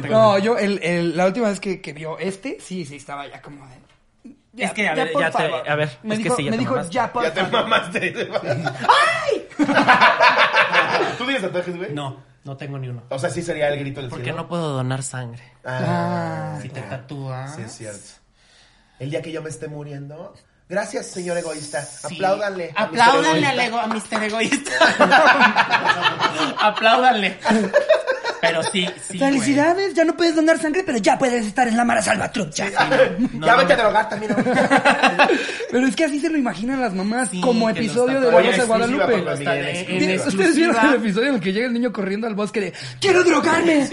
Speaker 1: No, yo el, el- la última vez que, que vio este, sí, sí, estaba ya como de...
Speaker 3: Es que, a ver,
Speaker 1: por
Speaker 3: ya te-
Speaker 1: favor.
Speaker 3: a ver,
Speaker 1: me
Speaker 3: es que
Speaker 1: dijo,
Speaker 3: sí, ya
Speaker 1: me
Speaker 3: te
Speaker 1: dijo,
Speaker 3: mamaste.
Speaker 1: ya, por
Speaker 2: Ya te
Speaker 1: favor.
Speaker 2: mamaste. ¿Tú tienes tatuajes, güey?
Speaker 3: No, no tengo ni uno.
Speaker 2: O sea, sí sería el grito del
Speaker 3: Porque
Speaker 2: cielo.
Speaker 3: no puedo donar sangre.
Speaker 2: Ah,
Speaker 3: Si te tatúas.
Speaker 2: sí es cierto. El día que yo me esté muriendo. Gracias, señor egoísta.
Speaker 3: Sí.
Speaker 2: Apláudanle. a Mr.
Speaker 3: Apláudanle
Speaker 2: Egoísta.
Speaker 3: al ego, a Mr. Egoísta. Apláudanle. Pero sí, sí. güey.
Speaker 1: Felicidades, ya no puedes donar sangre, pero ya puedes estar en la Mara Salvatrucha.
Speaker 3: No,
Speaker 2: ya
Speaker 3: no,
Speaker 2: vete a
Speaker 3: no.
Speaker 2: drogar también. ahorita.
Speaker 1: Pero es que así se lo imaginan las mamás,
Speaker 3: Sí,
Speaker 1: como
Speaker 3: que los
Speaker 1: episodio de La
Speaker 2: Oye,
Speaker 1: Rosa de
Speaker 2: exclusiva,
Speaker 1: Guadalupe.
Speaker 2: Papá Miguel,
Speaker 3: Hasta de-
Speaker 2: exclusiva.
Speaker 3: en exclusiva.
Speaker 1: Ustedes vieron el episodio en el que llega el niño corriendo al bosque de ¡Quiero drogarme!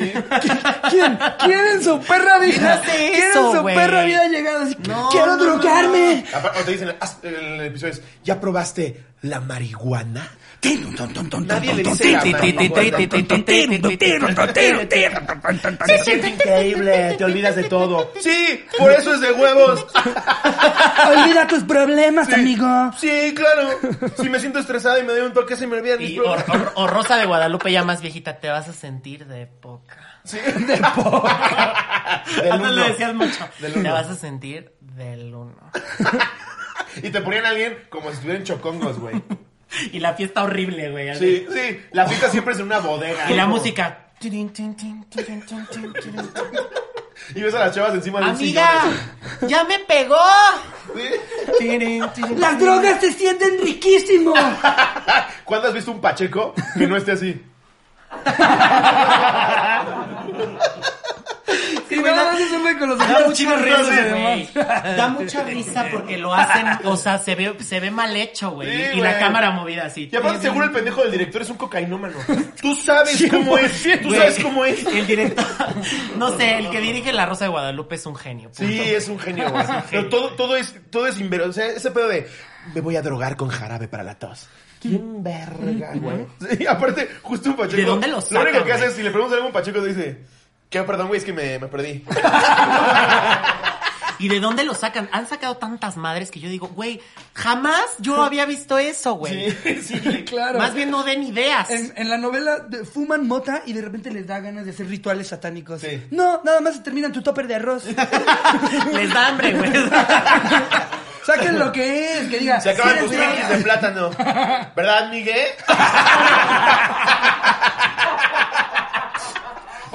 Speaker 1: ¿Quién? ¿Quién en su perra vida?
Speaker 3: hace
Speaker 1: ¿Quién en
Speaker 3: eso,
Speaker 1: su
Speaker 3: güey?
Speaker 1: perra vida ha llegado? así,
Speaker 3: No,
Speaker 1: ¡Quiero
Speaker 3: no, no,
Speaker 1: drogarme!
Speaker 2: Aparte, cuando te dicen "Haz- el episodio es, ¿ya probaste la marihuana?
Speaker 1: Tin, ton, ton, ton,
Speaker 2: Nadie
Speaker 1: ton,
Speaker 2: le
Speaker 1: ton,
Speaker 2: dice
Speaker 1: tin,
Speaker 2: la
Speaker 1: tin, tin, tin,
Speaker 2: marihuana.
Speaker 1: tin, tin, tin, tin, tin, tin, tin, tin, tin, tin, tin, tin.
Speaker 2: Se siente increíble, te olvidas de todo. Sí, por eso es de huevos.
Speaker 1: Olvida tus problemas, amigo.
Speaker 2: Sí, claro. Si me siento estresada y me doy un toque, se me olvidan mis
Speaker 3: Y- o,
Speaker 2: problemas.
Speaker 3: o- o Rosa de Guadalupe, ya más viejita, te vas a sentir de poca.
Speaker 2: Sí. De poca.
Speaker 3: Antes le decías mucho. Te vas a sentir del uno.
Speaker 2: Y te ponían a alguien como si estuvieran chocongos, güey.
Speaker 3: Y la fiesta horrible, güey.
Speaker 2: Sí,
Speaker 3: así.
Speaker 2: sí. La fiesta siempre es en una bodega.
Speaker 3: Y la
Speaker 2: ¿no?
Speaker 3: música. Tirin, tin, tin, tirin, tin, tin, tirin, tin.
Speaker 2: Y ves a las chavas encima de un
Speaker 3: Amiga,
Speaker 2: sillón,
Speaker 3: ya me pegó.
Speaker 2: así.
Speaker 3: Tirin, tirin,
Speaker 1: Las
Speaker 3: tirin.
Speaker 1: drogas te sienten riquísimo.
Speaker 2: ¿Sí? ¿Cuándo has visto un pacheco que no esté así?
Speaker 1: Y nada más es un güey con los
Speaker 3: Da
Speaker 1: ojos
Speaker 3: mucha
Speaker 1: chorreados
Speaker 3: risa,
Speaker 1: y
Speaker 3: güey.
Speaker 1: demás.
Speaker 3: Da mucha risa porque lo hacen, o sea, se ve, se ve mal hecho, güey.
Speaker 2: Sí,
Speaker 3: y la
Speaker 2: güey.
Speaker 3: cámara movida así.
Speaker 2: Y aparte seguro el pendejo del director es un cocainómano. Tú sabes cómo es. Tú
Speaker 3: Güey,
Speaker 2: sabes cómo es.
Speaker 3: El director. No sé, el que dirige La Rosa de Guadalupe es un genio. punto.
Speaker 2: Sí, es un genio, güey. Pero todo, todo es, todo es inver... O sea, ese pedo de me voy a drogar con jarabe para la tos. ¿Quién verga, güey? Sí, aparte, justo un pacheco.
Speaker 3: ¿De dónde lo
Speaker 2: Lo único
Speaker 3: sacan,
Speaker 2: que hace
Speaker 3: güey?
Speaker 2: es si le preguntas a algún pacheco, te dice, ¿qué? Perdón, güey, es que me, me perdí.
Speaker 3: ¿Y de dónde lo sacan? Han sacado tantas madres que yo digo, güey, jamás yo había visto eso, güey.
Speaker 1: Sí, claro.
Speaker 3: Más bien no den ideas.
Speaker 1: En, en la novela de- fuman mota y de repente les da ganas de hacer rituales satánicos.
Speaker 2: Sí.
Speaker 1: No, nada más se terminan tu topper de arroz.
Speaker 3: Les da hambre, güey.
Speaker 1: Saquen lo que es, que diga.
Speaker 2: Se acaban
Speaker 1: "Sí,
Speaker 2: tus
Speaker 1: sí,
Speaker 2: pinches de plátano. ¿Verdad, Miguel?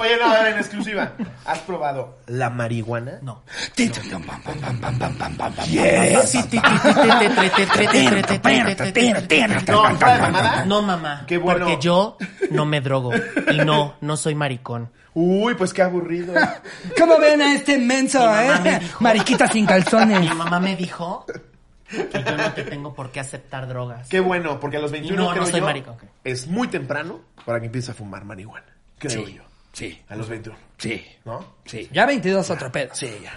Speaker 2: Oye, no, a ver, en exclusiva. ¿Has probado la marihuana?
Speaker 3: No.
Speaker 1: sí". Tin, tin, pam, pam, pam, pam, pam, pam, pam, pam.
Speaker 3: Sí, ti, ti, ti, ti, ti, ti, ti, ti, ti, ti, ti, ti, ti, ti, ti.
Speaker 2: No, fuera de mamada.
Speaker 3: No, mamá.
Speaker 2: Qué bueno.
Speaker 3: Porque yo no me drogo. Y no, no soy maricón.
Speaker 2: Uy, pues qué aburrido.
Speaker 1: ¿Cómo ven a este menso,
Speaker 3: Mi mamá me
Speaker 1: eh?
Speaker 3: dijo.
Speaker 1: Mariquita sin calzones.
Speaker 3: Mi mamá me dijo que yo no te tengo por qué aceptar drogas.
Speaker 2: Qué bueno, porque a los 21
Speaker 3: Y no, no
Speaker 2: creo
Speaker 3: soy
Speaker 2: yo,
Speaker 3: marica, ok.
Speaker 2: es muy temprano para que empieces a fumar marihuana. Creo yo.
Speaker 1: Sí,
Speaker 2: A los 21,
Speaker 1: sí,
Speaker 2: ¿no?
Speaker 1: sí. Ya 22 otro pedo.
Speaker 2: Sí, ya.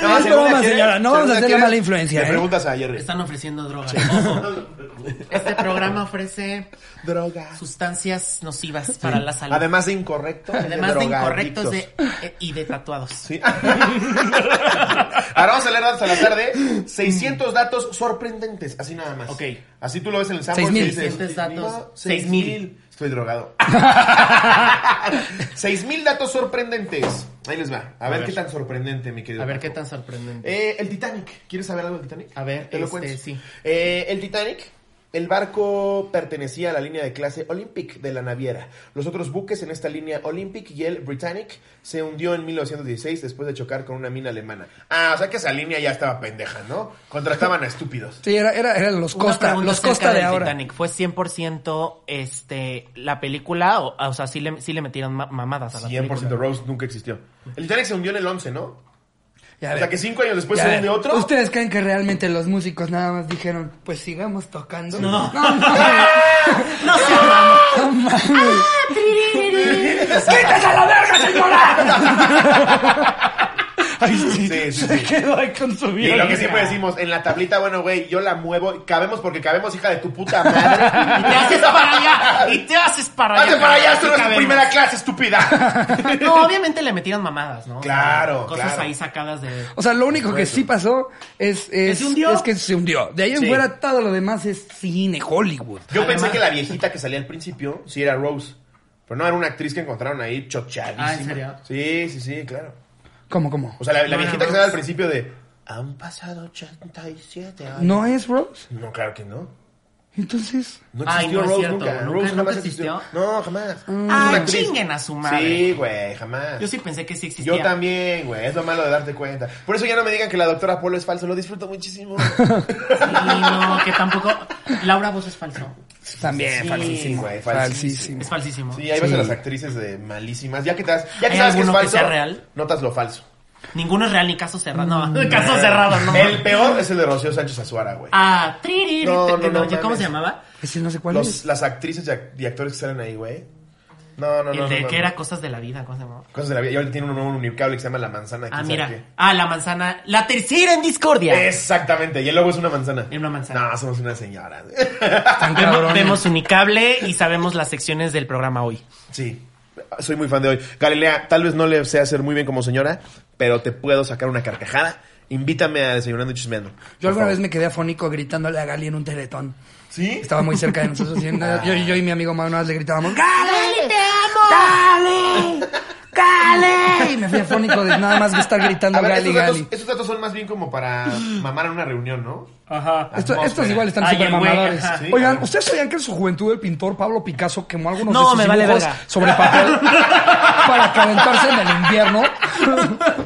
Speaker 1: No, es broma, señora. No vamos a hacer la mala influencia,
Speaker 2: Le
Speaker 1: ¿eh?
Speaker 2: preguntas a Jerry.
Speaker 3: Están ofreciendo drogas. Ojo, Este programa ofrece
Speaker 2: Drogas.
Speaker 3: sustancias nocivas para la salud.
Speaker 2: Además de incorrectos.
Speaker 3: Además de incorrectos
Speaker 2: drogadictos.
Speaker 3: de, eh, y de tatuados.
Speaker 2: Sí. Ahora vamos a leer datos a la tarde. 600 datos sorprendentes, así nada más.
Speaker 3: Ok.
Speaker 2: Así tú lo ves en el sample.
Speaker 1: 6,000.
Speaker 2: y dices,
Speaker 3: 600 datos.
Speaker 2: 6,000. Estoy drogado. 6000 datos sorprendentes. Ahí les va. A, ver,
Speaker 3: ver.
Speaker 2: qué tan sorprendente, mi querido.
Speaker 3: A ver qué
Speaker 2: Paco.
Speaker 3: tan sorprendente.
Speaker 2: Eh, el Titanic. ¿Quieres saber algo del Titanic?
Speaker 3: A ver,
Speaker 2: te lo
Speaker 3: este,
Speaker 2: cuento.
Speaker 3: sí.
Speaker 2: Eh, el Titanic. El barco pertenecía a la línea de clase Olympic de la naviera. Los otros buques en esta línea Olympic y el Britannic se hundió en 1916 después de chocar con una mina alemana. Ah, o sea que esa línea ya estaba pendeja, ¿no? Contrataban a estúpidos.
Speaker 1: Sí, era, era, eran los
Speaker 3: Una
Speaker 1: Costa,
Speaker 3: pregunta
Speaker 1: los
Speaker 3: acerca
Speaker 1: Costa de
Speaker 3: del
Speaker 1: ahora.
Speaker 3: Titanic. ¿Fue 100% este, la película? O, o sea, sí le, sí le metieron ma- mamadas a la
Speaker 2: 100%
Speaker 3: película.
Speaker 2: Rose nunca existió. El Titanic se hundió en el 11, ¿no?
Speaker 1: Ya
Speaker 2: o
Speaker 1: ven.
Speaker 2: sea que cinco años después
Speaker 1: Ya
Speaker 2: se
Speaker 1: ven.
Speaker 2: hunde ¿Pues otro.
Speaker 1: ¿Ustedes creen que realmente los músicos nada más dijeron, pues sigamos tocando? No.
Speaker 3: No sé, mamá.
Speaker 1: ¡Quítese a la verga, señora! Ay, sí.
Speaker 2: Sí, sí,
Speaker 1: Se
Speaker 2: sí.
Speaker 1: quedó ahí con su
Speaker 2: Y lo que
Speaker 1: violín.
Speaker 2: siempre decimos, en la tablita, bueno, güey, yo la muevo, cabemos porque cabemos, hija de tu puta madre.
Speaker 4: Y te haces para allá. Y te haces para allá.
Speaker 2: Hazte para allá, esto no
Speaker 4: cabrón, aquí
Speaker 2: es tu
Speaker 4: cabemos.
Speaker 2: primera clase, estúpida.
Speaker 3: No, obviamente le metieron mamadas, ¿no?
Speaker 2: Claro,
Speaker 3: Cosas
Speaker 2: claro.
Speaker 3: ahí sacadas de.
Speaker 1: O sea, lo único que sí pasó es, es,
Speaker 3: se hundió?
Speaker 1: es que se hundió. De ahí en
Speaker 2: Sí.
Speaker 1: fuera todo lo demás es cine, Hollywood.
Speaker 2: Yo pensé que la viejita que salía al principio sí era Rose. Pero no, era una actriz que encontraron ahí chochadísima.
Speaker 3: Ah, ¿en serio?
Speaker 2: Sí, sí, sí, claro.
Speaker 1: ¿Cómo, cómo?
Speaker 2: O sea, la, la
Speaker 3: No,
Speaker 2: viejita
Speaker 3: no,
Speaker 2: que
Speaker 3: no.
Speaker 2: salía al principio de... Han pasado 87 años.
Speaker 1: ¿No es Rose?
Speaker 2: No, claro que no.
Speaker 1: Entonces...
Speaker 2: No
Speaker 3: Ay,
Speaker 2: existió
Speaker 3: no es
Speaker 2: Rose
Speaker 3: cierto,
Speaker 2: nunca.
Speaker 3: ¿nunca-
Speaker 2: Rose
Speaker 3: nunca
Speaker 2: jamás
Speaker 3: existió?
Speaker 2: No, jamás. Es una
Speaker 3: Ah,
Speaker 2: actriz.
Speaker 3: chinguen a su madre.
Speaker 2: Sí, güey, jamás.
Speaker 3: Yo sí pensé que sí existía.
Speaker 2: Yo también, güey. Es lo malo de darte cuenta. Por eso ya no me digan que la doctora Polo es falso. Lo disfruto muchísimo.
Speaker 3: Sí, no, que tampoco. Laura Voz es falso.
Speaker 1: También,
Speaker 2: Sí,
Speaker 1: falsísimo.
Speaker 2: güey, falsísimo.
Speaker 1: falsísimo.
Speaker 3: Es falsísimo.
Speaker 2: Sí, ahí vas
Speaker 1: Sí.
Speaker 2: a las actrices de malísimas. Ya que, te das- ya que
Speaker 3: ¿Hay
Speaker 2: sabes que es
Speaker 3: alguno que
Speaker 2: falso,
Speaker 3: sea real?
Speaker 2: notas lo falso.
Speaker 3: Ninguno es real ni caso cerrado.
Speaker 2: Mm.
Speaker 3: No, caso cerrado, no.
Speaker 2: El peor es el de Rocío Sánchez Azuara, güey.
Speaker 3: Ah, tiri,
Speaker 2: No,
Speaker 3: te-
Speaker 2: no, no,
Speaker 3: ¿ya ¿Cómo
Speaker 2: mames.
Speaker 3: se llamaba?
Speaker 1: Ese no sé cuál
Speaker 2: Los-
Speaker 1: es.
Speaker 2: las actrices y ac- y actores que salen ahí, güey. No, no, no.
Speaker 3: El de
Speaker 2: no, no,
Speaker 3: que
Speaker 2: no.
Speaker 3: era cosas de la vida, ¿cómo se llamaba?
Speaker 2: Cosas de la vida. Y ahorita tiene un nuevo unicable que se llama La Manzana.
Speaker 3: Ah,
Speaker 2: quién sabe
Speaker 3: mira. Ah, la manzana. La tercera en discordia.
Speaker 2: qué. Exactamente. Y el logo es una manzana.
Speaker 3: Es una manzana.
Speaker 2: No, somos una señora.
Speaker 1: Tan
Speaker 3: Vemos,
Speaker 1: cabrón.
Speaker 3: vemos Unicable y sabemos las secciones del programa hoy.
Speaker 2: sí. Soy muy fan de hoy. Galilea, tal vez no le sé hacer muy bien como señora, pero te puedo sacar una carcajada. Invítame a desayunando y chismeando.
Speaker 1: Yo
Speaker 2: Por
Speaker 1: alguna
Speaker 2: favor.
Speaker 1: vez me quedé afónico gritándole a Gali en un teletón.
Speaker 2: ¿Sí?
Speaker 1: Estaba muy cerca de nosotros. y nada- yo, yo y mi amigo Manu nada más le gritábamos ¡Gali!
Speaker 4: Dale,
Speaker 1: ¡Gali!
Speaker 4: te amo.
Speaker 1: ¡Gali! Y me fui afónico de nada más que estar gritando
Speaker 2: A ver,
Speaker 1: Gali,
Speaker 2: estos datos,
Speaker 1: Gali.
Speaker 2: estos datos son más bien como para mamar en una reunión, ¿no?
Speaker 3: Ajá.
Speaker 1: Esto-
Speaker 2: atmósfera.
Speaker 1: estos igual están
Speaker 3: Ay,
Speaker 1: súper
Speaker 3: el güey,
Speaker 1: mamadores.
Speaker 3: ajá.
Speaker 2: Sí,
Speaker 1: Oigan,
Speaker 2: claro.
Speaker 1: ¿ustedes sabían que en su juventud el pintor Pablo Picasso quemó algunos
Speaker 3: No,
Speaker 1: de sus
Speaker 3: me vale
Speaker 1: dibujos
Speaker 3: verga.
Speaker 1: sobre papel para calentarse en el invierno?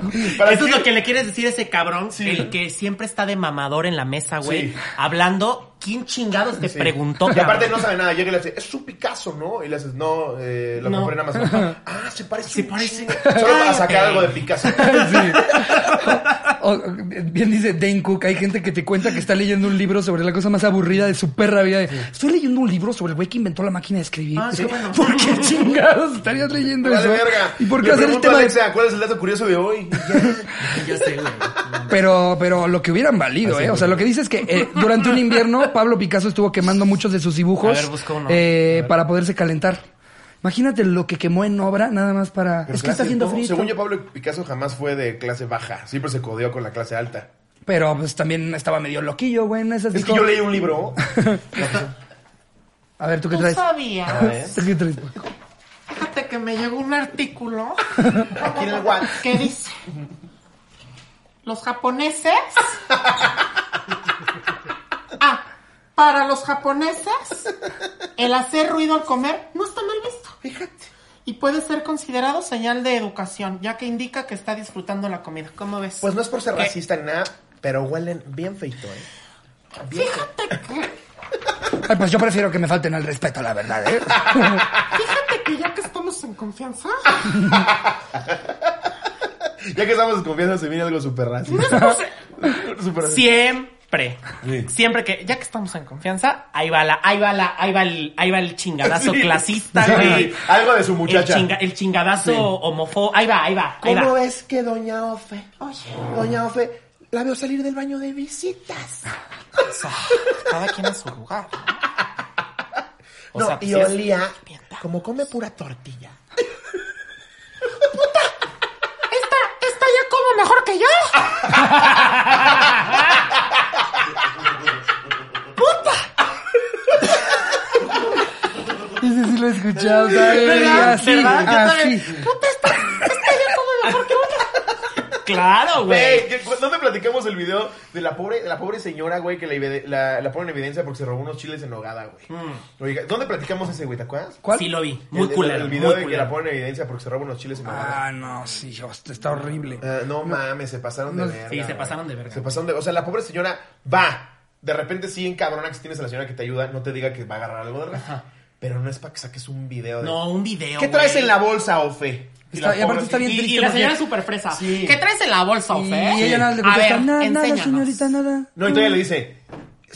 Speaker 2: Para
Speaker 3: Eso es
Speaker 2: decir-
Speaker 3: lo que le quieres decir a ese cabrón,
Speaker 2: Sí.
Speaker 3: el que siempre está de mamador en la mesa, güey,
Speaker 2: Sí.
Speaker 3: hablando. ¿Quién chingados te
Speaker 2: Sí.
Speaker 3: preguntó?
Speaker 2: Y aparte
Speaker 3: cabrón?
Speaker 2: no sabe nada. Llega y le dice, es su Picasso, ¿no? Y le dices, no, eh, lo
Speaker 3: No.
Speaker 2: compré en Amazon. ah, se parece.
Speaker 3: Se
Speaker 2: un
Speaker 3: parece.
Speaker 2: chingo. Solo para sacar
Speaker 3: Cállate.
Speaker 2: algo de Picasso.
Speaker 1: Sí. O- bien dice Dane Cook, hay gente que te cuenta que está leyendo un libro sobre la cosa más aburrida de su perra vida. de, Estoy leyendo un libro sobre el güey que inventó la máquina de escribir.
Speaker 3: Ah,
Speaker 1: Es
Speaker 3: qué
Speaker 1: como,
Speaker 3: bueno.
Speaker 1: ¿Por qué chingados estarías leyendo
Speaker 2: Vale,
Speaker 1: eso?
Speaker 2: verga.
Speaker 1: ¿Y por
Speaker 2: Le
Speaker 1: qué hacer este el
Speaker 2: pregunto a
Speaker 1: tema de-
Speaker 2: Alexa, ¿cuál es el dato curioso de hoy?
Speaker 3: Ya sé, güey.
Speaker 1: Pero, pero lo que hubieran valido, ¿eh? O sea, lo que dice es que eh, durante un invierno Pablo Picasso estuvo quemando muchos de sus dibujos
Speaker 3: A ver, busca uno.
Speaker 1: eh, para poderse calentar. Imagínate lo que quemó en obra nada más para...
Speaker 2: Pero
Speaker 1: es que está
Speaker 2: clase,
Speaker 1: haciendo
Speaker 2: ¿no?
Speaker 1: frío.
Speaker 2: Según yo, Pablo Picasso jamás fue de clase baja. Siempre se codeó con la clase alta.
Speaker 1: Pero pues también estaba medio loquillo, güey. en esas
Speaker 2: Es que
Speaker 1: dijo-
Speaker 2: yo leí un libro.
Speaker 1: A ver, ¿tú qué
Speaker 4: Tú
Speaker 1: traes?
Speaker 4: sabías.
Speaker 1: ¿Tú qué traes?
Speaker 4: Fíjate que me llegó un artículo
Speaker 2: Aquí en el WhatsApp.
Speaker 4: que dice: Los japoneses. Ah, para los japoneses, el hacer ruido al comer no está mal visto. Fíjate. Y puede ser considerado señal de educación, ya que indica que está disfrutando la comida. ¿Cómo ves?
Speaker 2: Pues no es por ser racista ni nada, pero huelen bien feito, ¿eh?
Speaker 4: Fíjate que,
Speaker 1: Ay, pues yo prefiero que me falten al respeto, la verdad, ¿eh?
Speaker 4: fíjate que ya que estamos en confianza,
Speaker 2: Ya que estamos desconfiando, se viene algo súper racista. Súper racista.
Speaker 3: Siempre.
Speaker 2: Sí.
Speaker 3: Siempre que, ya que estamos en confianza, ahí va la, ahí va la, ahí va el, ahí va el chingadazo
Speaker 2: Sí.
Speaker 3: clasista,
Speaker 2: Sí,
Speaker 3: güey.
Speaker 2: Algo de su
Speaker 3: El,
Speaker 2: muchacha.
Speaker 3: chinga- el chingadazo homofo, ahí va, ahí va, ahí
Speaker 5: ¿Cómo
Speaker 3: va.
Speaker 5: es que Doña Ofe? Oye, Doña Ofe, la veo salir del baño de visitas.
Speaker 3: Cada quien en su lugar. O
Speaker 5: no,
Speaker 3: sea,
Speaker 5: y
Speaker 3: sí es-
Speaker 5: olía como come pura tortilla.
Speaker 4: esta, esta ya como mejor que yo.
Speaker 1: Ese sí lo he escuchado, ¿sabes?
Speaker 3: ¿Verdad?
Speaker 1: Así,
Speaker 3: ¿Verdad? Yo
Speaker 1: así.
Speaker 4: Puta, esta, esta ya como mejor que una.
Speaker 3: Claro, güey.
Speaker 2: Güey, ¿qué- cu- ¿dónde platicamos el video de la pobre, de la pobre señora, güey, que la, evide- la, la pone en evidencia porque se robó unos chiles en nogada, güey? Oiga, ¿dónde platicamos ese, güey? ¿Te acuerdas?
Speaker 1: ¿Cuál?
Speaker 3: Sí lo vi.
Speaker 2: El-
Speaker 3: Hmm. Muy
Speaker 2: el-
Speaker 3: culero.
Speaker 2: El, video
Speaker 3: muy
Speaker 2: de que
Speaker 3: culero.
Speaker 2: la pone en evidencia porque se robó unos chiles en nogada.
Speaker 1: Ah, no, sí, hostia, está horrible.
Speaker 3: Eh,
Speaker 2: Ah, no, mames, se pasaron de
Speaker 1: no,
Speaker 2: verga.
Speaker 3: sí, se
Speaker 2: güey.
Speaker 3: pasaron de verga.
Speaker 2: Se pasaron de... O sea, la pobre señora va. De repente sí encabrona que si tienes a la señora que te ayuda, no te diga que va a agarrar algo de verdad.
Speaker 3: Ajá.
Speaker 2: Pero no es para que saques un video de...
Speaker 3: No, un video.
Speaker 2: ¿Qué traes
Speaker 3: güey.
Speaker 2: en la bolsa, Ofe?
Speaker 1: Está- y
Speaker 2: la pobre
Speaker 1: aparte está
Speaker 2: así,
Speaker 1: bien
Speaker 3: Y,
Speaker 1: triste.
Speaker 3: y la
Speaker 1: porque-
Speaker 3: señora es súper fresa.
Speaker 2: Sí.
Speaker 3: ¿Qué traes en la bolsa,
Speaker 1: Y
Speaker 3: Ofe?
Speaker 1: ella nada más le
Speaker 3: A
Speaker 1: contesta,
Speaker 3: ver,
Speaker 1: nada, nada,
Speaker 3: enséñanos".
Speaker 1: señorita, nada.
Speaker 2: No, y todavía le dice,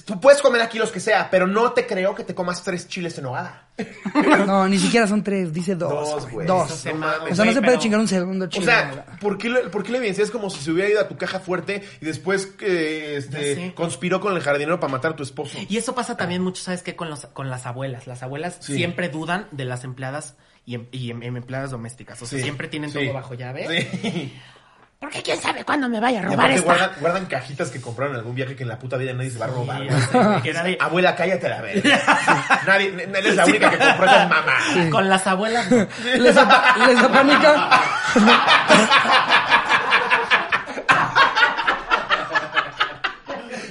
Speaker 2: Tú puedes comer aquí los que sea, pero no te creo que te comas tres chiles en hogada.
Speaker 1: No, ni siquiera son tres, dice dos.
Speaker 2: Dos,
Speaker 1: güey,
Speaker 2: güey.
Speaker 1: Dos.
Speaker 2: No
Speaker 1: O sea,
Speaker 2: se
Speaker 1: no
Speaker 2: mames,
Speaker 1: se
Speaker 3: güey,
Speaker 1: puede
Speaker 3: pero-
Speaker 1: chingar un segundo
Speaker 2: O
Speaker 1: chile.
Speaker 2: sea, ¿por qué, lo- ¿por qué la evidencia es como si se hubiera ido a tu caja fuerte y después eh, este,
Speaker 3: Ya sé.
Speaker 2: conspiró con el jardinero para matar a tu esposo?
Speaker 3: Y eso pasa también mucho, ¿sabes qué? Con, los, con las abuelas. Las abuelas
Speaker 2: Sí.
Speaker 3: siempre dudan de las empleadas y, em- y em- em- empleadas domésticas. O sea,
Speaker 2: Sí,
Speaker 3: siempre tienen
Speaker 2: sí.
Speaker 3: todo bajo llave.
Speaker 2: Sí.
Speaker 6: Porque quién sabe cuándo me vaya a
Speaker 2: Y
Speaker 6: robar
Speaker 2: aparte
Speaker 6: esta.
Speaker 2: guardan, guardan cajitas que compraron en algún viaje que en la puta vida nadie se va a robar.
Speaker 3: Sí,
Speaker 2: güey.
Speaker 3: sí, que nadie-
Speaker 2: Abuela, cállate a la vez. nadie, n- eres la única que compró esas mamá.
Speaker 3: Ah, Con las abuelas. no.
Speaker 1: les, apa- les apanica.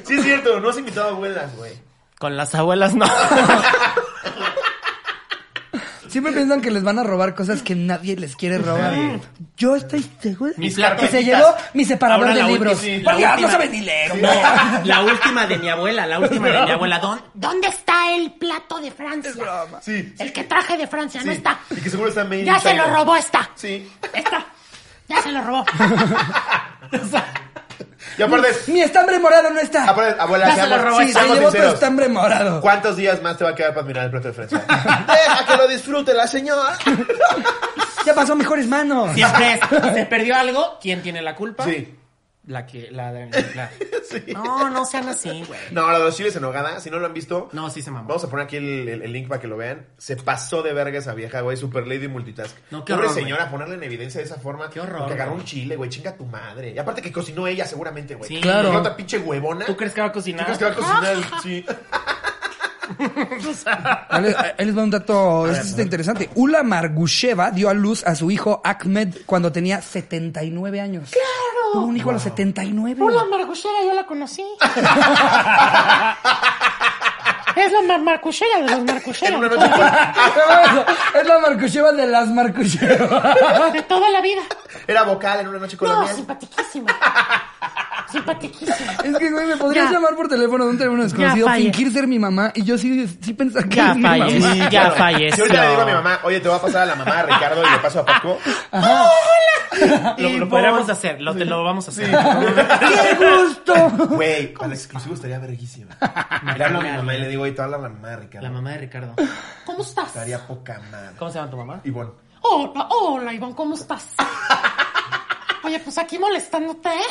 Speaker 2: Sí es cierto, no has invitado a abuelas, güey.
Speaker 3: Con las abuelas no.
Speaker 1: Siempre piensan que les van a robar cosas que nadie les quiere robar.
Speaker 2: Nadie.
Speaker 1: Yo estoy segura
Speaker 3: Mis
Speaker 1: que se
Speaker 3: carpetitas.
Speaker 1: llevó mi separador
Speaker 3: Ahora
Speaker 1: de
Speaker 3: la ulti-
Speaker 1: libros.
Speaker 3: sí, la
Speaker 1: Porque ahora no
Speaker 3: última.
Speaker 1: saben ni leer.
Speaker 3: No, la última de mi abuela, la última de mi abuela. ¿Dónde?
Speaker 6: ¿Dónde está el plato de Francia?
Speaker 2: Sí.
Speaker 6: El que traje de Francia no
Speaker 2: sí.
Speaker 6: está.
Speaker 2: Y que seguro está en
Speaker 6: Ya se lo robó esta.
Speaker 2: Sí.
Speaker 6: Esta. Ya se lo robó.
Speaker 2: Y aparte,
Speaker 3: pues,
Speaker 1: Mi estambre morado no
Speaker 3: Ah,
Speaker 1: está.
Speaker 2: aparte abuela,
Speaker 6: Ya se
Speaker 2: seamos,
Speaker 6: lo robó,
Speaker 1: Sí, se
Speaker 2: seamos
Speaker 1: llevó tu
Speaker 2: sinceros.
Speaker 1: estambre morado.
Speaker 2: ¿Cuántos días más te va a quedar para admirar el plato de Francia? Deja que lo disfrute la señora.
Speaker 1: Ya pasó a mejores manos.
Speaker 3: Siempre es, se perdió algo, ¿quién tiene la culpa?
Speaker 2: Sí.
Speaker 3: La que, la de, la-
Speaker 2: Sí.
Speaker 3: No, no sean así, güey.
Speaker 2: No, ahora los chiles en hogada, si no lo han visto.
Speaker 3: No, sí se mamó.
Speaker 2: Vamos a poner aquí el, el- el link para que lo vean. Se pasó de verga esa vieja, güey. Super lady multitask.
Speaker 3: No, qué
Speaker 2: Pobre
Speaker 3: horror,
Speaker 2: señora, ponerle en evidencia de esa forma.
Speaker 3: Qué horror,
Speaker 2: Que agarró
Speaker 3: güey.
Speaker 2: un chile, güey. Chinga tu madre. Y aparte que cocinó ella seguramente, güey.
Speaker 3: Sí.
Speaker 1: Claro.
Speaker 2: Porque otra pinche huevona.
Speaker 3: ¿Tú crees que va a
Speaker 2: ¿Tú
Speaker 3: cocinar?
Speaker 2: crees que va a cocinar? sí.
Speaker 1: Ahí les- ahí les va un dato este está interesante. Ula Margusheva dio a luz a su hijo Ahmed cuando tenía 79 años. ¡Claro! Tuvo un hijo a los 79.
Speaker 4: Hola, Marguchera, yo la conocí. es la mar Marguchera de los
Speaker 2: En una
Speaker 4: Margucheros
Speaker 2: noche con-
Speaker 1: Ah, es la Margusheva de las Margusheva.
Speaker 4: de toda la vida.
Speaker 2: Era vocal en una noche
Speaker 4: No,
Speaker 2: colonial.
Speaker 4: simpatiquísima. Simpatiquísima.
Speaker 1: Es que, güey, me podrías
Speaker 4: Ya.
Speaker 1: llamar por teléfono de un teléfono desconocido,
Speaker 3: fallé.
Speaker 1: fingir ser mi mamá y yo sí, sí pensar que
Speaker 3: Ya
Speaker 1: es mi
Speaker 3: fallé.
Speaker 1: mamá.
Speaker 3: Ya falleció.
Speaker 2: Si ahorita le digo a mi mamá, oye, te va a pasar a la mamá de Ricardo y le paso a Paco.
Speaker 3: Lo, lo podríamos hacer, lo, te lo vamos a hacer.
Speaker 1: ¡Qué gusto!
Speaker 2: Güey, al exclusivo estaría verguísima. Le hablo a mi mamá y le digo, oye, te habla la mamá de Ricardo.
Speaker 3: La mamá de Ricardo.
Speaker 4: ¿Cómo estás?
Speaker 2: Estaría poca madre.
Speaker 3: ¿Cómo se llama tu mamá?
Speaker 2: Ivonne.
Speaker 4: Hola, hola, Iván, ¿cómo estás? Oye, pues aquí molestándote, ¿eh?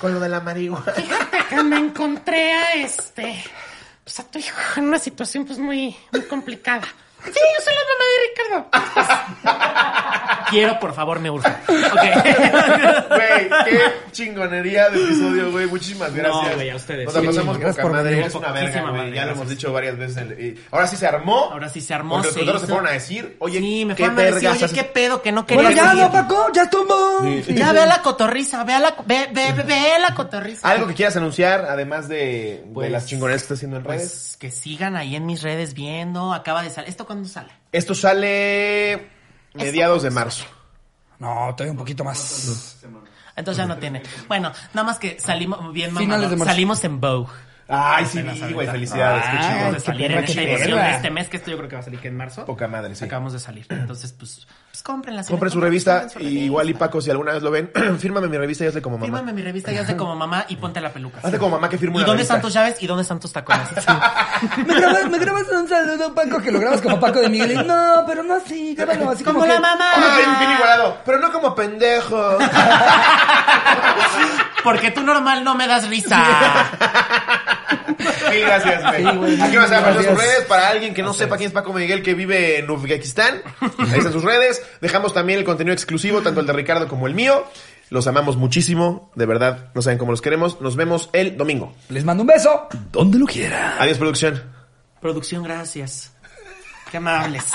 Speaker 2: Con lo de la marihuana.
Speaker 4: Fíjate que me encontré a este. Pues a tu hijo en una situación pues muy, muy complicada. Sí, yo soy la mamá de Ricardo.
Speaker 3: Quiero, por favor, me urge. Ok.
Speaker 2: Güey, qué chingonería de episodio, güey. Muchísimas gracias.
Speaker 3: güey, a ustedes.
Speaker 2: Nos la
Speaker 3: Sí,
Speaker 2: pasamos
Speaker 1: gracias
Speaker 2: poca
Speaker 1: por
Speaker 2: madre.
Speaker 1: venir.
Speaker 2: Eres una verga,
Speaker 3: Poquísima
Speaker 2: güey.
Speaker 3: madre,
Speaker 2: Ya lo hemos
Speaker 3: gracias.
Speaker 2: dicho varias veces. en el- y ahora sí se armó.
Speaker 3: Ahora sí se armó,
Speaker 2: Porque los
Speaker 3: se
Speaker 2: contaros se
Speaker 3: hizo.
Speaker 2: fueron a decir, oye,
Speaker 3: sí, me
Speaker 2: qué
Speaker 3: fueron a decir,
Speaker 2: vergas
Speaker 3: oye,
Speaker 2: haces-
Speaker 3: qué pedo, que no quería
Speaker 1: Pues ya,
Speaker 3: decir.
Speaker 1: no, Paco, ya estuvo.
Speaker 3: Ya ve a la cotorriza, ve a la, ve, ve, ve, ve la cotorriza.
Speaker 2: Algo que quieras anunciar, además de, de
Speaker 3: Pues-
Speaker 2: las chingonerías que estás haciendo en redes.
Speaker 3: Pues que sigan ahí en mis redes viendo, acaba de salir. ¿Esto cuándo sale?
Speaker 2: Esto sale mediados de marzo.
Speaker 1: No, todavía un poquito más.
Speaker 3: Entonces ya no tiene. Bueno, nada más que salimos bien
Speaker 1: Finales de
Speaker 3: mamados.
Speaker 1: marzo.
Speaker 3: Salimos en Vogue.
Speaker 2: Ay, sí,
Speaker 3: Apenas
Speaker 2: vi,
Speaker 3: ahorita. Ah,
Speaker 2: güey, felicidades, qué
Speaker 3: Acabamos
Speaker 2: chingón.
Speaker 3: de
Speaker 1: qué
Speaker 3: salir
Speaker 1: perra,
Speaker 3: en esta
Speaker 1: qué
Speaker 3: edición de
Speaker 1: perra.
Speaker 3: este mes, que esto yo creo que va a salir que en marzo.
Speaker 2: Poca madre, sí.
Speaker 3: Acabamos de salir. Entonces, pues, pues compren las
Speaker 2: Compren su revista y igual y Paco, si alguna vez lo ven, fírmame mi revista y hazle como mamá.
Speaker 3: Fírmame mi revista y hazte como mamá y ponte la peluca.
Speaker 2: Hazte como mamá que firmo
Speaker 3: ¿Y
Speaker 2: una
Speaker 3: dónde
Speaker 2: revista.
Speaker 3: están tus llaves y dónde están tus tacones?
Speaker 1: ¿Me grabas, me grabas un saludo, Paco, que lo grabas como Paco de Miguel. Y, No, pero no así, grábalo así como,
Speaker 3: Como la
Speaker 1: que-
Speaker 2: Como
Speaker 4: Ah.
Speaker 2: bien, bien
Speaker 3: mamá.
Speaker 2: igualado, pero no como pendejo.
Speaker 3: Porque tú normal no me das risa.
Speaker 2: Mil gracias, güey.
Speaker 1: Sí, güey,
Speaker 2: Aquí vas a aparecer sus
Speaker 1: gracias.
Speaker 2: redes para alguien que no sepa quién es Paco Miguel que vive en Uzbekistán. Ahí están sus redes. Dejamos también el contenido exclusivo, tanto el de Ricardo como el mío. Los amamos muchísimo, de verdad, no saben cómo los queremos. Nos vemos el domingo.
Speaker 1: Les mando un beso.
Speaker 5: Donde lo quiera.
Speaker 2: Adiós, producción.
Speaker 3: Producción, gracias. Qué amables.